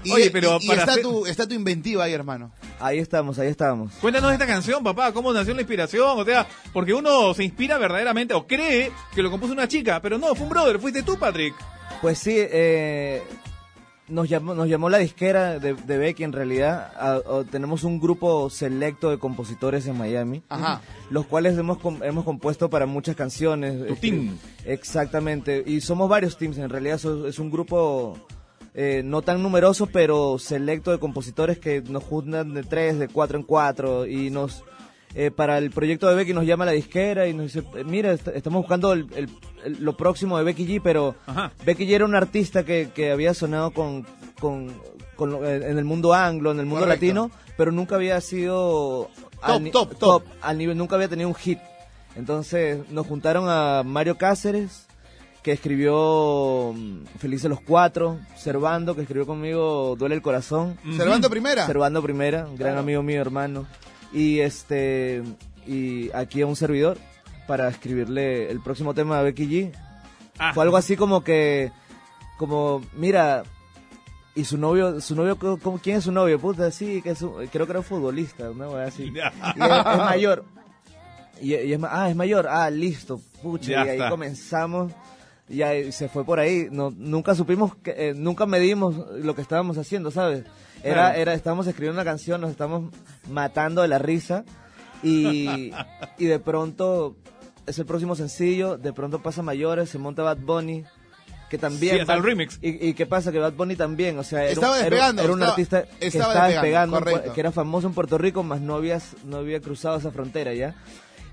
[SPEAKER 1] Y,
[SPEAKER 14] Oye, pero
[SPEAKER 1] y- y
[SPEAKER 14] para
[SPEAKER 1] está,
[SPEAKER 14] hacer-
[SPEAKER 1] tu, está tu inventiva ahí, hermano.
[SPEAKER 14] Ahí estamos, ahí estamos.
[SPEAKER 3] Cuéntanos esta canción, papá, cómo nació la inspiración, o sea, porque uno se inspira verdaderamente o cree que lo compuso una chica, pero no, fue un brother, fuiste tú, Patrick.
[SPEAKER 14] Pues sí, eh, nos, llamó, nos llamó la disquera de, de Becky en realidad. A- a- tenemos un grupo selecto de compositores en Miami,
[SPEAKER 1] Ajá.
[SPEAKER 14] los cuales hemos, com- hemos compuesto para muchas canciones. Este,
[SPEAKER 3] Tu team.
[SPEAKER 14] Exactamente, y somos varios teams en realidad, so- es un grupo... eh, no tan numeroso, pero selecto de compositores que nos juntan de tres, de cuatro en cuatro y nos eh, para el proyecto de Becky nos llama la disquera y nos dice, eh, mira, est- estamos buscando el- el- el- lo próximo de Becky G, pero Becky G era un artista que, que había sonado con, con- con lo- eh, en el mundo anglo, en el mundo
[SPEAKER 1] Correcto.
[SPEAKER 14] latino, pero nunca había sido
[SPEAKER 1] Top,
[SPEAKER 14] ni-
[SPEAKER 1] top,
[SPEAKER 14] al nivel, nunca había tenido un hit. Entonces nos juntaron a Mario Cáceres, que escribió mm, Felices los Cuatro, Servando, que escribió conmigo Duele el Corazón.
[SPEAKER 1] Servando Primera.
[SPEAKER 14] Servando Primera, un gran amigo mío, hermano. Y este y aquí a un servidor para escribirle el próximo tema de Becky G. Fue algo así como que, como, mira, y su novio, su novio co- co- ¿quién es su novio? Puta, sí, que es un- creo que era un futbolista, una weá así. Y es, es mayor. Y, y es, ma- ah, es mayor. Ah, listo. Pucha,
[SPEAKER 3] Ya
[SPEAKER 14] y ahí
[SPEAKER 3] está.
[SPEAKER 14] comenzamos. Y ahí se fue por ahí. No, nunca supimos, que, eh, nunca medimos lo que estábamos haciendo, ¿sabes? Era,
[SPEAKER 3] Claro.
[SPEAKER 14] era, estábamos escribiendo una canción, nos estamos matando de la risa. Y, y de pronto es el próximo sencillo, de pronto pasa Mayores, se monta Bad Bunny, que también...
[SPEAKER 3] Sí, hasta el
[SPEAKER 14] Bad-
[SPEAKER 3] remix.
[SPEAKER 14] Y, y qué pasa, que Bad Bunny también, o sea, era, un-
[SPEAKER 1] Estaba
[SPEAKER 14] era un-
[SPEAKER 1] despegando,
[SPEAKER 14] era un
[SPEAKER 1] estaba-
[SPEAKER 14] artista que
[SPEAKER 1] estaba
[SPEAKER 14] estaba,
[SPEAKER 1] despegando,
[SPEAKER 14] despegando, pues,
[SPEAKER 1] correcto.
[SPEAKER 14] que era famoso en Puerto Rico, más no había, no había cruzado esa frontera ya.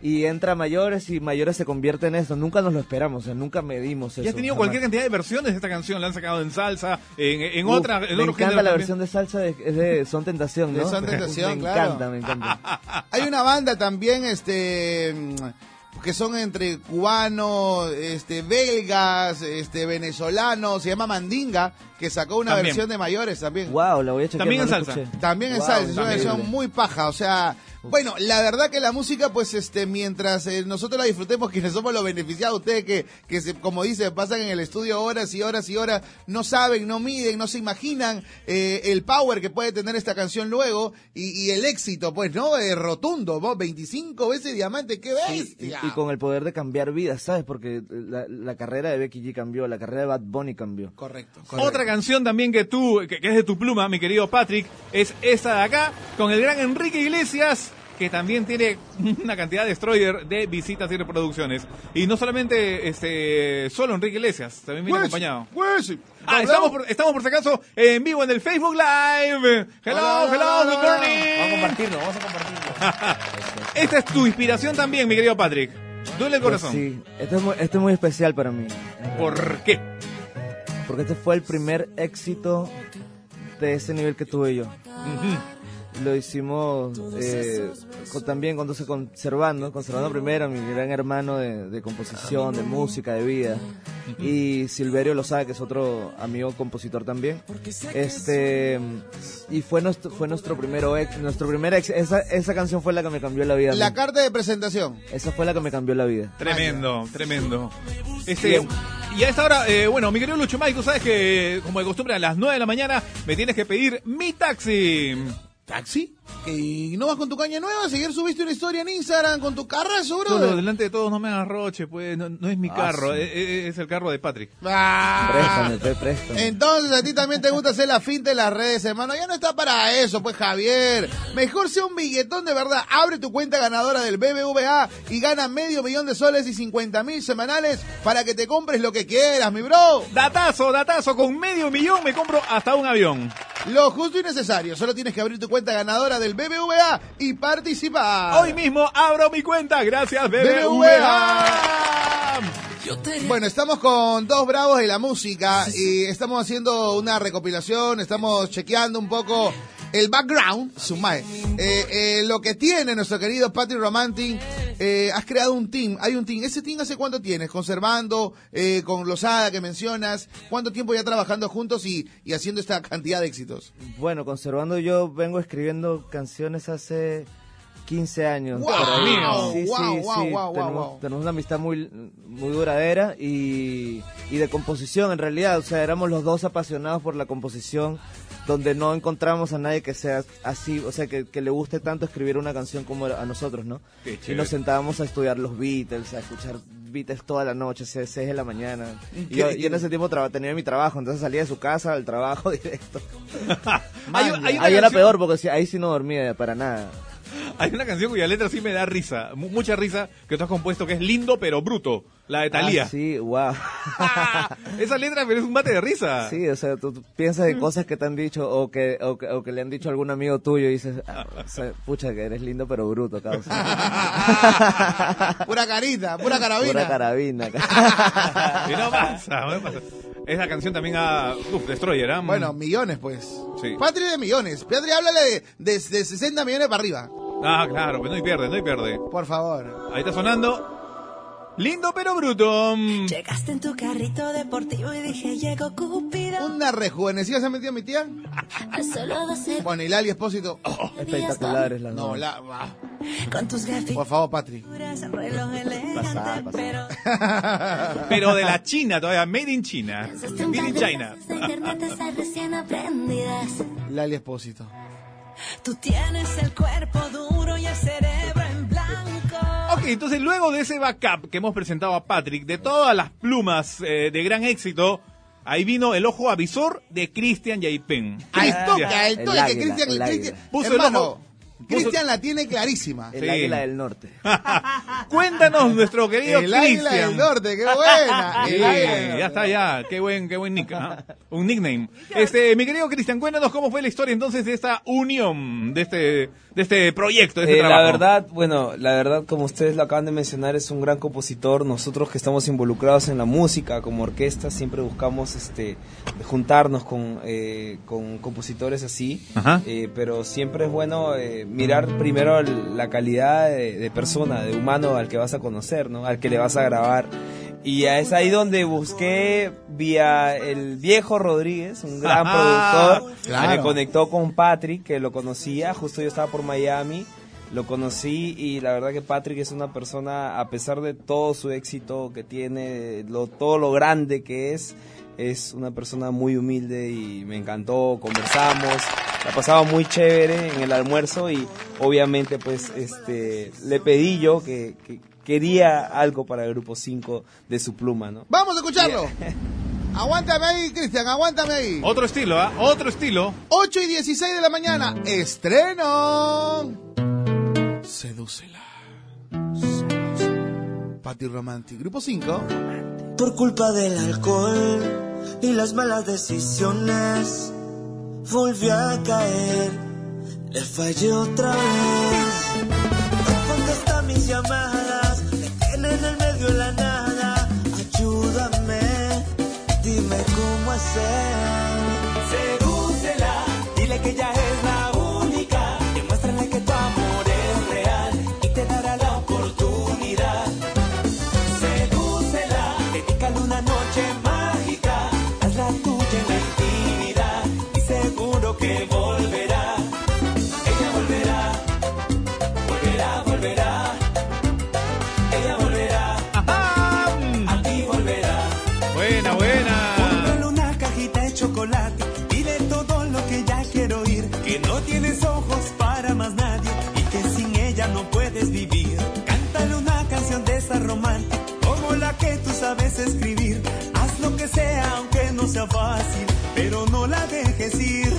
[SPEAKER 14] Y entra a Mayores y Mayores se convierte en esto. Nunca nos lo esperamos, o sea, nunca medimos eso.
[SPEAKER 3] Y has tenido
[SPEAKER 14] jamás.
[SPEAKER 3] cualquier cantidad de versiones de esta canción, la han sacado en salsa, en, en
[SPEAKER 14] Uf,
[SPEAKER 3] otra, en
[SPEAKER 14] me
[SPEAKER 3] otro
[SPEAKER 14] encanta
[SPEAKER 3] género
[SPEAKER 14] la
[SPEAKER 3] también.
[SPEAKER 14] versión de salsa de, es de Son Tentación,
[SPEAKER 1] De
[SPEAKER 14] ¿no?
[SPEAKER 1] Son Tentación,
[SPEAKER 14] me
[SPEAKER 1] claro.
[SPEAKER 14] encanta, Ah, me encanta.
[SPEAKER 1] Hay una banda también, este mm, que son entre cubanos, este, belgas, este, venezolanos, se llama Mandinga, que sacó una
[SPEAKER 14] También.
[SPEAKER 1] versión de mayores también.
[SPEAKER 14] Wow, la voy a chequear.
[SPEAKER 3] También
[SPEAKER 14] no
[SPEAKER 3] en
[SPEAKER 14] la
[SPEAKER 3] salsa.
[SPEAKER 14] escuché.
[SPEAKER 1] También es
[SPEAKER 14] Wow,
[SPEAKER 1] salsa, es una
[SPEAKER 14] increíble.
[SPEAKER 1] versión muy paja, o sea, bueno, la verdad que la música, pues, este, mientras eh, nosotros la disfrutemos, quienes somos los beneficiados, ustedes que, que se, como dice, pasan en el estudio horas y horas y horas, no saben, no miden, no se imaginan eh, el power que puede tener esta canción luego y, y el éxito, pues, ¿no? Eh, rotundo, ¿no? 25 veces diamante, qué
[SPEAKER 14] Y,
[SPEAKER 1] bestia.
[SPEAKER 14] y con el poder de cambiar vidas, ¿sabes? Porque la, la carrera de Becky G cambió, la carrera de Bad Bunny cambió.
[SPEAKER 1] Correcto.
[SPEAKER 3] Otra canción también que tú, que, que es de tu pluma, mi querido Patrick, es esta de acá, con el gran Enrique Iglesias, que también tiene una cantidad de destroyer de visitas y reproducciones. Y no solamente este solo Enrique Iglesias, también viene
[SPEAKER 1] Pues,
[SPEAKER 3] acompañado.
[SPEAKER 1] pues,
[SPEAKER 3] Ah, estamos por, estamos por si acaso en vivo en el Facebook Live. Hello, hello, good
[SPEAKER 11] Vamos a
[SPEAKER 3] morning.
[SPEAKER 11] compartirlo, vamos a compartirlo.
[SPEAKER 3] Esta es tu inspiración también, mi querido Patrick. Duele el
[SPEAKER 14] Pues
[SPEAKER 3] corazón.
[SPEAKER 14] sí, esto es, muy, esto es muy especial para mí.
[SPEAKER 3] ¿Por qué?
[SPEAKER 14] Porque este fue el primer éxito de ese nivel que tuve yo. Lo hicimos eh, con- también cuando se conservando, conservando primero, mi gran hermano de, de composición, de música, de vida. Y Silverio lo sabe, que es otro amigo compositor también. Este y fue nuestro fue nuestro primero ex, nuestro primer ex, esa, esa canción fue la que me cambió la vida. a mí.
[SPEAKER 1] La carta de presentación.
[SPEAKER 14] esa fue la que me cambió la vida.
[SPEAKER 3] Tremendo, tremendo. Este, Y a esta hora, eh, bueno, mi querido Lucho Mike, tú sabes que, como de costumbre, a las 9 de la mañana me tienes que pedir mi taxi.
[SPEAKER 1] ¿Taxi? ¿Y no vas con tu caña nueva? Si ayer subiste una historia en Instagram con tu carrazo, bro.
[SPEAKER 3] Todo, delante de todos, no me agarroche, pues, no, no es
[SPEAKER 6] Ah,
[SPEAKER 3] mi carro, eh, eh, es el carro de Patrick.
[SPEAKER 1] Ah.
[SPEAKER 6] Préstame, pe, préstame.
[SPEAKER 1] Entonces, a ti también te gusta hacer la finta en las redes, hermano. Ya no está para eso, pues, Javier. Mejor sea un billetón de verdad. Abre tu cuenta ganadora del BBVA y gana medio millón de soles y 50 mil semanales para que te compres lo que quieras, mi bro.
[SPEAKER 3] Datazo, datazo. Con medio millón me compro hasta un avión.
[SPEAKER 1] Lo justo y necesario. Solo tienes que abrir tu cuenta ganadora del BBVA y
[SPEAKER 6] Ah.
[SPEAKER 1] participar.
[SPEAKER 3] Hoy mismo abro mi cuenta, gracias BBVA.
[SPEAKER 1] Bueno, estamos con dos bravos de la música y estamos haciendo una recopilación, estamos chequeando un poco el background, sumae, eh, eh, lo que tiene nuestro querido Patrick Romantic. eh, has creado un team, hay un team. ¿Ese team hace cuánto tienes? Conservando, eh, con Lozada que mencionas. ¿Cuánto tiempo ya trabajando juntos y, y haciendo esta cantidad de éxitos?
[SPEAKER 6] Bueno, conservando yo vengo escribiendo canciones hace 15 años.
[SPEAKER 1] ¡Wow!
[SPEAKER 6] por ahí.
[SPEAKER 1] ¡Wow!
[SPEAKER 6] Sí, sí,
[SPEAKER 1] ¡Wow, wow, wow,
[SPEAKER 6] sí,
[SPEAKER 1] wow,
[SPEAKER 6] tenemos,
[SPEAKER 1] wow!
[SPEAKER 6] tenemos una amistad muy, muy duradera y, y de composición en realidad. O sea, éramos los dos apasionados por la composición donde no encontramos a nadie que sea así, o sea, que, que le guste tanto escribir una canción como a nosotros, ¿no?
[SPEAKER 3] Qué
[SPEAKER 6] Y
[SPEAKER 3] chévere.
[SPEAKER 6] nos sentábamos a estudiar los Beatles, a escuchar Beatles toda la noche, 6 de la mañana.
[SPEAKER 3] Qué-
[SPEAKER 6] Y yo, yo en ese tiempo traba- tenía mi trabajo, entonces salía de su casa al trabajo directo.
[SPEAKER 3] Hay un- hay una
[SPEAKER 6] ahí era
[SPEAKER 3] canción-
[SPEAKER 6] peor porque sí, ahí sí no dormía para nada.
[SPEAKER 3] Hay una canción cuya letra sí me da risa, mu- mucha risa, que tú has compuesto, que es lindo pero bruto, la de Talía.
[SPEAKER 6] Ah, sí, wow.
[SPEAKER 3] Esa letra pero es un mate de risa.
[SPEAKER 6] Sí, o sea, tú, tú piensas en cosas que te han dicho o que, o, que, o que le han dicho a algún amigo tuyo y dices, ah, o sea, pucha, que eres lindo pero bruto, causa.
[SPEAKER 1] Pura carita, pura carabina.
[SPEAKER 6] Pura carabina.
[SPEAKER 3] Y no pasa, no pasa. Esa canción también a uf, Destroyer, ¿ah?
[SPEAKER 1] Bueno, millones, pues.
[SPEAKER 3] Sí.
[SPEAKER 1] Patri de millones. Patri, háblale de, de- de 60 millones para arriba.
[SPEAKER 3] Ah, claro, pues no y pierde, no y pierde.
[SPEAKER 1] Por favor.
[SPEAKER 3] Ahí está sonando. Lindo pero bruto.
[SPEAKER 4] Llegaste en tu carrito deportivo y dije, llego Cupido.
[SPEAKER 1] Una rejuvenecida se ha metido mi tía.
[SPEAKER 4] A solo 12
[SPEAKER 1] Bueno, y Lali Espósito. Oh,
[SPEAKER 6] Espectaculares las
[SPEAKER 1] no,
[SPEAKER 6] dos.
[SPEAKER 1] la. ah.
[SPEAKER 4] con tus
[SPEAKER 1] Por favor, Patri.
[SPEAKER 4] gafituras, el reloj elegante, pero
[SPEAKER 3] Pero de la China todavía, made in China.
[SPEAKER 4] un
[SPEAKER 3] Made in
[SPEAKER 4] par de
[SPEAKER 3] China.
[SPEAKER 4] de internet esas recién aprendidas.
[SPEAKER 1] Lali Espósito.
[SPEAKER 4] Tú tienes el cuerpo duro y el cerebro en blanco.
[SPEAKER 3] Ok, entonces luego de ese backup que hemos presentado a Patrick, de todas las plumas eh, de gran éxito, ahí vino el ojo avisor de Christian Yaipen.
[SPEAKER 1] Al
[SPEAKER 3] Ya.
[SPEAKER 1] toque, al
[SPEAKER 6] El
[SPEAKER 1] toque, que
[SPEAKER 6] águila,
[SPEAKER 1] Cristian.
[SPEAKER 6] el
[SPEAKER 1] Cristian-
[SPEAKER 6] águila.
[SPEAKER 3] Puso el
[SPEAKER 1] hermano,
[SPEAKER 3] ojo.
[SPEAKER 1] Cristian la tiene clarísima.
[SPEAKER 6] El
[SPEAKER 3] Sí.
[SPEAKER 6] águila del norte.
[SPEAKER 3] Cuéntanos, nuestro querido
[SPEAKER 1] El águila
[SPEAKER 3] Christian.
[SPEAKER 1] del norte, qué buena. Eh,
[SPEAKER 3] Sí,
[SPEAKER 1] El águila del
[SPEAKER 3] ya está, ya. Qué buen, qué buen nick. ¿ah? Un nickname. Este, mi querido Cristian, cuéntanos cómo fue la historia entonces de esta unión, de este, de este proyecto, de este
[SPEAKER 14] Eh, la
[SPEAKER 3] trabajo.
[SPEAKER 14] verdad, bueno, la verdad, como ustedes lo acaban de mencionar, es un gran compositor. Nosotros que estamos involucrados en la música como orquesta, siempre buscamos este, juntarnos con, eh, con compositores así.
[SPEAKER 3] Ajá.
[SPEAKER 14] Eh, pero siempre es bueno eh, mirar primero el- la calidad de, de persona, de humano al que vas a conocer, ¿no? Al que le vas a grabar. Y es ahí donde busqué vía el viejo Rodríguez, un gran
[SPEAKER 3] Ajá,
[SPEAKER 14] productor, que
[SPEAKER 1] claro.
[SPEAKER 14] me conectó con Patrick, que lo conocía, justo yo estaba por Miami, lo conocí y la verdad que Patrick es una persona, a pesar de todo su éxito que tiene, lo, todo lo grande que es, es una persona muy humilde y me encantó, conversamos, la pasaba muy chévere en el almuerzo y obviamente pues este le pedí yo que, que quería algo para el grupo 5 de su pluma, ¿no?
[SPEAKER 1] Vamos a escucharlo. Aguántame ahí, Cristian, aguántame ahí.
[SPEAKER 3] Otro estilo, ¿ah? Otro estilo.
[SPEAKER 1] 8 y 16 de la mañana, estreno. Sedúcela. Patty Romantic, grupo 5.
[SPEAKER 10] Por culpa del alcohol y las malas decisiones, volví a caer, le fallé otra vez. No contesta mis llamadas, me tiene en el medio de la nada. Ayúdame, dime cómo hacer. Sedúcela, dile que ya es la única. Demuéstrale que tu amor es real y te dará la oportunidad. Sedúcela, dedícale una noche mágica, hazla tuya en la intimidad y seguro que volverá. Ella volverá, volverá, volverá.
[SPEAKER 6] puedes vivir. Cántale una canción de esa romántica, como la que tú sabes escribir. Haz lo que sea, aunque no sea fácil, pero no la dejes ir.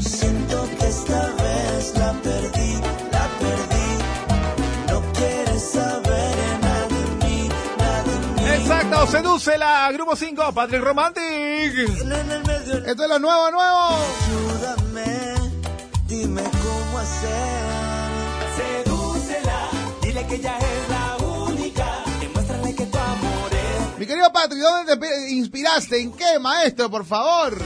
[SPEAKER 6] Siento que esta vez la perdí, la perdí. No quieres saber nada de mí, nada de mí.
[SPEAKER 3] Exacto, seduce la Grupo 5, Patrick Romantic.
[SPEAKER 1] Esto es lo nuevo, nuevo.
[SPEAKER 6] Ayúdame, dime cómo hacer. Sedúcela, dile que ella es la única. Demuéstrale que tu amor es.
[SPEAKER 1] Mi querido Patrick, ¿dónde te pe- inspiraste? ¿En qué, maestro? Por favor.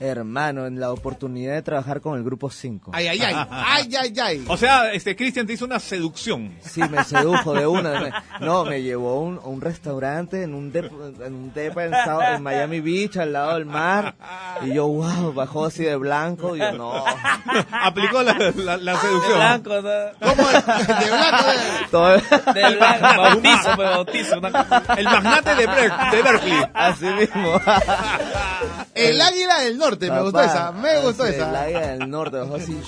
[SPEAKER 15] Hermano, en la oportunidad de trabajar con el grupo 5.
[SPEAKER 1] Ay, ay, ay. Ay, ay, ay.
[SPEAKER 3] O sea, este Cristian te hizo una seducción.
[SPEAKER 15] Sí, me sedujo de una. de una. No, me llevó a un, a un restaurante en un, dep- en un depa en, Sao- en Miami Beach, al lado del mar. Y yo, wow, bajó así de blanco. Y yo, no.
[SPEAKER 3] Aplicó la, la, la seducción.
[SPEAKER 14] blanco, ¿no?
[SPEAKER 15] Todo-
[SPEAKER 14] De blanco, bautizo, pues, bautizo. una cosa.
[SPEAKER 3] El magnate de, Ber- de Berkeley.
[SPEAKER 15] Así mismo.
[SPEAKER 1] El ah, águila del norte, me gustó
[SPEAKER 15] Papá,
[SPEAKER 1] esa, me gustó
[SPEAKER 15] así,
[SPEAKER 1] esa.
[SPEAKER 15] El águila del norte, bajó así.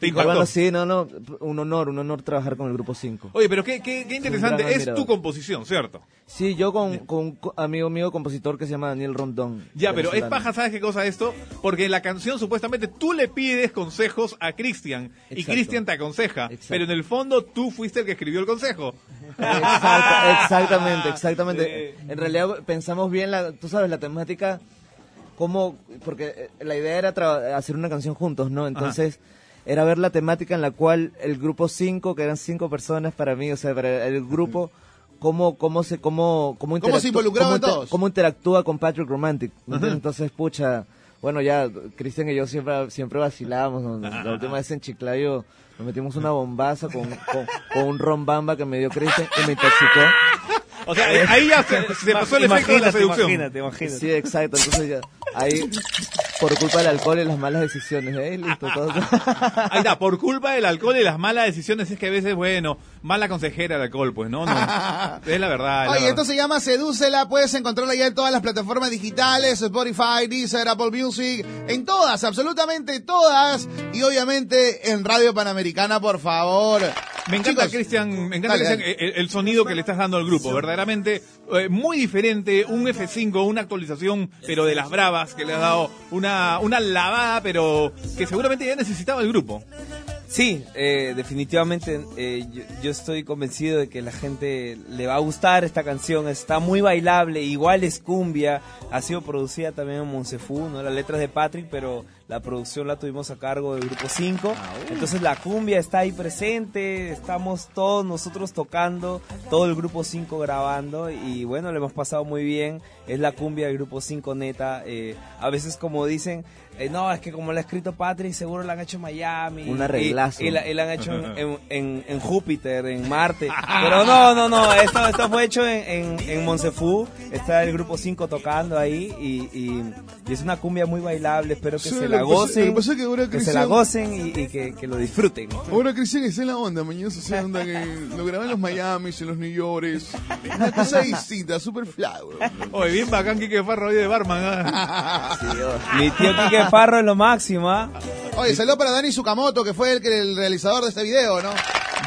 [SPEAKER 3] Te
[SPEAKER 15] Y
[SPEAKER 3] impactó.
[SPEAKER 15] bueno, sí, no, no, un honor, un honor trabajar con el grupo 5.
[SPEAKER 3] Oye, pero qué, qué, qué interesante.
[SPEAKER 15] gran
[SPEAKER 3] Es tu
[SPEAKER 15] admirador.
[SPEAKER 3] composición, ¿cierto?
[SPEAKER 15] Sí, yo con, con un co- amigo mío compositor que se llama Daniel Rondón.
[SPEAKER 3] Ya, pero es
[SPEAKER 15] venezolano.
[SPEAKER 3] paja, ¿sabes qué cosa esto? Porque en la canción supuestamente tú le pides consejos a Cristian y
[SPEAKER 15] Exacto.
[SPEAKER 3] Cristian te aconseja, pero en el fondo tú fuiste el que escribió el consejo.
[SPEAKER 15] Exacta- exactamente, exactamente. En realidad pensamos bien, la, tú sabes, la temática, cómo, porque eh, la idea era tra- hacer una canción juntos, ¿no? Entonces, era ver la temática en la cual el grupo 5, que eran cinco personas para mí, o sea, para el grupo, cómo, cómo se, cómo, cómo,
[SPEAKER 1] ¿Cómo
[SPEAKER 15] interactú-
[SPEAKER 1] se involucraban
[SPEAKER 15] cómo inter-
[SPEAKER 1] todos?
[SPEAKER 15] cómo interactúa con Patrick Romantic. ¿me entiendes?
[SPEAKER 1] Ajá.
[SPEAKER 15] Entonces, pucha, bueno, ya, Cristian y yo siempre, siempre vacilábamos. ¿no? La última vez en Chiclayo nos metimos una bombaza con, con, con un rombamba que me dio Cristian y me intoxicó.
[SPEAKER 3] O sea, eh, ahí ya se, se pasó el efecto de la
[SPEAKER 14] Imagínate,
[SPEAKER 3] seducción.
[SPEAKER 14] imagínate, imagínate.
[SPEAKER 15] Sí, exacto. Entonces ya, ahí, por culpa del alcohol y las malas decisiones, ¿eh? Listo, todo.
[SPEAKER 3] Ahí está, por culpa del alcohol y las malas decisiones es que a veces, bueno, mala consejera el alcohol, pues no, no. Es la verdad. es la
[SPEAKER 1] Oye,
[SPEAKER 3] verdad.
[SPEAKER 1] esto se llama Sedúcela, puedes encontrarla ya en todas las plataformas digitales, Spotify, Deezer, Apple Music, en todas, absolutamente todas, y obviamente en Radio Panamericana, por favor.
[SPEAKER 3] Me encanta,
[SPEAKER 1] Chicos,
[SPEAKER 3] Cristian, me encanta,
[SPEAKER 1] dale,
[SPEAKER 3] Cristian,
[SPEAKER 1] dale.
[SPEAKER 3] el, el sonido que le estás dando al grupo. Verdaderamente eh, muy diferente, un F5, una actualización, pero de las bravas, que le has dado una, una lavada, pero que seguramente ya necesitaba el grupo.
[SPEAKER 14] Sí, eh, definitivamente eh, yo, yo estoy convencido de que la gente le va a gustar esta canción, está muy bailable, igual es cumbia, ha sido producida también en Monsefú, ¿no? las letras de Patrick, pero la producción la tuvimos a cargo del Grupo 5, entonces la cumbia está ahí presente, estamos todos nosotros tocando, todo el Grupo 5 grabando y bueno, lo hemos pasado muy bien, es la cumbia del Grupo 5 neta, eh, a veces como dicen, eh, no, es que como la ha escrito Patrick, seguro la han hecho en Miami.
[SPEAKER 15] Un arreglazo.
[SPEAKER 14] Y, y la, y la han hecho en, en- en- en Júpiter, en Marte. Pero no, no, no. Esto, esto fue hecho en, en, en Monsefú. Está el grupo 5 tocando ahí. Y, y- y es una cumbia muy bailable. Espero que
[SPEAKER 1] Sí, lo
[SPEAKER 14] se la
[SPEAKER 1] que pasa-
[SPEAKER 14] gocen.
[SPEAKER 1] lo que pasa es que ahora
[SPEAKER 14] se la
[SPEAKER 1] Cristian-
[SPEAKER 14] gocen y, y que, que lo disfruten.
[SPEAKER 1] Ahora Cristian está en la onda, mañana o sea, onda que lo graban en los Miami, en los New York. Una cosa distinta, super flower.
[SPEAKER 3] Oye, bien bacán Kike Farro hoy de barman. ¿ah?
[SPEAKER 14] Mi tío Quique Parro es lo máximo. ¿ah?
[SPEAKER 1] Oye, saludo para Dani Sukamoto, que fue el, que- el realizador de este video, ¿no?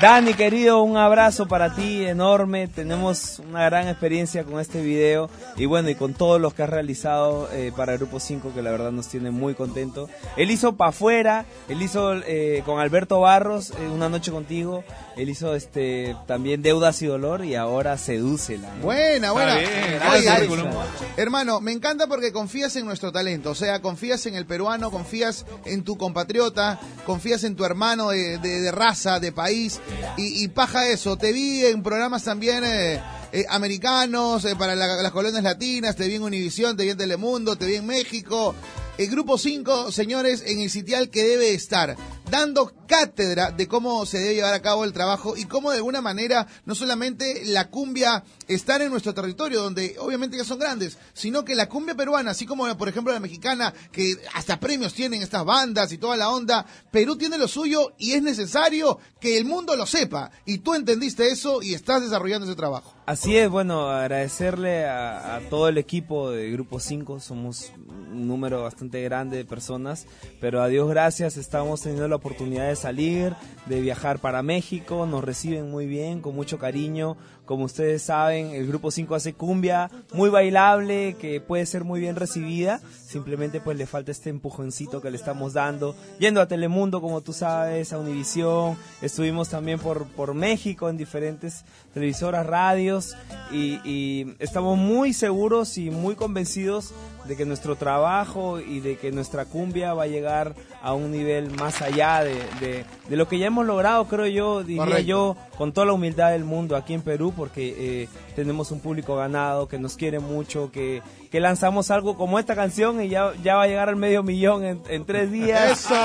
[SPEAKER 14] Dani, querido, un abrazo para ti enorme. Tenemos una gran experiencia con este video y bueno, y con todos los que has realizado eh, para Grupo 5, que la verdad nos tiene muy contentos. Él hizo Pa' Fuera, él hizo eh, con Alberto Barros, eh, Una Noche Contigo, él hizo este también Deudas y Dolor y ahora Sedúcela. ¿no?
[SPEAKER 1] Buena, buena.
[SPEAKER 14] bien,
[SPEAKER 1] Oye,
[SPEAKER 14] gran currículum.
[SPEAKER 1] hermano, me encanta porque confías en nuestro talento, o sea, confías en el peruano, confías en tu compatriota, confías en tu hermano de, de- de raza, de país, y, y paja eso. Te vi en programas también eh, eh, americanos, eh, para la- las colonias latinas, te vi en Univisión, te vi en Telemundo, te vi en México. El grupo 5, señores, en el sitial que debe estar, dando cátedra de cómo se debe llevar a cabo el trabajo y cómo de alguna manera no solamente la cumbia estar en nuestro territorio, donde obviamente ya son grandes, sino que la cumbia peruana, así como por ejemplo la mexicana, que hasta premios tienen estas bandas y toda la onda, Perú tiene lo suyo y es necesario que el mundo lo sepa. Y tú entendiste eso y estás desarrollando ese trabajo.
[SPEAKER 14] Así es, bueno, agradecerle a, a todo el equipo de Grupo 5, somos un número bastante grande de personas, pero a Dios gracias estamos teniendo la oportunidad de
[SPEAKER 11] salir, de viajar para México. Nos reciben muy bien, con mucho cariño. Como ustedes saben, el grupo 5 hace cumbia, muy bailable, que puede ser muy bien recibida. Simplemente pues le falta este empujoncito que le estamos dando. Yendo a Telemundo, como tú sabes, a Univisión. Estuvimos también por, por México en diferentes televisoras, radios. Y, y estamos muy seguros y muy convencidos de que nuestro trabajo y de que nuestra cumbia va a llegar a un nivel más allá de, de- de lo que ya hemos logrado, creo yo, diría
[SPEAKER 1] Correcto.
[SPEAKER 11] yo, con toda la humildad del mundo aquí en Perú, porque eh, tenemos un público ganado que nos quiere mucho, que, que lanzamos algo como esta canción y ya, ya va a llegar al medio millón en, en tres días.
[SPEAKER 1] ¡Eso!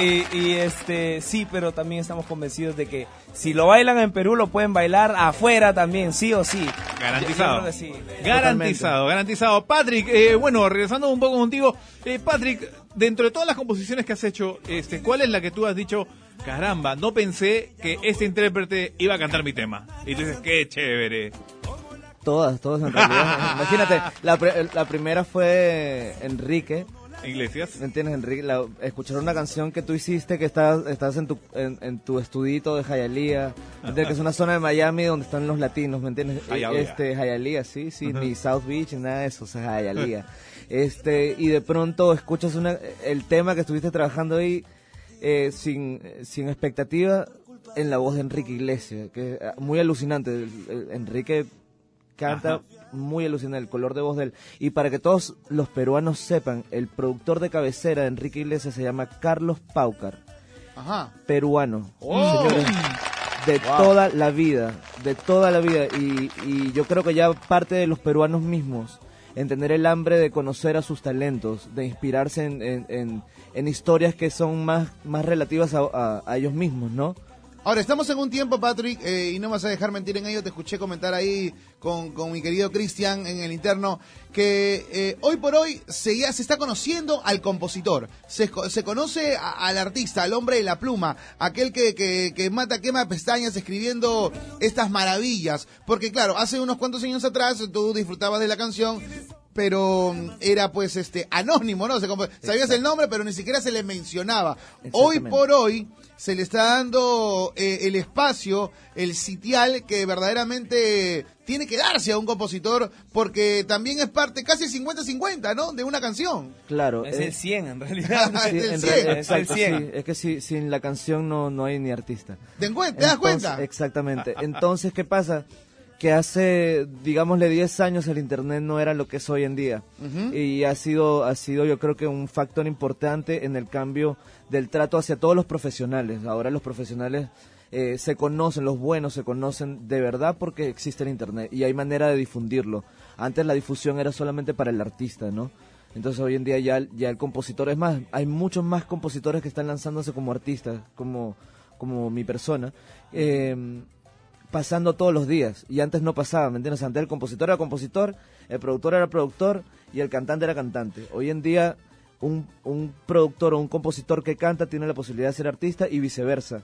[SPEAKER 11] Eh, Y, y, este sí, pero también estamos convencidos de que si lo bailan en Perú, lo pueden bailar afuera también, sí o sí.
[SPEAKER 3] Garantizado.
[SPEAKER 11] Yo- yo creo que sí.
[SPEAKER 3] Garantizado, garantizado. Patrick, eh, bueno, regresando un poco contigo, eh, Patrick, dentro de todas las composiciones que has hecho, este, ¿cuál es la que tú has dicho, caramba, no pensé que este intérprete iba a cantar mi tema? Y tú dices, qué chévere.
[SPEAKER 14] Todas, todas en realidad. Imagínate, la, pre- la primera fue Enrique.
[SPEAKER 3] Iglesias.
[SPEAKER 14] ¿Me entiendes, Enrique? La- escuchar una canción que tú hiciste que estás, estás en, tu, en, en tu estudito de Jayalía, ¿me entiendes? que es una zona de Miami donde están los latinos, ¿me entiendes?
[SPEAKER 11] Hialeah.
[SPEAKER 14] Este, Jayalía, sí, sí,
[SPEAKER 11] Ujú.
[SPEAKER 14] ni South Beach, ni nada de eso, o sea, Hialeah. Este, y de pronto escuchas una, el tema que estuviste trabajando ahí eh, sin, sin expectativa en la voz de Enrique Iglesias, que es ah, muy alucinante. El- el- Enrique canta
[SPEAKER 11] Ajá.
[SPEAKER 14] muy alucinante, el color de voz de él. Y para que todos los peruanos sepan, el productor de cabecera de Enrique Iglesias se llama Carlos Paucar,
[SPEAKER 1] Ajá.
[SPEAKER 14] peruano.
[SPEAKER 1] Oh.
[SPEAKER 14] Señores, de
[SPEAKER 1] Wow.
[SPEAKER 14] toda la vida, de toda la vida. Y, y yo creo que ya parte de los peruanos mismos, entender el hambre de conocer a sus talentos, de inspirarse en, en- en- en historias que son más, más relativas a, a- a ellos mismos, ¿no?
[SPEAKER 1] Ahora, estamos en un tiempo, Patrick, eh, y no me vas a dejar mentir en ello. Te escuché comentar ahí con, con mi querido Cristian en el interno que eh, hoy por hoy se, ya se está conociendo al compositor. Se, esco- se conoce a- al artista, al hombre de la pluma, aquel que, que- que mata, quema pestañas escribiendo estas maravillas. Porque, claro, hace unos cuantos años atrás tú disfrutabas de la canción. Pero mm, era pues este anónimo, ¿no? Se compo- Sabías el nombre, pero ni siquiera se le mencionaba. Hoy
[SPEAKER 14] Exactamente.
[SPEAKER 1] por hoy se le está dando eh, el espacio, el sitial que verdaderamente tiene que darse a un compositor porque también es parte casi 50-50, ¿no? De una canción.
[SPEAKER 14] Claro.
[SPEAKER 11] Es
[SPEAKER 14] eh,
[SPEAKER 11] el 100 en realidad.
[SPEAKER 14] Sí,
[SPEAKER 11] Es
[SPEAKER 14] en
[SPEAKER 11] el
[SPEAKER 14] realidad,
[SPEAKER 11] 100.
[SPEAKER 14] exacto, sí. Es que si- sin la canción no, no hay ni artista.
[SPEAKER 1] ¿Te, encuen- te das
[SPEAKER 14] Entonces-
[SPEAKER 1] cuenta?
[SPEAKER 14] Exactamente. Entonces, ¿qué pasa? Que hace, digámosle, 10 años el Internet no era lo que es hoy en día.
[SPEAKER 1] Ujú.
[SPEAKER 14] Y ha sido, ha sido, yo creo que un factor importante en el cambio del trato hacia todos los profesionales. Ahora los profesionales eh, se conocen, los buenos se conocen de verdad porque existe el Internet y hay manera de difundirlo. Antes la difusión era solamente para el artista, ¿no? Entonces hoy en día ya, ya el compositor, es más, hay muchos más compositores que están lanzándose como artistas, como, como mi persona. eh, pasando todos los días. Y antes no pasaba, ¿me entiendes? Antes el compositor era compositor, el productor era productor y el cantante era cantante. Hoy en día un, un productor o un compositor que canta tiene la posibilidad de ser artista y viceversa.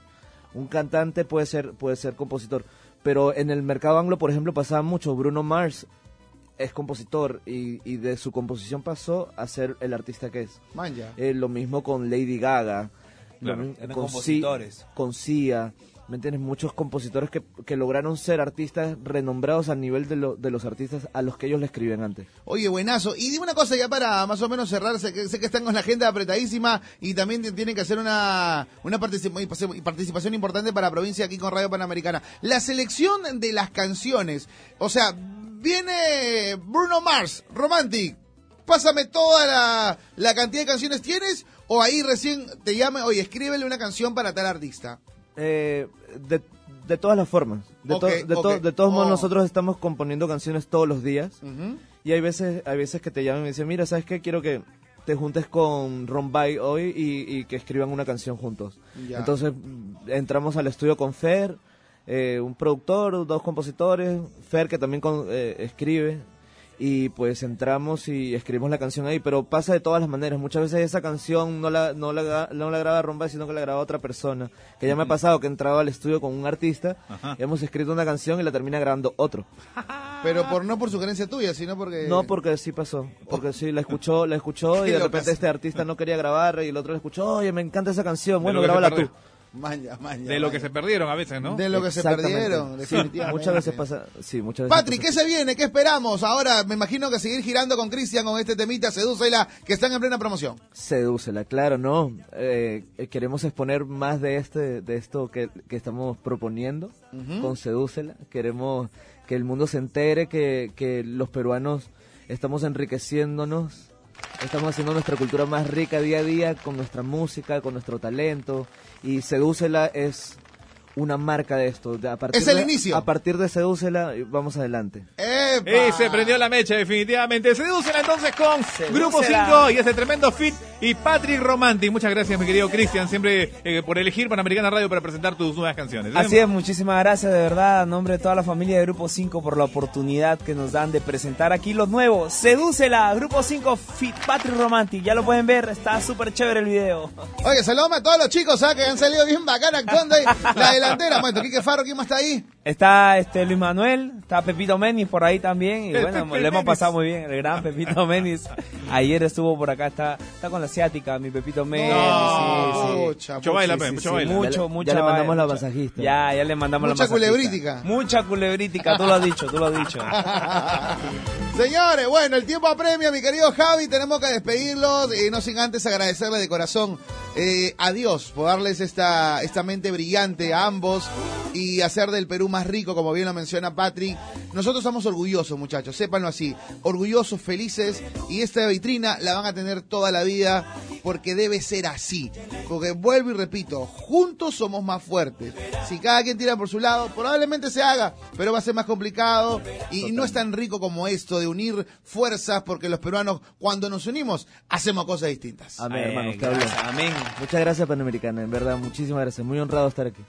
[SPEAKER 14] Un cantante puede ser, puede ser compositor. Pero en el mercado anglo, por ejemplo, pasaba mucho. Bruno Mars es compositor y, y de su composición pasó a ser el artista que es.
[SPEAKER 1] Man, ya.
[SPEAKER 14] Eh, lo mismo con Lady Gaga.
[SPEAKER 11] Claro,
[SPEAKER 14] lo mi-
[SPEAKER 11] eran
[SPEAKER 14] con
[SPEAKER 11] compositores.
[SPEAKER 14] Sia- con Sia. ¿Me entiendes? Muchos compositores que, que lograron ser artistas renombrados a nivel de, lo- de los artistas a los que ellos le escribían antes.
[SPEAKER 1] Oye, buenazo. Y dime una cosa ya para más o menos cerrar, sé que, sé que están con la agenda apretadísima y también t- tienen que hacer una, una participa- participación importante para provincia aquí con Radio Panamericana. La selección de las canciones, o sea, viene Bruno Mars, Romantic, pásame toda la, la cantidad de canciones tienes o ahí recién te llame, oye, escríbele una canción para tal artista.
[SPEAKER 14] Eh, de, de todas las formas. De, to-
[SPEAKER 1] Ok,
[SPEAKER 14] de, to-
[SPEAKER 1] ok.
[SPEAKER 14] de todos modos,
[SPEAKER 1] Oh.
[SPEAKER 14] nosotros estamos componiendo canciones todos los días.
[SPEAKER 1] Ujú.
[SPEAKER 14] Y hay veces, hay veces que te llaman y me dicen, mira, ¿sabes qué? Quiero que te juntes con Rombay hoy y, y que escriban una canción juntos.
[SPEAKER 1] Ya.
[SPEAKER 14] Entonces mm, entramos al estudio con Fer, eh, un productor, dos compositores, Fer que también con- eh, escribe. Y pues entramos y escribimos la canción ahí, pero pasa de todas las maneras. Muchas veces esa canción no la, no la, gra- no la graba Rombay, sino que la graba otra persona. Que ya me ha pasado que he entrado al estudio con un artista,
[SPEAKER 1] Ajá.
[SPEAKER 14] y hemos escrito una canción y la termina grabando otro.
[SPEAKER 1] Pero por no por sugerencia tuya, sino porque...
[SPEAKER 14] No, porque sí pasó. Porque sí, la escuchó, la escuchó y
[SPEAKER 1] Qué
[SPEAKER 14] de
[SPEAKER 1] locas.
[SPEAKER 14] repente este artista no quería grabar y el otro le escuchó, oye, me encanta esa canción,
[SPEAKER 1] De
[SPEAKER 14] bueno,
[SPEAKER 1] lo que se
[SPEAKER 14] grábala tú.
[SPEAKER 1] perdió. Maña, maña.
[SPEAKER 3] De lo que se perdieron a veces, ¿no?
[SPEAKER 1] De lo que se
[SPEAKER 14] Exactamente.
[SPEAKER 1] perdieron,
[SPEAKER 14] Sí,
[SPEAKER 1] definitivamente.
[SPEAKER 14] muchas veces pasa. Sí, muchas veces
[SPEAKER 1] Patrick, ¿qué se viene? ¿Qué esperamos? Ahora me imagino que seguir girando con Cristian con este temita Sedúcela, que están en plena promoción.
[SPEAKER 14] Sedúcela, claro, no. Eh, eh, queremos exponer más de este, de esto que, que estamos proponiendo
[SPEAKER 1] Ujú.
[SPEAKER 14] con Sedúcela. Queremos que el mundo se entere que, que los peruanos estamos enriqueciéndonos, estamos haciendo nuestra cultura más rica día a día con nuestra música, con nuestro talento. Y Sedúcela es una marca de esto. De- A partir
[SPEAKER 3] Es el
[SPEAKER 14] de-
[SPEAKER 3] inicio.
[SPEAKER 14] A partir de Sedúcela, eh, vamos adelante.
[SPEAKER 3] Y Eh, se prendió la mecha, definitivamente. Sedúcela entonces con Grupo 5 y ese tremendo fit. Y Patrick Romanti, muchas gracias, mi querido Cristian, siempre eh, por elegir Panamericana Radio para presentar tus nuevas canciones. ¿eh?
[SPEAKER 11] Así es, muchísimas gracias de verdad a nombre de toda la familia de Grupo 5 por la oportunidad que nos dan de presentar aquí los nuevos. Sedúcela, Grupo 5 Fit Patrick Romantic. Ya lo pueden ver, está súper chévere el video.
[SPEAKER 1] Oye, saludos a todos los chicos, ¿sabes? Que han salido bien bacán actuando ahí. La delantera, bueno, Quique Farro, ¿quién más está ahí?
[SPEAKER 11] Está este Luis Manuel, está Pepito Menis por ahí también. Y
[SPEAKER 1] El
[SPEAKER 11] bueno,
[SPEAKER 1] Pepe
[SPEAKER 11] le hemos
[SPEAKER 1] Menis.
[SPEAKER 11] pasado muy bien. El gran Pepito Menis. Ayer estuvo por acá, está, está con la asiática, mi Pepito Menis. sí, sí.
[SPEAKER 1] Pucha, Mucho baila,
[SPEAKER 11] Sí,
[SPEAKER 3] pues,
[SPEAKER 1] pe,
[SPEAKER 11] sí,
[SPEAKER 1] mucho
[SPEAKER 11] sí,
[SPEAKER 1] baila. Ya
[SPEAKER 11] Mucho,
[SPEAKER 1] le-
[SPEAKER 11] mucho
[SPEAKER 14] ya le
[SPEAKER 11] baila,
[SPEAKER 14] mandamos la
[SPEAKER 11] mucha-
[SPEAKER 14] masajista.
[SPEAKER 11] Ya, ya le mandamos
[SPEAKER 1] Mucha
[SPEAKER 11] la masajista.
[SPEAKER 1] culebrítica.
[SPEAKER 11] Mucha culebrítica, tú lo has dicho, tú lo has dicho.
[SPEAKER 1] Señores, bueno, el tiempo apremia, mi querido Javi, tenemos que despedirlos y no sin antes agradecerle de corazón eh, a Dios por darles esta, esta mente brillante a ambos y hacer del Perú más rico, como bien lo menciona Patrick. Nosotros estamos orgullosos, muchachos, sépanlo así, orgullosos, felices y este esta vitrina la van a tener toda la vida porque debe ser así. Porque vuelvo y repito, juntos somos más fuertes. Si cada quien tira por su lado, probablemente se haga, pero va a ser más complicado y no es tan rico como esto de unir fuerzas porque los peruanos cuando nos unimos hacemos cosas distintas.
[SPEAKER 8] Ah.
[SPEAKER 14] Amén, hermano, usted habló.
[SPEAKER 1] gracias,
[SPEAKER 14] Muchas gracias, Panamericana, en verdad, muchísimas gracias. Muy honrado estar aquí.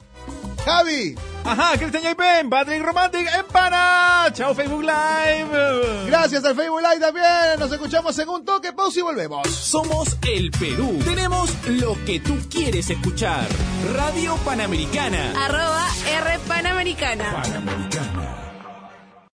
[SPEAKER 1] Javi.
[SPEAKER 3] Ajá, Cristian J. Patrick Romantic en Pana. Chao, Facebook Live.
[SPEAKER 1] Gracias al Facebook Live también. Nos escuchamos en un toque, pausa y volvemos.
[SPEAKER 16] Somos el Perú. Tenemos lo que tú quieres escuchar. Radio Panamericana.
[SPEAKER 17] Arroba R Panamericana.
[SPEAKER 16] Panamericana.